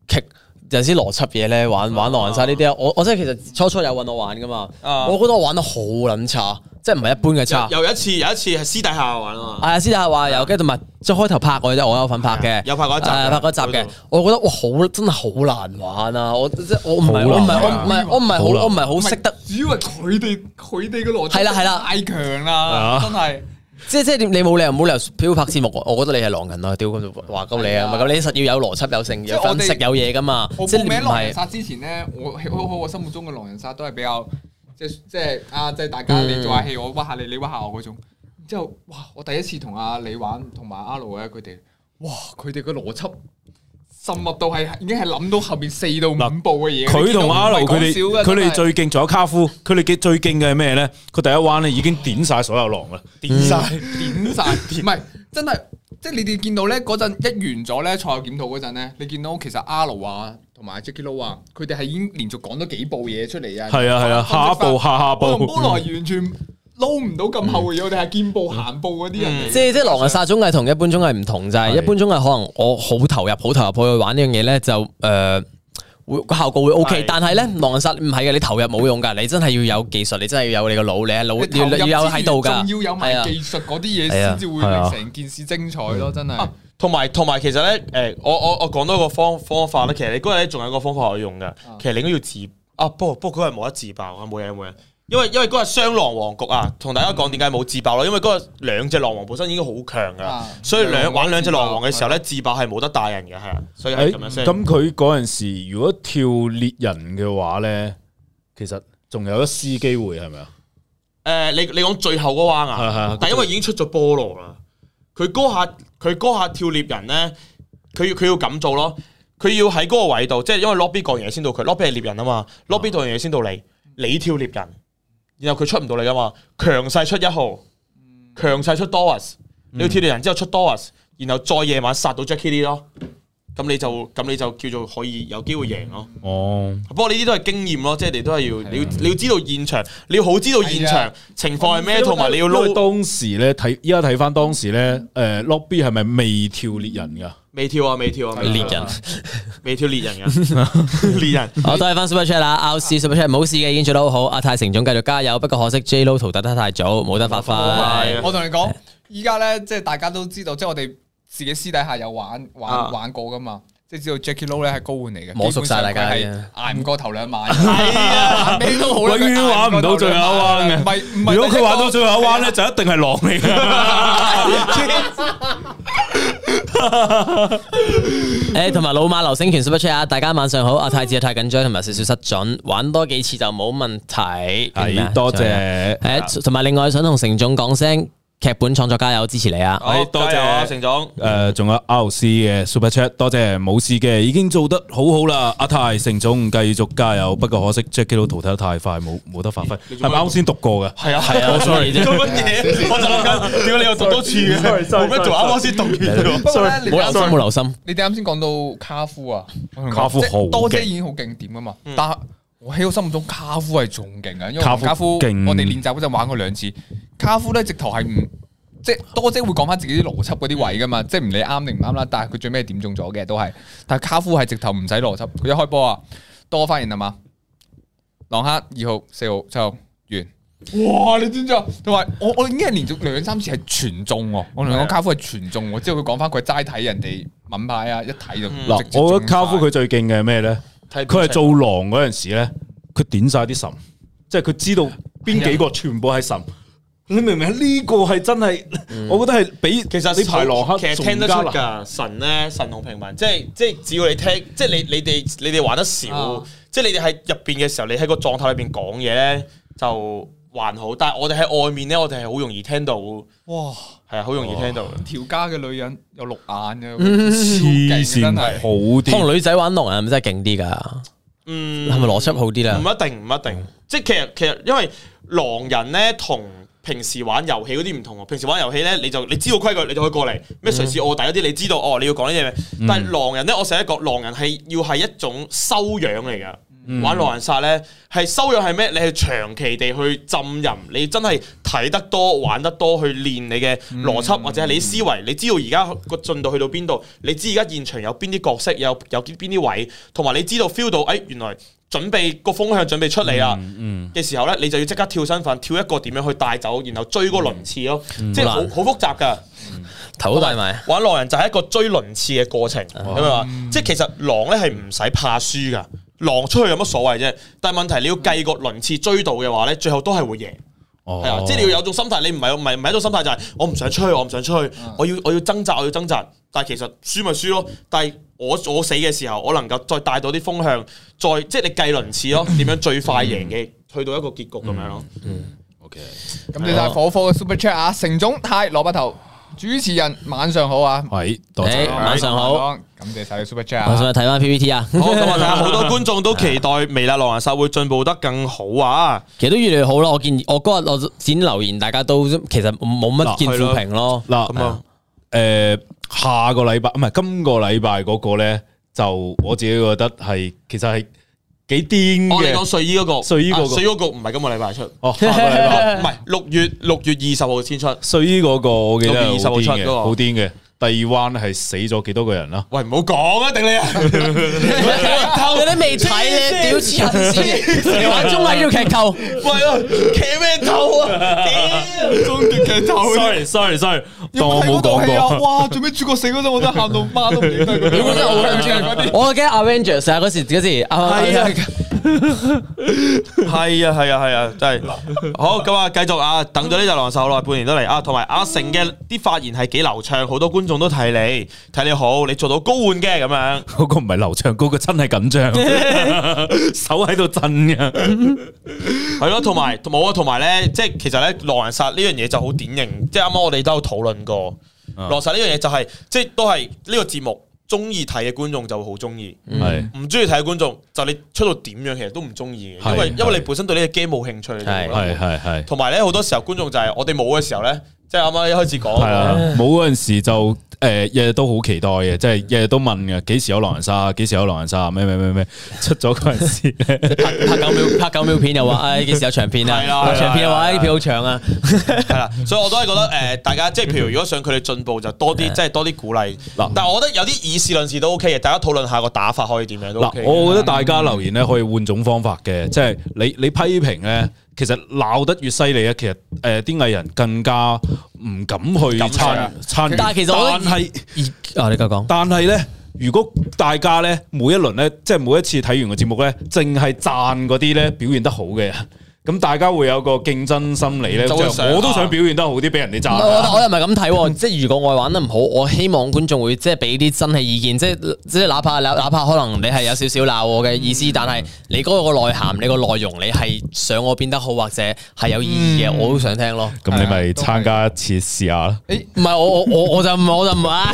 Speaker 1: 棘。有啲邏輯嘢咧，玩玩狼人殺呢啲啊，我我真係其實初初有揾我玩噶嘛，
Speaker 2: 啊
Speaker 1: 我覺得我玩得好撚差，即係唔係一般嘅差。
Speaker 2: 有有一次有一次係私底下玩啊
Speaker 3: 嗯
Speaker 2: 嘛。
Speaker 1: 係啊，師太話有，跟住同埋即係開頭拍我啫，我有份拍嘅，
Speaker 2: 有拍過一集嘅
Speaker 1: 係啊拍過一集
Speaker 2: 嗰
Speaker 1: 嘅
Speaker 2: 度。
Speaker 1: 我覺得哇，好真係好難玩啊！我即係我唔係
Speaker 3: 好
Speaker 1: 我唔
Speaker 3: 難
Speaker 1: 係
Speaker 3: 玩
Speaker 2: 啊
Speaker 1: 我唔係我唔係好
Speaker 3: 好難
Speaker 1: 我唔係好識得，
Speaker 4: 主要係佢哋佢哋嘅邏輯
Speaker 1: 係啦係啦
Speaker 4: 太強啦，
Speaker 3: 啊
Speaker 4: 真係
Speaker 1: 即係即係你你冇理由冇理由漂拍節目，我我覺得你係狼人啊！屌咁就話鳩你
Speaker 4: 係
Speaker 1: 啊！
Speaker 4: 啊
Speaker 1: 咪咁你實要有邏輯有成
Speaker 4: 即係
Speaker 1: 有
Speaker 4: 我哋
Speaker 1: 分析有嘢噶嘛？
Speaker 4: 我
Speaker 1: 即係
Speaker 4: 報
Speaker 1: 你
Speaker 4: 名
Speaker 1: 唔
Speaker 4: 狼人
Speaker 1: 係
Speaker 4: 殺之前咧，我好好我心目中嘅狼人殺都係比較即係即係啊，即係大
Speaker 3: 嗯
Speaker 4: 家你做下戲，我屈下你，你屈下我嗰種。然之後哇，我第一次同阿李玩，同埋阿盧咧，佢哋哇，佢哋嘅邏輯深入到係已經係諗到後面四到五步嘅嘢。
Speaker 3: 佢 同阿盧佢哋
Speaker 4: 你見到唔係講笑㗎
Speaker 3: 佢
Speaker 4: 真
Speaker 3: 哋
Speaker 4: 係
Speaker 3: 最勁，仲有卡夫，佢哋嘅最勁嘅係咩咧？佢第一彎咧已經點晒所有狼啦，點晒。
Speaker 4: 點晒，唔係真係，即係你哋見到咧嗰陣一完咗咧賽後檢討嗰陣咧，你見到其實阿 L 啊同埋 Jackie Lou 啊，佢哋係已經連續講咗幾步嘢出嚟啊。
Speaker 3: 係啊係啊，下一步下
Speaker 2: 嗯
Speaker 3: 下
Speaker 4: 我同
Speaker 3: 步
Speaker 4: 菠。蘿完全撈唔到咁後嘅嘢，我哋係見步行步嗰啲人嚟。
Speaker 1: 即係即係狼人殺綜藝同一般綜藝唔同就係
Speaker 3: 係
Speaker 1: 一般綜藝可能我好投入好投入去玩呢樣嘢咧就誒。會個效果會 OK，
Speaker 2: 係
Speaker 1: 但係咧狼人殺唔係嘅，你投入冇用㗎，你真係要有技術，你真係要有你個腦，你係
Speaker 4: 你投
Speaker 1: 腦
Speaker 4: 入
Speaker 1: 要要有喺度㗎，
Speaker 4: 之餘仲要
Speaker 1: 係
Speaker 4: 有埋
Speaker 1: 啊
Speaker 4: 技術嗰啲嘢，
Speaker 1: 係啊
Speaker 4: 先至會
Speaker 3: 係
Speaker 4: 令
Speaker 3: 啊嗯
Speaker 4: 成件事精彩咯，真係
Speaker 2: 啊。同埋同埋，其實咧，誒，我我我講多個方方法咧，其實你嗰日咧仲有一個方法可以用嘅，其實你應該要自啊，不過不過嗰日冇得自爆啊，冇嘢冇嘢，因為因為嗰日雙狼王局啊，同大家講點解冇自爆咯，因為嗰日兩隻狼王本身已經好強噶啦
Speaker 4: 啊，
Speaker 2: 所以兩
Speaker 4: 兩
Speaker 2: 玩兩隻狼王嘅時候咧，自爆係冇得帶人嘅，係啊，所以係
Speaker 3: 誒
Speaker 2: 咁樣先。
Speaker 3: 咁佢嗰陣時如果跳獵人嘅話咧，其實仲有一絲機會係咪啊？
Speaker 2: 誒，呃你你講最後嗰彎
Speaker 3: 係係
Speaker 2: 啊
Speaker 3: 係，
Speaker 2: 但因為已經出咗菠蘿啦，佢嗰下佢嗰下跳獵人咧，佢要佢要咁做咯，佢要喺嗰個位度，即係因為 lobby 講完嘢先到佢，lobby 係獵人啊嘛，lobby 講完嘢先到你，你跳獵人，然後佢出唔到你噶嘛，強勢出一號，嗯強勢出 Doris，你要跳獵人之後出 Doris，然後再夜晚殺到 Jackie Lee 咯，咁咁你就咁你就叫做可以有機會贏咯。
Speaker 3: 哦，
Speaker 2: 不過呢啲都係經驗咯，即係你都係要你要你要知道現場，你要好知道現
Speaker 4: 係
Speaker 2: 場情況係啊咩，同埋你要
Speaker 3: 因為
Speaker 2: 撈
Speaker 3: 當時咧睇，依家睇翻當時咧，誒 lobby 係咪未跳獵人㗎？
Speaker 2: 未跳啊，未跳啊，未
Speaker 1: 猎
Speaker 2: 跳啊
Speaker 1: 人，
Speaker 2: 未跳獵人 嘅獵人。
Speaker 1: 我都系翻 super chat 啦，out super chat 冇事嘅，已經做得好好。阿泰成總繼續加油，不過可惜 J Lo 淘汰得太早，冇得發
Speaker 2: 冇
Speaker 1: 揮
Speaker 2: 得。
Speaker 4: 我同你
Speaker 3: 嗯
Speaker 4: 講，依家咧即係大家都知道，即係我哋自己私底下有玩
Speaker 2: 啊
Speaker 4: 玩玩過噶嘛，即係知道 Jackie Low 咧係高玩嚟嘅，
Speaker 1: 摸熟晒大家
Speaker 4: 基本上佢係捱唔過 頭兩晚，係
Speaker 2: 啊，
Speaker 4: 你都好啦，
Speaker 3: 永遠玩唔到最後一彎
Speaker 4: 唔係
Speaker 3: 嘅。
Speaker 4: 唔係，
Speaker 3: 如果佢玩到最後一
Speaker 2: 啊
Speaker 3: 彎咧，就一定係狼嚟嘅。
Speaker 1: 誒，同埋老馬流星拳 super chat 啊，大家晚上好。阿泰子太緊張，同埋少少失準，玩多幾次就冇問題。
Speaker 2: 啊
Speaker 3: 係多謝，
Speaker 1: 誒，同埋另外想同成總講聲，劇本創作加油，支持你啊！
Speaker 2: 好
Speaker 3: 哎多謝
Speaker 2: 加油啊，成總。
Speaker 3: 誒，仲有 R C 嘅 Super Chat，多謝冇事嘅，已經做得好好啦。阿泰成總繼續加油，不過可惜 Jackie 都淘汰得太快，冇冇得發揮。係咪啱先讀過嘅？
Speaker 2: 係啊係啊
Speaker 1: ，sorry
Speaker 2: 做乜嘢？我就諗緊，屌你又讀多次嘅，冇乜做啱啱先讀完
Speaker 4: 不
Speaker 2: 啫
Speaker 4: 過咧，
Speaker 2: 喎。
Speaker 4: 你
Speaker 1: 冇留心，冇留心。
Speaker 4: 你哋啱先講到卡夫啊，我同你講
Speaker 3: 卡夫
Speaker 4: 即係
Speaker 3: 好勁
Speaker 4: 多姐已經好勁點噶啊嘛，但係我喺我心目中卡夫係仲勁啊，因為
Speaker 3: 卡夫
Speaker 4: 卡夫我
Speaker 3: 勁
Speaker 4: 哋練習嗰陣玩過兩次，卡夫咧直頭係唔。即係多姐會講翻自己啲邏輯嗰啲位噶嘛，即係唔理啱定唔啱啦。但係佢最尾係點中咗嘅都係，但係卡夫係直頭唔使邏輯，佢一開波啊，多發現係嘛，朗克二號、四號、七號完。哇！你知唔知啊？同埋我我已經係連續兩三次係全中喎，我同你講卡夫係啊全中喎，之後佢講翻佢係齋睇人哋品牌啊，一睇就
Speaker 2: 嗯
Speaker 4: 直接
Speaker 3: 嗱，
Speaker 4: 中
Speaker 3: 我覺得卡夫
Speaker 4: 晒
Speaker 3: 佢最勁嘅係咩咧？
Speaker 2: 睇
Speaker 3: 佢係做狼嗰陣時咧，佢點晒啲神，即係佢知道邊幾個全部係神。你明唔明？呢個係真係，我覺得係比其
Speaker 2: 嗯其實
Speaker 3: 你排狼黑
Speaker 2: 其實
Speaker 3: 仲
Speaker 2: 聽得出
Speaker 3: 加難
Speaker 2: 㗎，神咧神同平民，即係即係只要你聽，即係你你哋你哋玩得少，
Speaker 4: 啊
Speaker 2: 即係你哋喺入邊嘅時候，你喺個狀態裏邊講嘢咧就還好，但係我哋喺外面咧，我哋係好容易聽到，係
Speaker 4: 哇！
Speaker 2: 啊，好容易聽到。
Speaker 4: 條街嘅女人有綠眼嘅，
Speaker 3: 嗯
Speaker 1: 可能
Speaker 3: 黐線，好
Speaker 2: 啊
Speaker 4: 真係
Speaker 3: 啲。
Speaker 1: 女仔玩狼人真係勁啲㗎，
Speaker 2: 嗯，
Speaker 1: 係咪邏輯好啲
Speaker 2: 唔
Speaker 1: 啦？嗯
Speaker 2: 一定，唔一定。即係其實其實因為狼人咧同平時玩遊戲嗰啲唔同喎。平時玩遊戲咧，你就你知道規矩，你就可以過嚟咩誰是臥底嗰啲，你知道哦，你要講呢啲嘢。
Speaker 1: 嗯
Speaker 2: 但係狼人咧，我成日講狼人係要係一種修養嚟㗎。
Speaker 1: 嗯
Speaker 2: 玩狼人殺咧，係修養係咩？你係長期地去浸淫，你真係睇得多、玩得多，去練你嘅
Speaker 1: 嗯
Speaker 2: 邏輯或者係你思維。你知道而家個進度去到邊度？你知而家現場有邊啲角色，有有邊啲位，同埋你知道 feel 到，誒、原來準備個風向準備出嚟啦嘅時候咧，你就要即刻跳身份，跳一個點樣去帶走，然後追嗰個輪次咯，即係好好複雜㗎。
Speaker 1: 頭都大埋。
Speaker 2: 玩狼人就係一個追輪次嘅過程，咁啊，即係其實狼咧係唔使怕輸噶，狼出去有乜所謂啫？但係問題你要計個輪次追到嘅話咧，最後都係會贏，係啊，即係你要有種心態，你唔係唔係唔係一種心態就係我唔想出去，我唔想出去，我要我要掙扎，我要掙扎，但係其實輸咪輸咯，但係。我我死嘅時候，我能夠再帶到啲風向，再即係你計輪次咯，點樣最快贏嘅，去到一個結局咁樣咯。
Speaker 4: 咁你睇火火嘅 super chat 啊，成總太蘿蔔頭，主持人晚上好啊，
Speaker 3: 喂，多謝
Speaker 1: 誒晚上好，
Speaker 4: 感謝晒你 super chat
Speaker 1: 我想
Speaker 4: 啊，
Speaker 1: 睇翻 PPT 啊，
Speaker 2: 好，咁我 睇下好多觀眾都期待微辣狼人殺會進步得更好啊！
Speaker 1: 其實都越嚟越好啦。我見我嗰日我剪留言，大家都其實冇乜見負評咯。
Speaker 3: 嗱
Speaker 2: 咁啊，
Speaker 3: 誒，下個禮拜唔係今個禮拜嗰個咧，就我自己覺得係其實係幾癲
Speaker 2: 我哋
Speaker 3: 嘅
Speaker 2: 哦講。睡衣嗰個，
Speaker 3: 睡衣嗰個
Speaker 2: 啊睡衣嗰個唔係今個禮拜出，唔
Speaker 3: 哦，下個禮拜。
Speaker 2: 係六月六月二十號先出。
Speaker 3: 睡衣嗰個我記得係好
Speaker 2: 六月二
Speaker 3: 癲
Speaker 2: 十號出嗰
Speaker 3: 嘅，
Speaker 2: 個
Speaker 3: 好癲嘅。第二彎係死咗幾多個人啦？
Speaker 2: 喂，唔好講啊，定 你啊！
Speaker 1: 有啲未睇咧，屌黐人線，你玩綜藝要劇透，
Speaker 2: 喂啊，企咩 頭啊？屌
Speaker 4: 終極嘅頭
Speaker 3: sorry sorry sorry，當我冇
Speaker 4: 套
Speaker 3: 講
Speaker 4: 戲啊！
Speaker 3: 過。
Speaker 4: 哇，最尾主角死嗰陣，我真係喊到媽都唔認得佢。
Speaker 1: 我真係好撚
Speaker 4: 嗰啲。
Speaker 1: 我記得 Avengers 啊嗰時嗰時，係啊，
Speaker 2: 係啊係啊係啊，真係好咁啊！繼續啊，等咗呢隻狼手耐半年都嚟啊，同埋阿成嘅啲發言係幾流暢，好多觀眾都睇你睇你好，你做到高換嘅咁樣。
Speaker 3: 嗰個唔係流暢，嗰個真係緊 張，手喺度震嘅。
Speaker 2: 係咯，同埋冇啊，同埋咧，即係其實咧，狼人殺呢樣嘢就好典型，即係啱啱我哋都有討論過，
Speaker 3: 啊
Speaker 2: 狼人殺呢樣嘢就係、即係都係呢個節目中意睇嘅觀眾就會好中意，
Speaker 3: 係
Speaker 2: 唔中意睇嘅觀眾就你出到點樣其實都唔中意嘅，
Speaker 3: 係
Speaker 2: 因為
Speaker 3: 係
Speaker 2: 因為你本身對呢個 game 冇興趣，你就會
Speaker 1: 係
Speaker 2: 覺得
Speaker 3: 係係係，
Speaker 2: 同埋咧好多時候觀眾就係我哋冇嘅時候咧，即係啱啱一開始
Speaker 3: 系
Speaker 2: 講，
Speaker 3: 啊，冇嗰阵时就诶，誒日日都好期待嘅，即係日日都問嘅，幾時有狼人殺？啊幾時有狼人殺？咩咩咩咩，出咗嗰阵时咧，
Speaker 1: 拍拍九秒拍九秒片又話，哎唉，幾時有長片
Speaker 2: 係啦
Speaker 1: 啊？
Speaker 2: 係啦
Speaker 1: 有長片又
Speaker 2: 係啦
Speaker 1: 話，唉，片好長啊。
Speaker 2: 係 啦，所以我都係覺得诶，誒大家即係譬如如果想佢哋進步，就多啲即係多啲鼓勵。
Speaker 3: 嗱
Speaker 2: 但係我覺得有啲以事論事都 OK 嘅，大家討論下個打法可以點樣都 OK
Speaker 3: 嗱，
Speaker 2: 嘅。
Speaker 3: 我覺得大家留言咧可以換種方法嘅，即係你你批評咧，其實鬧得越犀利啊咧，其實诶啲藝人更加唔敢去
Speaker 2: 敢
Speaker 3: 參參與。
Speaker 1: 但係其實我覺
Speaker 3: 但
Speaker 1: 得
Speaker 3: 係
Speaker 1: 而啊，你繼續講。
Speaker 3: 但係咧。如果大家咧每一輪咧，即係每一次睇完個節目咧，淨係讚嗰啲咧表現得好嘅，咁大家會有個競爭心理咧，
Speaker 2: 就
Speaker 3: 就
Speaker 2: 嗯會想啊
Speaker 3: 我都想表現得好啲，俾人哋讚
Speaker 1: 唔係，
Speaker 3: 啊。
Speaker 1: 我我又唔係咁睇喎，即係如果我係玩得唔好，我希望觀眾會即係俾啲真係意見，即係即係哪怕哪怕可能你係有少少鬧我嘅意思，但係你嗰個內涵、你個內容，你係想我變得好或者係有意義嘅，我都想聽咯。
Speaker 3: 咁你咪參加一次試下啦。
Speaker 1: 唔係我我我我就唔我就唔 啊，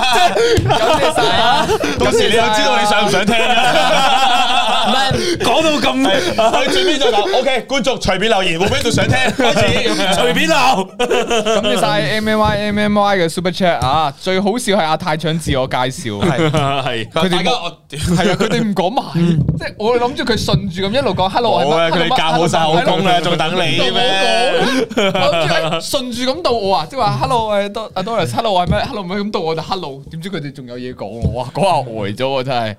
Speaker 4: 謝晒 啊，
Speaker 2: 到時你就知道你想唔想聽啊啦。
Speaker 1: 唔係
Speaker 3: 講到咁
Speaker 2: 佢最尾就講 OK，觀眾隨便留言，會唔會度想聽？開始
Speaker 3: 隨便鬧，
Speaker 4: 感 謝晒 M M Y M M Y 嘅 Super Chat 啊！最好笑係阿太長自我介紹，
Speaker 3: 係
Speaker 2: 佢
Speaker 4: 哋
Speaker 2: 大家我 係
Speaker 4: 係啊，佢哋唔講埋，即係我諗住佢順住咁一路講 hello，
Speaker 2: 冇嗯啊！
Speaker 4: 係乜
Speaker 2: 佢哋教好晒口供啦，仲等你
Speaker 4: 到
Speaker 2: 咩？
Speaker 4: 我講，我諗住哎順住咁到我啊，即係話 hello 誒多阿 Doris，hello 係咩？hello 唔係咁到我就 hello，點知佢哋仲有嘢講我，哇！嗰下呆咗喎，真係。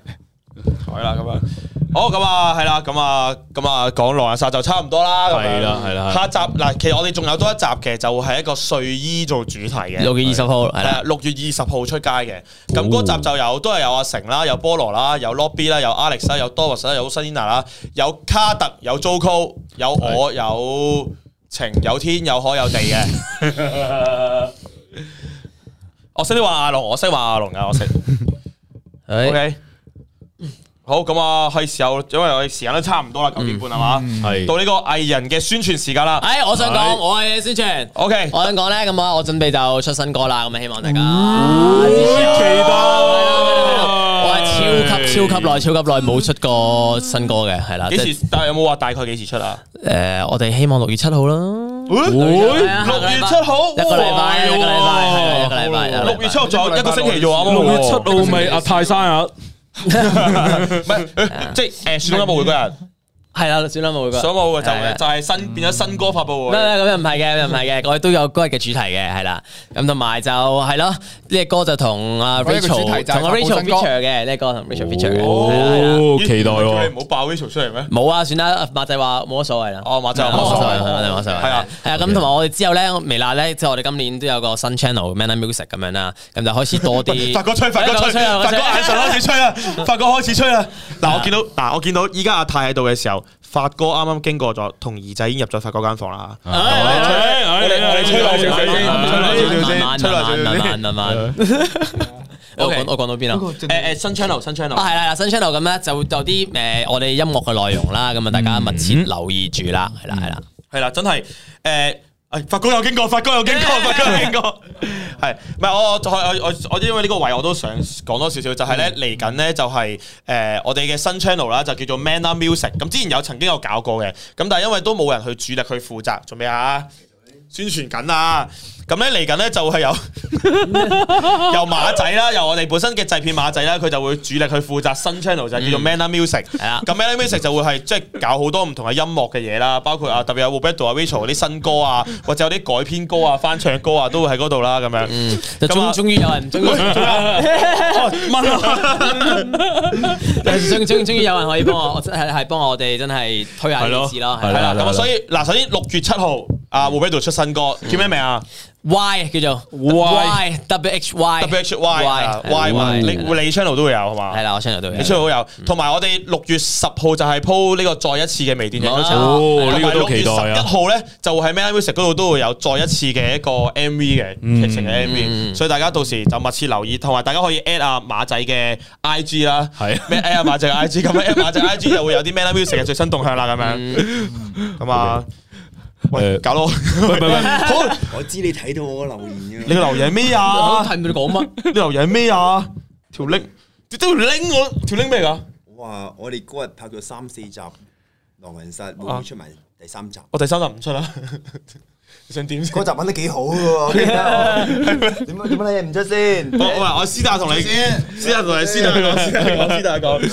Speaker 2: 係啦，咁啊，好咁啊，係啦，咁啊，咁啊，講狼人殺就差唔多啦，咁
Speaker 3: 係
Speaker 2: 樣
Speaker 3: 啦係啦係啦
Speaker 2: 下集嗱，其實我哋仲有多一集嘅，就係一個睡衣做主題嘅，
Speaker 1: 六月二十號係
Speaker 2: 係哦
Speaker 1: 啦
Speaker 2: 啦，，六月二十號出街嘅。咁嗰集就有都係有阿成啦，有菠蘿啦，有 Lobby 啦，有 Alex 啦，有 Doris 啦，有 Selina 啦，有卡特，有 Joco，有我，有晴，有天，有海，有地嘅。 我識啲話阿龍，我識話阿龍噶，我識。
Speaker 1: 誒
Speaker 2: OK，好咁啊，係時候，因為我哋時間都差唔多啦，九點半係嘛，
Speaker 3: 係
Speaker 2: 到呢個藝人嘅宣傳時間啦。
Speaker 1: 誒，我想講我係宣傳。
Speaker 2: OK，
Speaker 1: 我想講咧，咁我我準備就出新歌啦，咁啊希望大家支持我
Speaker 3: 期待
Speaker 1: 我係超級超級耐、超級耐冇出過新歌嘅，係啦。
Speaker 2: 幾
Speaker 1: 即係
Speaker 2: 時？但係有冇話大概幾時出啊？
Speaker 1: 誒，我哋希望六月七號啦。
Speaker 2: 六
Speaker 1: 係啊下個禮拜
Speaker 2: 月七號，
Speaker 1: 一個禮拜，
Speaker 2: 哇
Speaker 1: 一個禮拜，係啦一個禮拜，一個禮拜
Speaker 2: 六月七號仲有一個星期啫喎，
Speaker 3: 六月七
Speaker 2: 啱
Speaker 3: 號咪阿泰山啊，
Speaker 2: 啱唔係即係誒，雪中音樂會嗰日，
Speaker 1: 係啦，算啦，冇個。
Speaker 2: 雪中音樂會
Speaker 1: 係啊
Speaker 2: 就就係新變咗新歌發
Speaker 1: 咩
Speaker 2: 佈會，
Speaker 1: 咩咁又唔係嘅，咁又唔係嘅，我哋都有嗰日嘅主題嘅，係啦。咁同埋就係咯，呢隻歌就同阿
Speaker 4: 嗰日嘅
Speaker 1: Rachel
Speaker 4: 主題就係
Speaker 1: 同阿
Speaker 4: 發布
Speaker 1: Rachel
Speaker 4: 新歌
Speaker 1: feature 嘅，呢隻歌同
Speaker 3: 啊哎
Speaker 1: Rachel feature 嘅。係啦
Speaker 3: 哦，
Speaker 2: 咦
Speaker 3: 期待
Speaker 2: 叫
Speaker 3: 喎
Speaker 2: 你唔。好爆 Rachel 出嚟咩？
Speaker 1: 冇啊，算啦，馬仔話冇乜所謂啦。
Speaker 2: 哦馬仔話冇
Speaker 1: 冇
Speaker 2: 乜
Speaker 1: 乜
Speaker 2: 所
Speaker 1: 所
Speaker 2: 謂
Speaker 1: 謂，馬仔話冇乜所謂。
Speaker 2: 係啊，
Speaker 1: 係啊，咁同埋我哋之後咧，微辣咧，即係我哋今年都有個新 channel Man Music 咁樣啦，咁就開始多啲。
Speaker 2: 發哥吹，嗯發哥吹，啊
Speaker 1: 啊
Speaker 2: 發哥眼神開始吹啦， 發哥開始吹啦。嗱，我見到嗱，我見到依家阿泰喺度嘅時候，發哥啱啱經過咗，同兒仔已經入咗發哥間房啦。
Speaker 1: 啊
Speaker 2: 我哋我哋哎吹耐少少先，吹耐少少先，吹耐少少先。
Speaker 1: 慢慢慢慢慢慢。我講我講到邊啊？
Speaker 2: 誒誒，新 channel 新 channel
Speaker 1: 啊，係啦，係啦新 channel 咁咧就有啲誒我哋音樂嘅內容啦，咁啊大家密
Speaker 2: 嗯
Speaker 1: 切留意住啦，係啦係啦。
Speaker 2: 系啦，真係诶。誒發哥有經過，發哥有經過，發哥有經過，係唔係？我我我我我因為呢個位我都想講多少少，就係咧嚟緊咧就係誒我哋嘅新 channel 啦，就叫做 Man Up Music。咁之前有曾經有搞過嘅，咁但係因為都冇人去主力去負責，做咩啊？宣傳緊啊！咁咧嚟緊咧就係有 由馬仔啦，由我哋本身嘅製片馬仔啦，佢就會主力去負責新 channel 就係叫做 Man Up Music。
Speaker 1: 嗯係啦嗯
Speaker 2: 咁 Melody Music 就會係即係搞好多唔同嘅音樂嘅嘢啦，包括啊特別有 Roberto 啊 Rachel 嗰啲新歌啊，或者有啲改編歌啊、翻唱歌啊，都會喺嗰度啦咁樣。
Speaker 1: 嗯，就
Speaker 2: 咁啊
Speaker 1: 終終於有人終 終終終於有人可以幫我，係係幫我哋真係推下呢件事咯，係
Speaker 2: 係
Speaker 1: 啦
Speaker 2: 啦，咁啊，所以嗱，首先六月七號啊 Roberto 出新歌，叫咩名啊
Speaker 1: Y 叫做
Speaker 3: Y
Speaker 1: W H 嗯 Y 嗯
Speaker 2: ？W H Y 啊 Y，你你 channel 都會有係嘛？
Speaker 1: 係啦，我嗯 channel 都有
Speaker 2: 你。出好有，同埋我哋六月十號就係鋪呢個再一次嘅微電影
Speaker 1: 啊
Speaker 2: 啦。
Speaker 3: 哦，呢個
Speaker 2: 同埋
Speaker 3: 都
Speaker 2: 啊六月
Speaker 3: 期
Speaker 2: 十
Speaker 3: 待
Speaker 2: 一
Speaker 3: 啊！
Speaker 2: 號咧，就啊會喺 Man Music 嗰度都會有再一次嘅一個 MV
Speaker 3: 嗯
Speaker 2: 嘅劇情嘅 MV，所以大家到時就密切留意，同埋大家可以 at 阿馬仔嘅 IG 啦，
Speaker 3: 係啊
Speaker 2: 咩 at 阿馬仔嘅 IG，咁 at 馬仔 IG 就會有啲 Man Music 嘅最新動向啦，咁樣咁啊，喂，
Speaker 3: 嗯誒
Speaker 2: 搞咯，
Speaker 3: 喂喂喂
Speaker 2: 好，
Speaker 5: 我知你睇到我留言
Speaker 2: 你個留言係咩
Speaker 1: 我都
Speaker 2: 啊？
Speaker 1: 睇唔到你講乜，
Speaker 2: 你留言係咩啊？條 link，你都條 link 我條 link 咩嚟㗎？
Speaker 5: 我話我哋嗰日拍咗三四集《狼人殺》，會唔會出埋第三集？
Speaker 2: 我第三集唔出啦， 想點先？
Speaker 5: 嗰集揾得幾好嘅喎我記得喎，點解點解你唔出先？
Speaker 2: 我我我私底下同你，私底下同你，私底下講，私底下講，私底下講。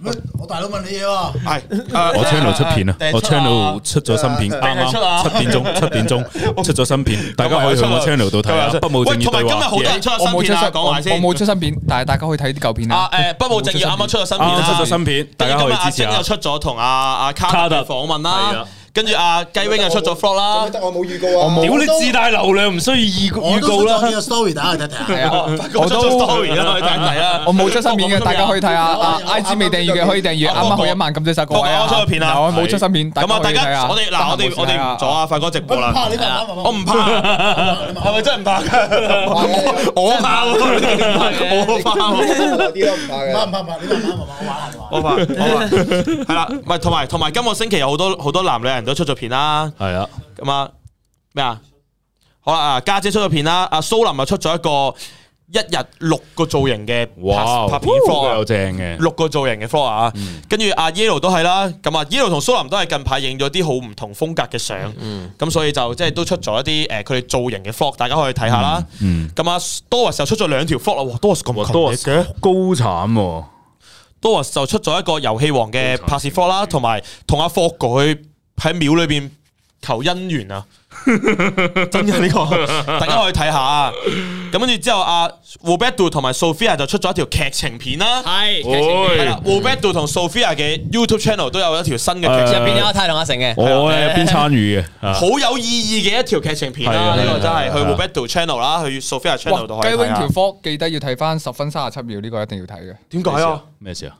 Speaker 6: 做乜？我大佬問你嘢喎。
Speaker 2: 係，
Speaker 3: 啊 我 channel 出片啊，我 channel 出咗新片，啱
Speaker 2: 定係出啊
Speaker 3: 啱七點 鐘，七點鐘出咗新片，大家可以去我 channel 度睇啊。不務正業
Speaker 2: 同埋
Speaker 3: 對
Speaker 2: 今日好
Speaker 3: 話
Speaker 2: 多，人出咗
Speaker 4: 我
Speaker 2: 新
Speaker 4: 冇出
Speaker 2: 片啊，
Speaker 4: 新，
Speaker 2: 講埋
Speaker 4: 我
Speaker 2: 先。
Speaker 4: 冇出新片，但係大家可以睇啲舊片
Speaker 2: 啊
Speaker 4: 啦。
Speaker 2: 誒，不務正業啱啱出咗新片
Speaker 3: 啱
Speaker 2: 啦
Speaker 3: 啊出咗。新片，大家
Speaker 2: 跟住
Speaker 3: 可
Speaker 2: 今
Speaker 3: 以
Speaker 2: 日阿
Speaker 3: 支持
Speaker 2: 晶
Speaker 3: 下
Speaker 2: 又。出咗同阿阿卡
Speaker 3: 卡
Speaker 2: 特
Speaker 3: 特
Speaker 2: 嘅訪問
Speaker 3: 係
Speaker 2: 啦
Speaker 3: 啊，
Speaker 2: 跟住阿雞 wing 又出咗 vlog
Speaker 6: 做
Speaker 2: 啦
Speaker 6: 乜。得我冇預告啊？
Speaker 3: 屌你自帶流量，唔需要預告
Speaker 6: 我
Speaker 3: 預
Speaker 6: 都
Speaker 3: 告
Speaker 6: 想
Speaker 3: 啦
Speaker 6: 你。個 story 打去睇睇
Speaker 4: 係
Speaker 6: 下。
Speaker 4: 啊，我
Speaker 2: 我出咗
Speaker 4: 都
Speaker 2: story 啦，去睇一睇啦。
Speaker 4: 我冇出新片
Speaker 2: 我冇
Speaker 4: 嘅，大家可以睇下。
Speaker 6: 我
Speaker 4: 啊
Speaker 6: 我
Speaker 4: ，IG 未訂閱嘅可以訂閱，
Speaker 2: 我
Speaker 4: 啱啱
Speaker 2: 我
Speaker 4: 去一萬咁多晒各位
Speaker 2: 我
Speaker 4: 啊！
Speaker 2: 出咗片啦
Speaker 4: 有我冇出新片，
Speaker 2: 咁啊，
Speaker 4: 可
Speaker 2: 大
Speaker 4: 以睇
Speaker 2: 家
Speaker 4: 下
Speaker 2: 我哋嗱，我哋我哋唔阻啊，發哥直播
Speaker 6: 我
Speaker 2: 啦
Speaker 6: 唔。怕你慢慢慢慢
Speaker 2: 我唔怕，係咪真 係唔怕㗎？我怕喎，
Speaker 6: 唔怕唔怕
Speaker 2: 我怕喎。
Speaker 5: 啲都唔怕
Speaker 6: 唔怕，你慢慢慢慢，我玩下你玩。
Speaker 2: 我怕，我 怕，啊係啦，唔係同埋同埋，今個星期有好多好多男女人都出咗片啦，
Speaker 3: 係啊，
Speaker 2: 咁啊咩啊？好啦，啊家姐出咗片啦，阿蘇林又啊出咗一個一日六個造型嘅
Speaker 3: 哇，嗯
Speaker 2: 拍拍片 f l o
Speaker 3: 又正嘅，
Speaker 2: 六個造型嘅 floor 啊，跟住阿 Yellow 都係啦，咁啊 Yellow 同蘇林都係近排影咗啲好唔同風格嘅相，咁、
Speaker 3: 嗯
Speaker 2: 所以就即係都出咗一啲誒佢哋造型嘅 floor，大家可以睇下啦。
Speaker 3: 嗯，
Speaker 2: 咁啊 Doris 又出咗兩條 floor 啦，哇 Doris 咁勤
Speaker 3: 多啊
Speaker 2: 力嘅
Speaker 3: 高產喎，
Speaker 2: ，Doris 就出咗一個遊戲王嘅拍攝 floor 啦，同埋同阿霍哥去喺廟裏邊求姻緣啊！真嘅呢、個，大家可以睇下啊。咁跟住之後，阿 w o b e d o 同埋 Sophia 就出咗一條劇情片啦。
Speaker 1: 係
Speaker 2: 係啦 w o b e d o 同 Sophia 嘅 YouTube channel 都有一條新嘅劇情
Speaker 1: 入
Speaker 3: 誒
Speaker 2: 片，
Speaker 1: 边有阿泰同阿成嘅，
Speaker 3: 我喺入邊參與嘅，啊
Speaker 2: 好有意義嘅一條劇情片
Speaker 3: 係
Speaker 2: 啦。
Speaker 3: 啊
Speaker 2: 呢個真
Speaker 3: 係
Speaker 2: 係
Speaker 3: 啊
Speaker 2: 去
Speaker 3: 係啊
Speaker 2: w o b e d o channel 啦，去 Sophia
Speaker 4: 哇
Speaker 2: channel 都
Speaker 4: 雞
Speaker 2: 可以睇
Speaker 4: wing 條
Speaker 2: 下。
Speaker 4: 科記得要睇翻十分三十七秒，呢個一定要睇嘅。
Speaker 2: 點解啊？
Speaker 3: 咩事啊？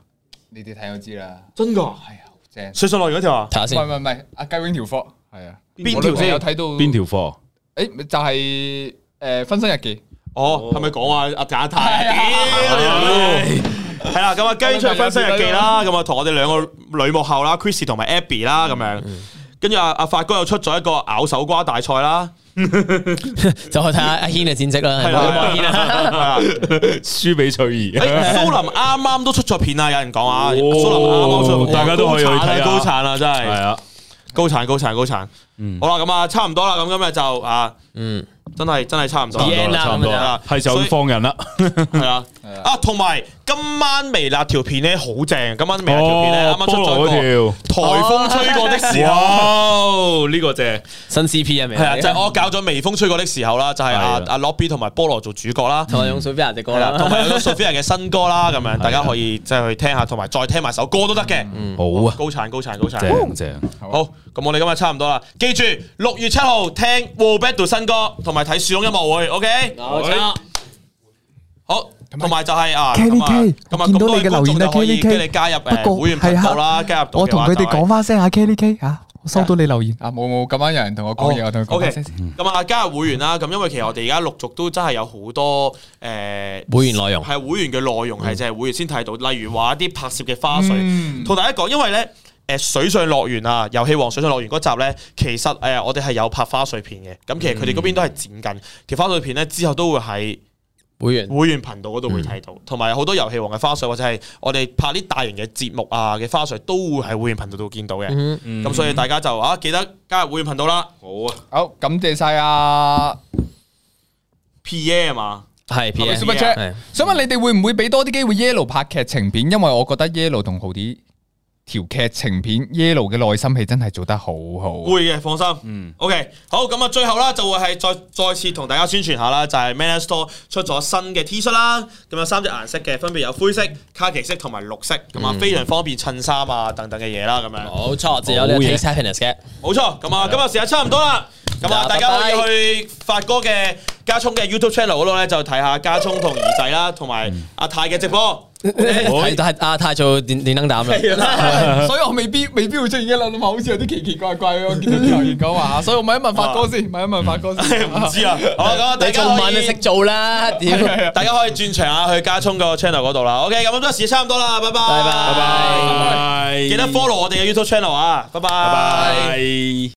Speaker 4: 你哋睇就知啦。
Speaker 2: 真噶？
Speaker 4: 係啊，好正。
Speaker 2: 水上樂園嗰條啊？
Speaker 1: 睇下
Speaker 4: 唔係
Speaker 1: 先
Speaker 4: 唔。係唔係，阿雞 wing 條科係啊。
Speaker 2: 邊
Speaker 4: 我
Speaker 2: 條
Speaker 4: 女朋友
Speaker 2: 先？
Speaker 4: 睇到
Speaker 3: 邊？條 貨？
Speaker 4: 誒，就係誒分身日記。
Speaker 2: 哦，係咪講啊？阿阿泰啊？屌你係啦，咁啊，雞出分身日記啦，咁啊，同我哋兩個女幕後啦，Chrissy 同埋 Abby 啦，咁樣。
Speaker 3: 嗯
Speaker 2: 跟住阿阿發哥又出咗一個咬手瓜大賽啦，
Speaker 1: 就去睇下阿軒嘅戰績啦。
Speaker 2: 係
Speaker 1: 係咪
Speaker 2: 啦，係啦
Speaker 3: 輸俾翠兒啊！
Speaker 2: 哎誒蘇林啱啱都出咗片啊！有人講啊，
Speaker 3: 哦
Speaker 2: 蘇林啱啱出咗片，
Speaker 3: 大家都可以去睇啊
Speaker 2: 高產啊，真
Speaker 3: 係嗯
Speaker 2: 係
Speaker 3: 啊，
Speaker 2: 高產高產高產。好啦，咁啊，差唔多啦，咁今日就啊，
Speaker 1: 嗯，
Speaker 2: 真係真係差唔多
Speaker 1: The end 啦
Speaker 3: 差唔多啦，係就放人啦。
Speaker 2: 係啊，啊，同埋今晚微辣條片咧好正，今晚微辣條片咧啱啱出咗一個
Speaker 3: 哦菠蘿
Speaker 2: 颱風吹過的時候，哦
Speaker 3: 嗰條，哇！呢個正，
Speaker 1: 新 CP 係咪？
Speaker 2: 係啊，就係我搞咗微風吹過的時候啦，就係阿
Speaker 3: 係啊
Speaker 2: 阿 Lobby 同埋菠蘿做主角啦。
Speaker 1: 同我啊用 Sophia 隻歌
Speaker 2: 係啦，
Speaker 1: 啦，
Speaker 2: 同埋有 Sophia 嘅新歌啦，咁樣大家可以即係去聽下，同埋再聽埋首歌都得嘅。
Speaker 3: 好啊，
Speaker 2: 高產高產高產。
Speaker 3: 正正。
Speaker 2: 好，咁我哋今日差唔多啦。記住六月七號聽 w o b a t t 新歌，同埋睇樹窿音樂會。OK，
Speaker 1: 冇錯
Speaker 2: 好，同埋就係啊，咁啊，咁啊，咁多嘅留言就可以叫你加入誒會員頻道啦，加入啊我同佢哋講翻。啊
Speaker 4: 啊，冇冇，今晚有人同我講嘢，我同佢
Speaker 2: O
Speaker 4: 講
Speaker 2: K，
Speaker 4: 聲先。
Speaker 2: 咁啊，加入會員啦。咁因為其實我哋而家陸續都真係有好多誒
Speaker 1: 會員內容
Speaker 2: 係會員嘅內容係就係會員先睇到，例如話一啲拍攝嘅花絮。
Speaker 4: 嗯
Speaker 2: 同大家講，因為咧。誒水上樂園啊，遊戲王水上樂園嗰集咧，其實誒我哋係有拍花絮片嘅，咁其實佢哋嗰邊都係剪緊條花絮片咧，之後都會喺
Speaker 1: 會員
Speaker 2: 會員頻道嗰度會睇到，同埋好多遊戲王嘅花絮或者係我哋拍啲大型嘅節目啊嘅花絮都會喺會員頻道度見到嘅，咁、所以大家就啊記得加入會員頻道啦
Speaker 4: 好，感謝晒啊！
Speaker 2: ，P A 啊嘛，
Speaker 1: 係 P
Speaker 4: 係咪
Speaker 1: M
Speaker 4: Super
Speaker 2: Yeah，
Speaker 4: Chat？想問你哋會唔會俾多啲機會 Yellow 拍劇情片？因為我覺得 Yellow 同豪啲條劇情片 Yellow 嘅內心戲真係做得好好。
Speaker 2: 會嘅，放心。嗯，OK，好，咁啊，最後啦，就會係再再次同大家宣傳下啦，就係 Man Store 出咗新嘅 T 恤啦，咁有三隻顏色嘅，分別有灰色、卡其色同埋綠色，咁啊非常方便襯衫啊等等嘅嘢啦，咁樣。
Speaker 1: 冇錯，就有呢個
Speaker 3: 好嘢
Speaker 1: Taste Happiness 嘅。
Speaker 2: 冇錯，咁啊，今日時間差唔多啦，咁啊，
Speaker 1: 嗱
Speaker 2: 大家可
Speaker 1: 拜拜
Speaker 2: 以去發哥嘅加聰嘅 YouTube channel 嗰度咧，就睇下加聰同兒仔啦，同埋
Speaker 1: 嗯
Speaker 2: 阿泰嘅直播。
Speaker 1: 睇但係阿泰做電電燈膽啦。
Speaker 2: 啊
Speaker 4: 所以我未必未必會出現 Yellow 咁好似有啲奇奇怪怪嘅。我見到啲留言講話，所以我問一問發哥先，問一問發哥先。
Speaker 2: 啊 唔知啊，好啦，咁啊大
Speaker 1: 你
Speaker 2: 家
Speaker 1: 做
Speaker 2: 可
Speaker 1: 晚都
Speaker 2: 以啊
Speaker 1: 識做啦，屌！拜
Speaker 2: 大家可以轉場啊，去加聰個 channel 嗰度啦。OK，咁今日時間差唔多啦，拜拜，
Speaker 1: 拜。
Speaker 2: 記得 follow 我哋嘅 YouTube channel 啊，拜拜。
Speaker 3: 拜。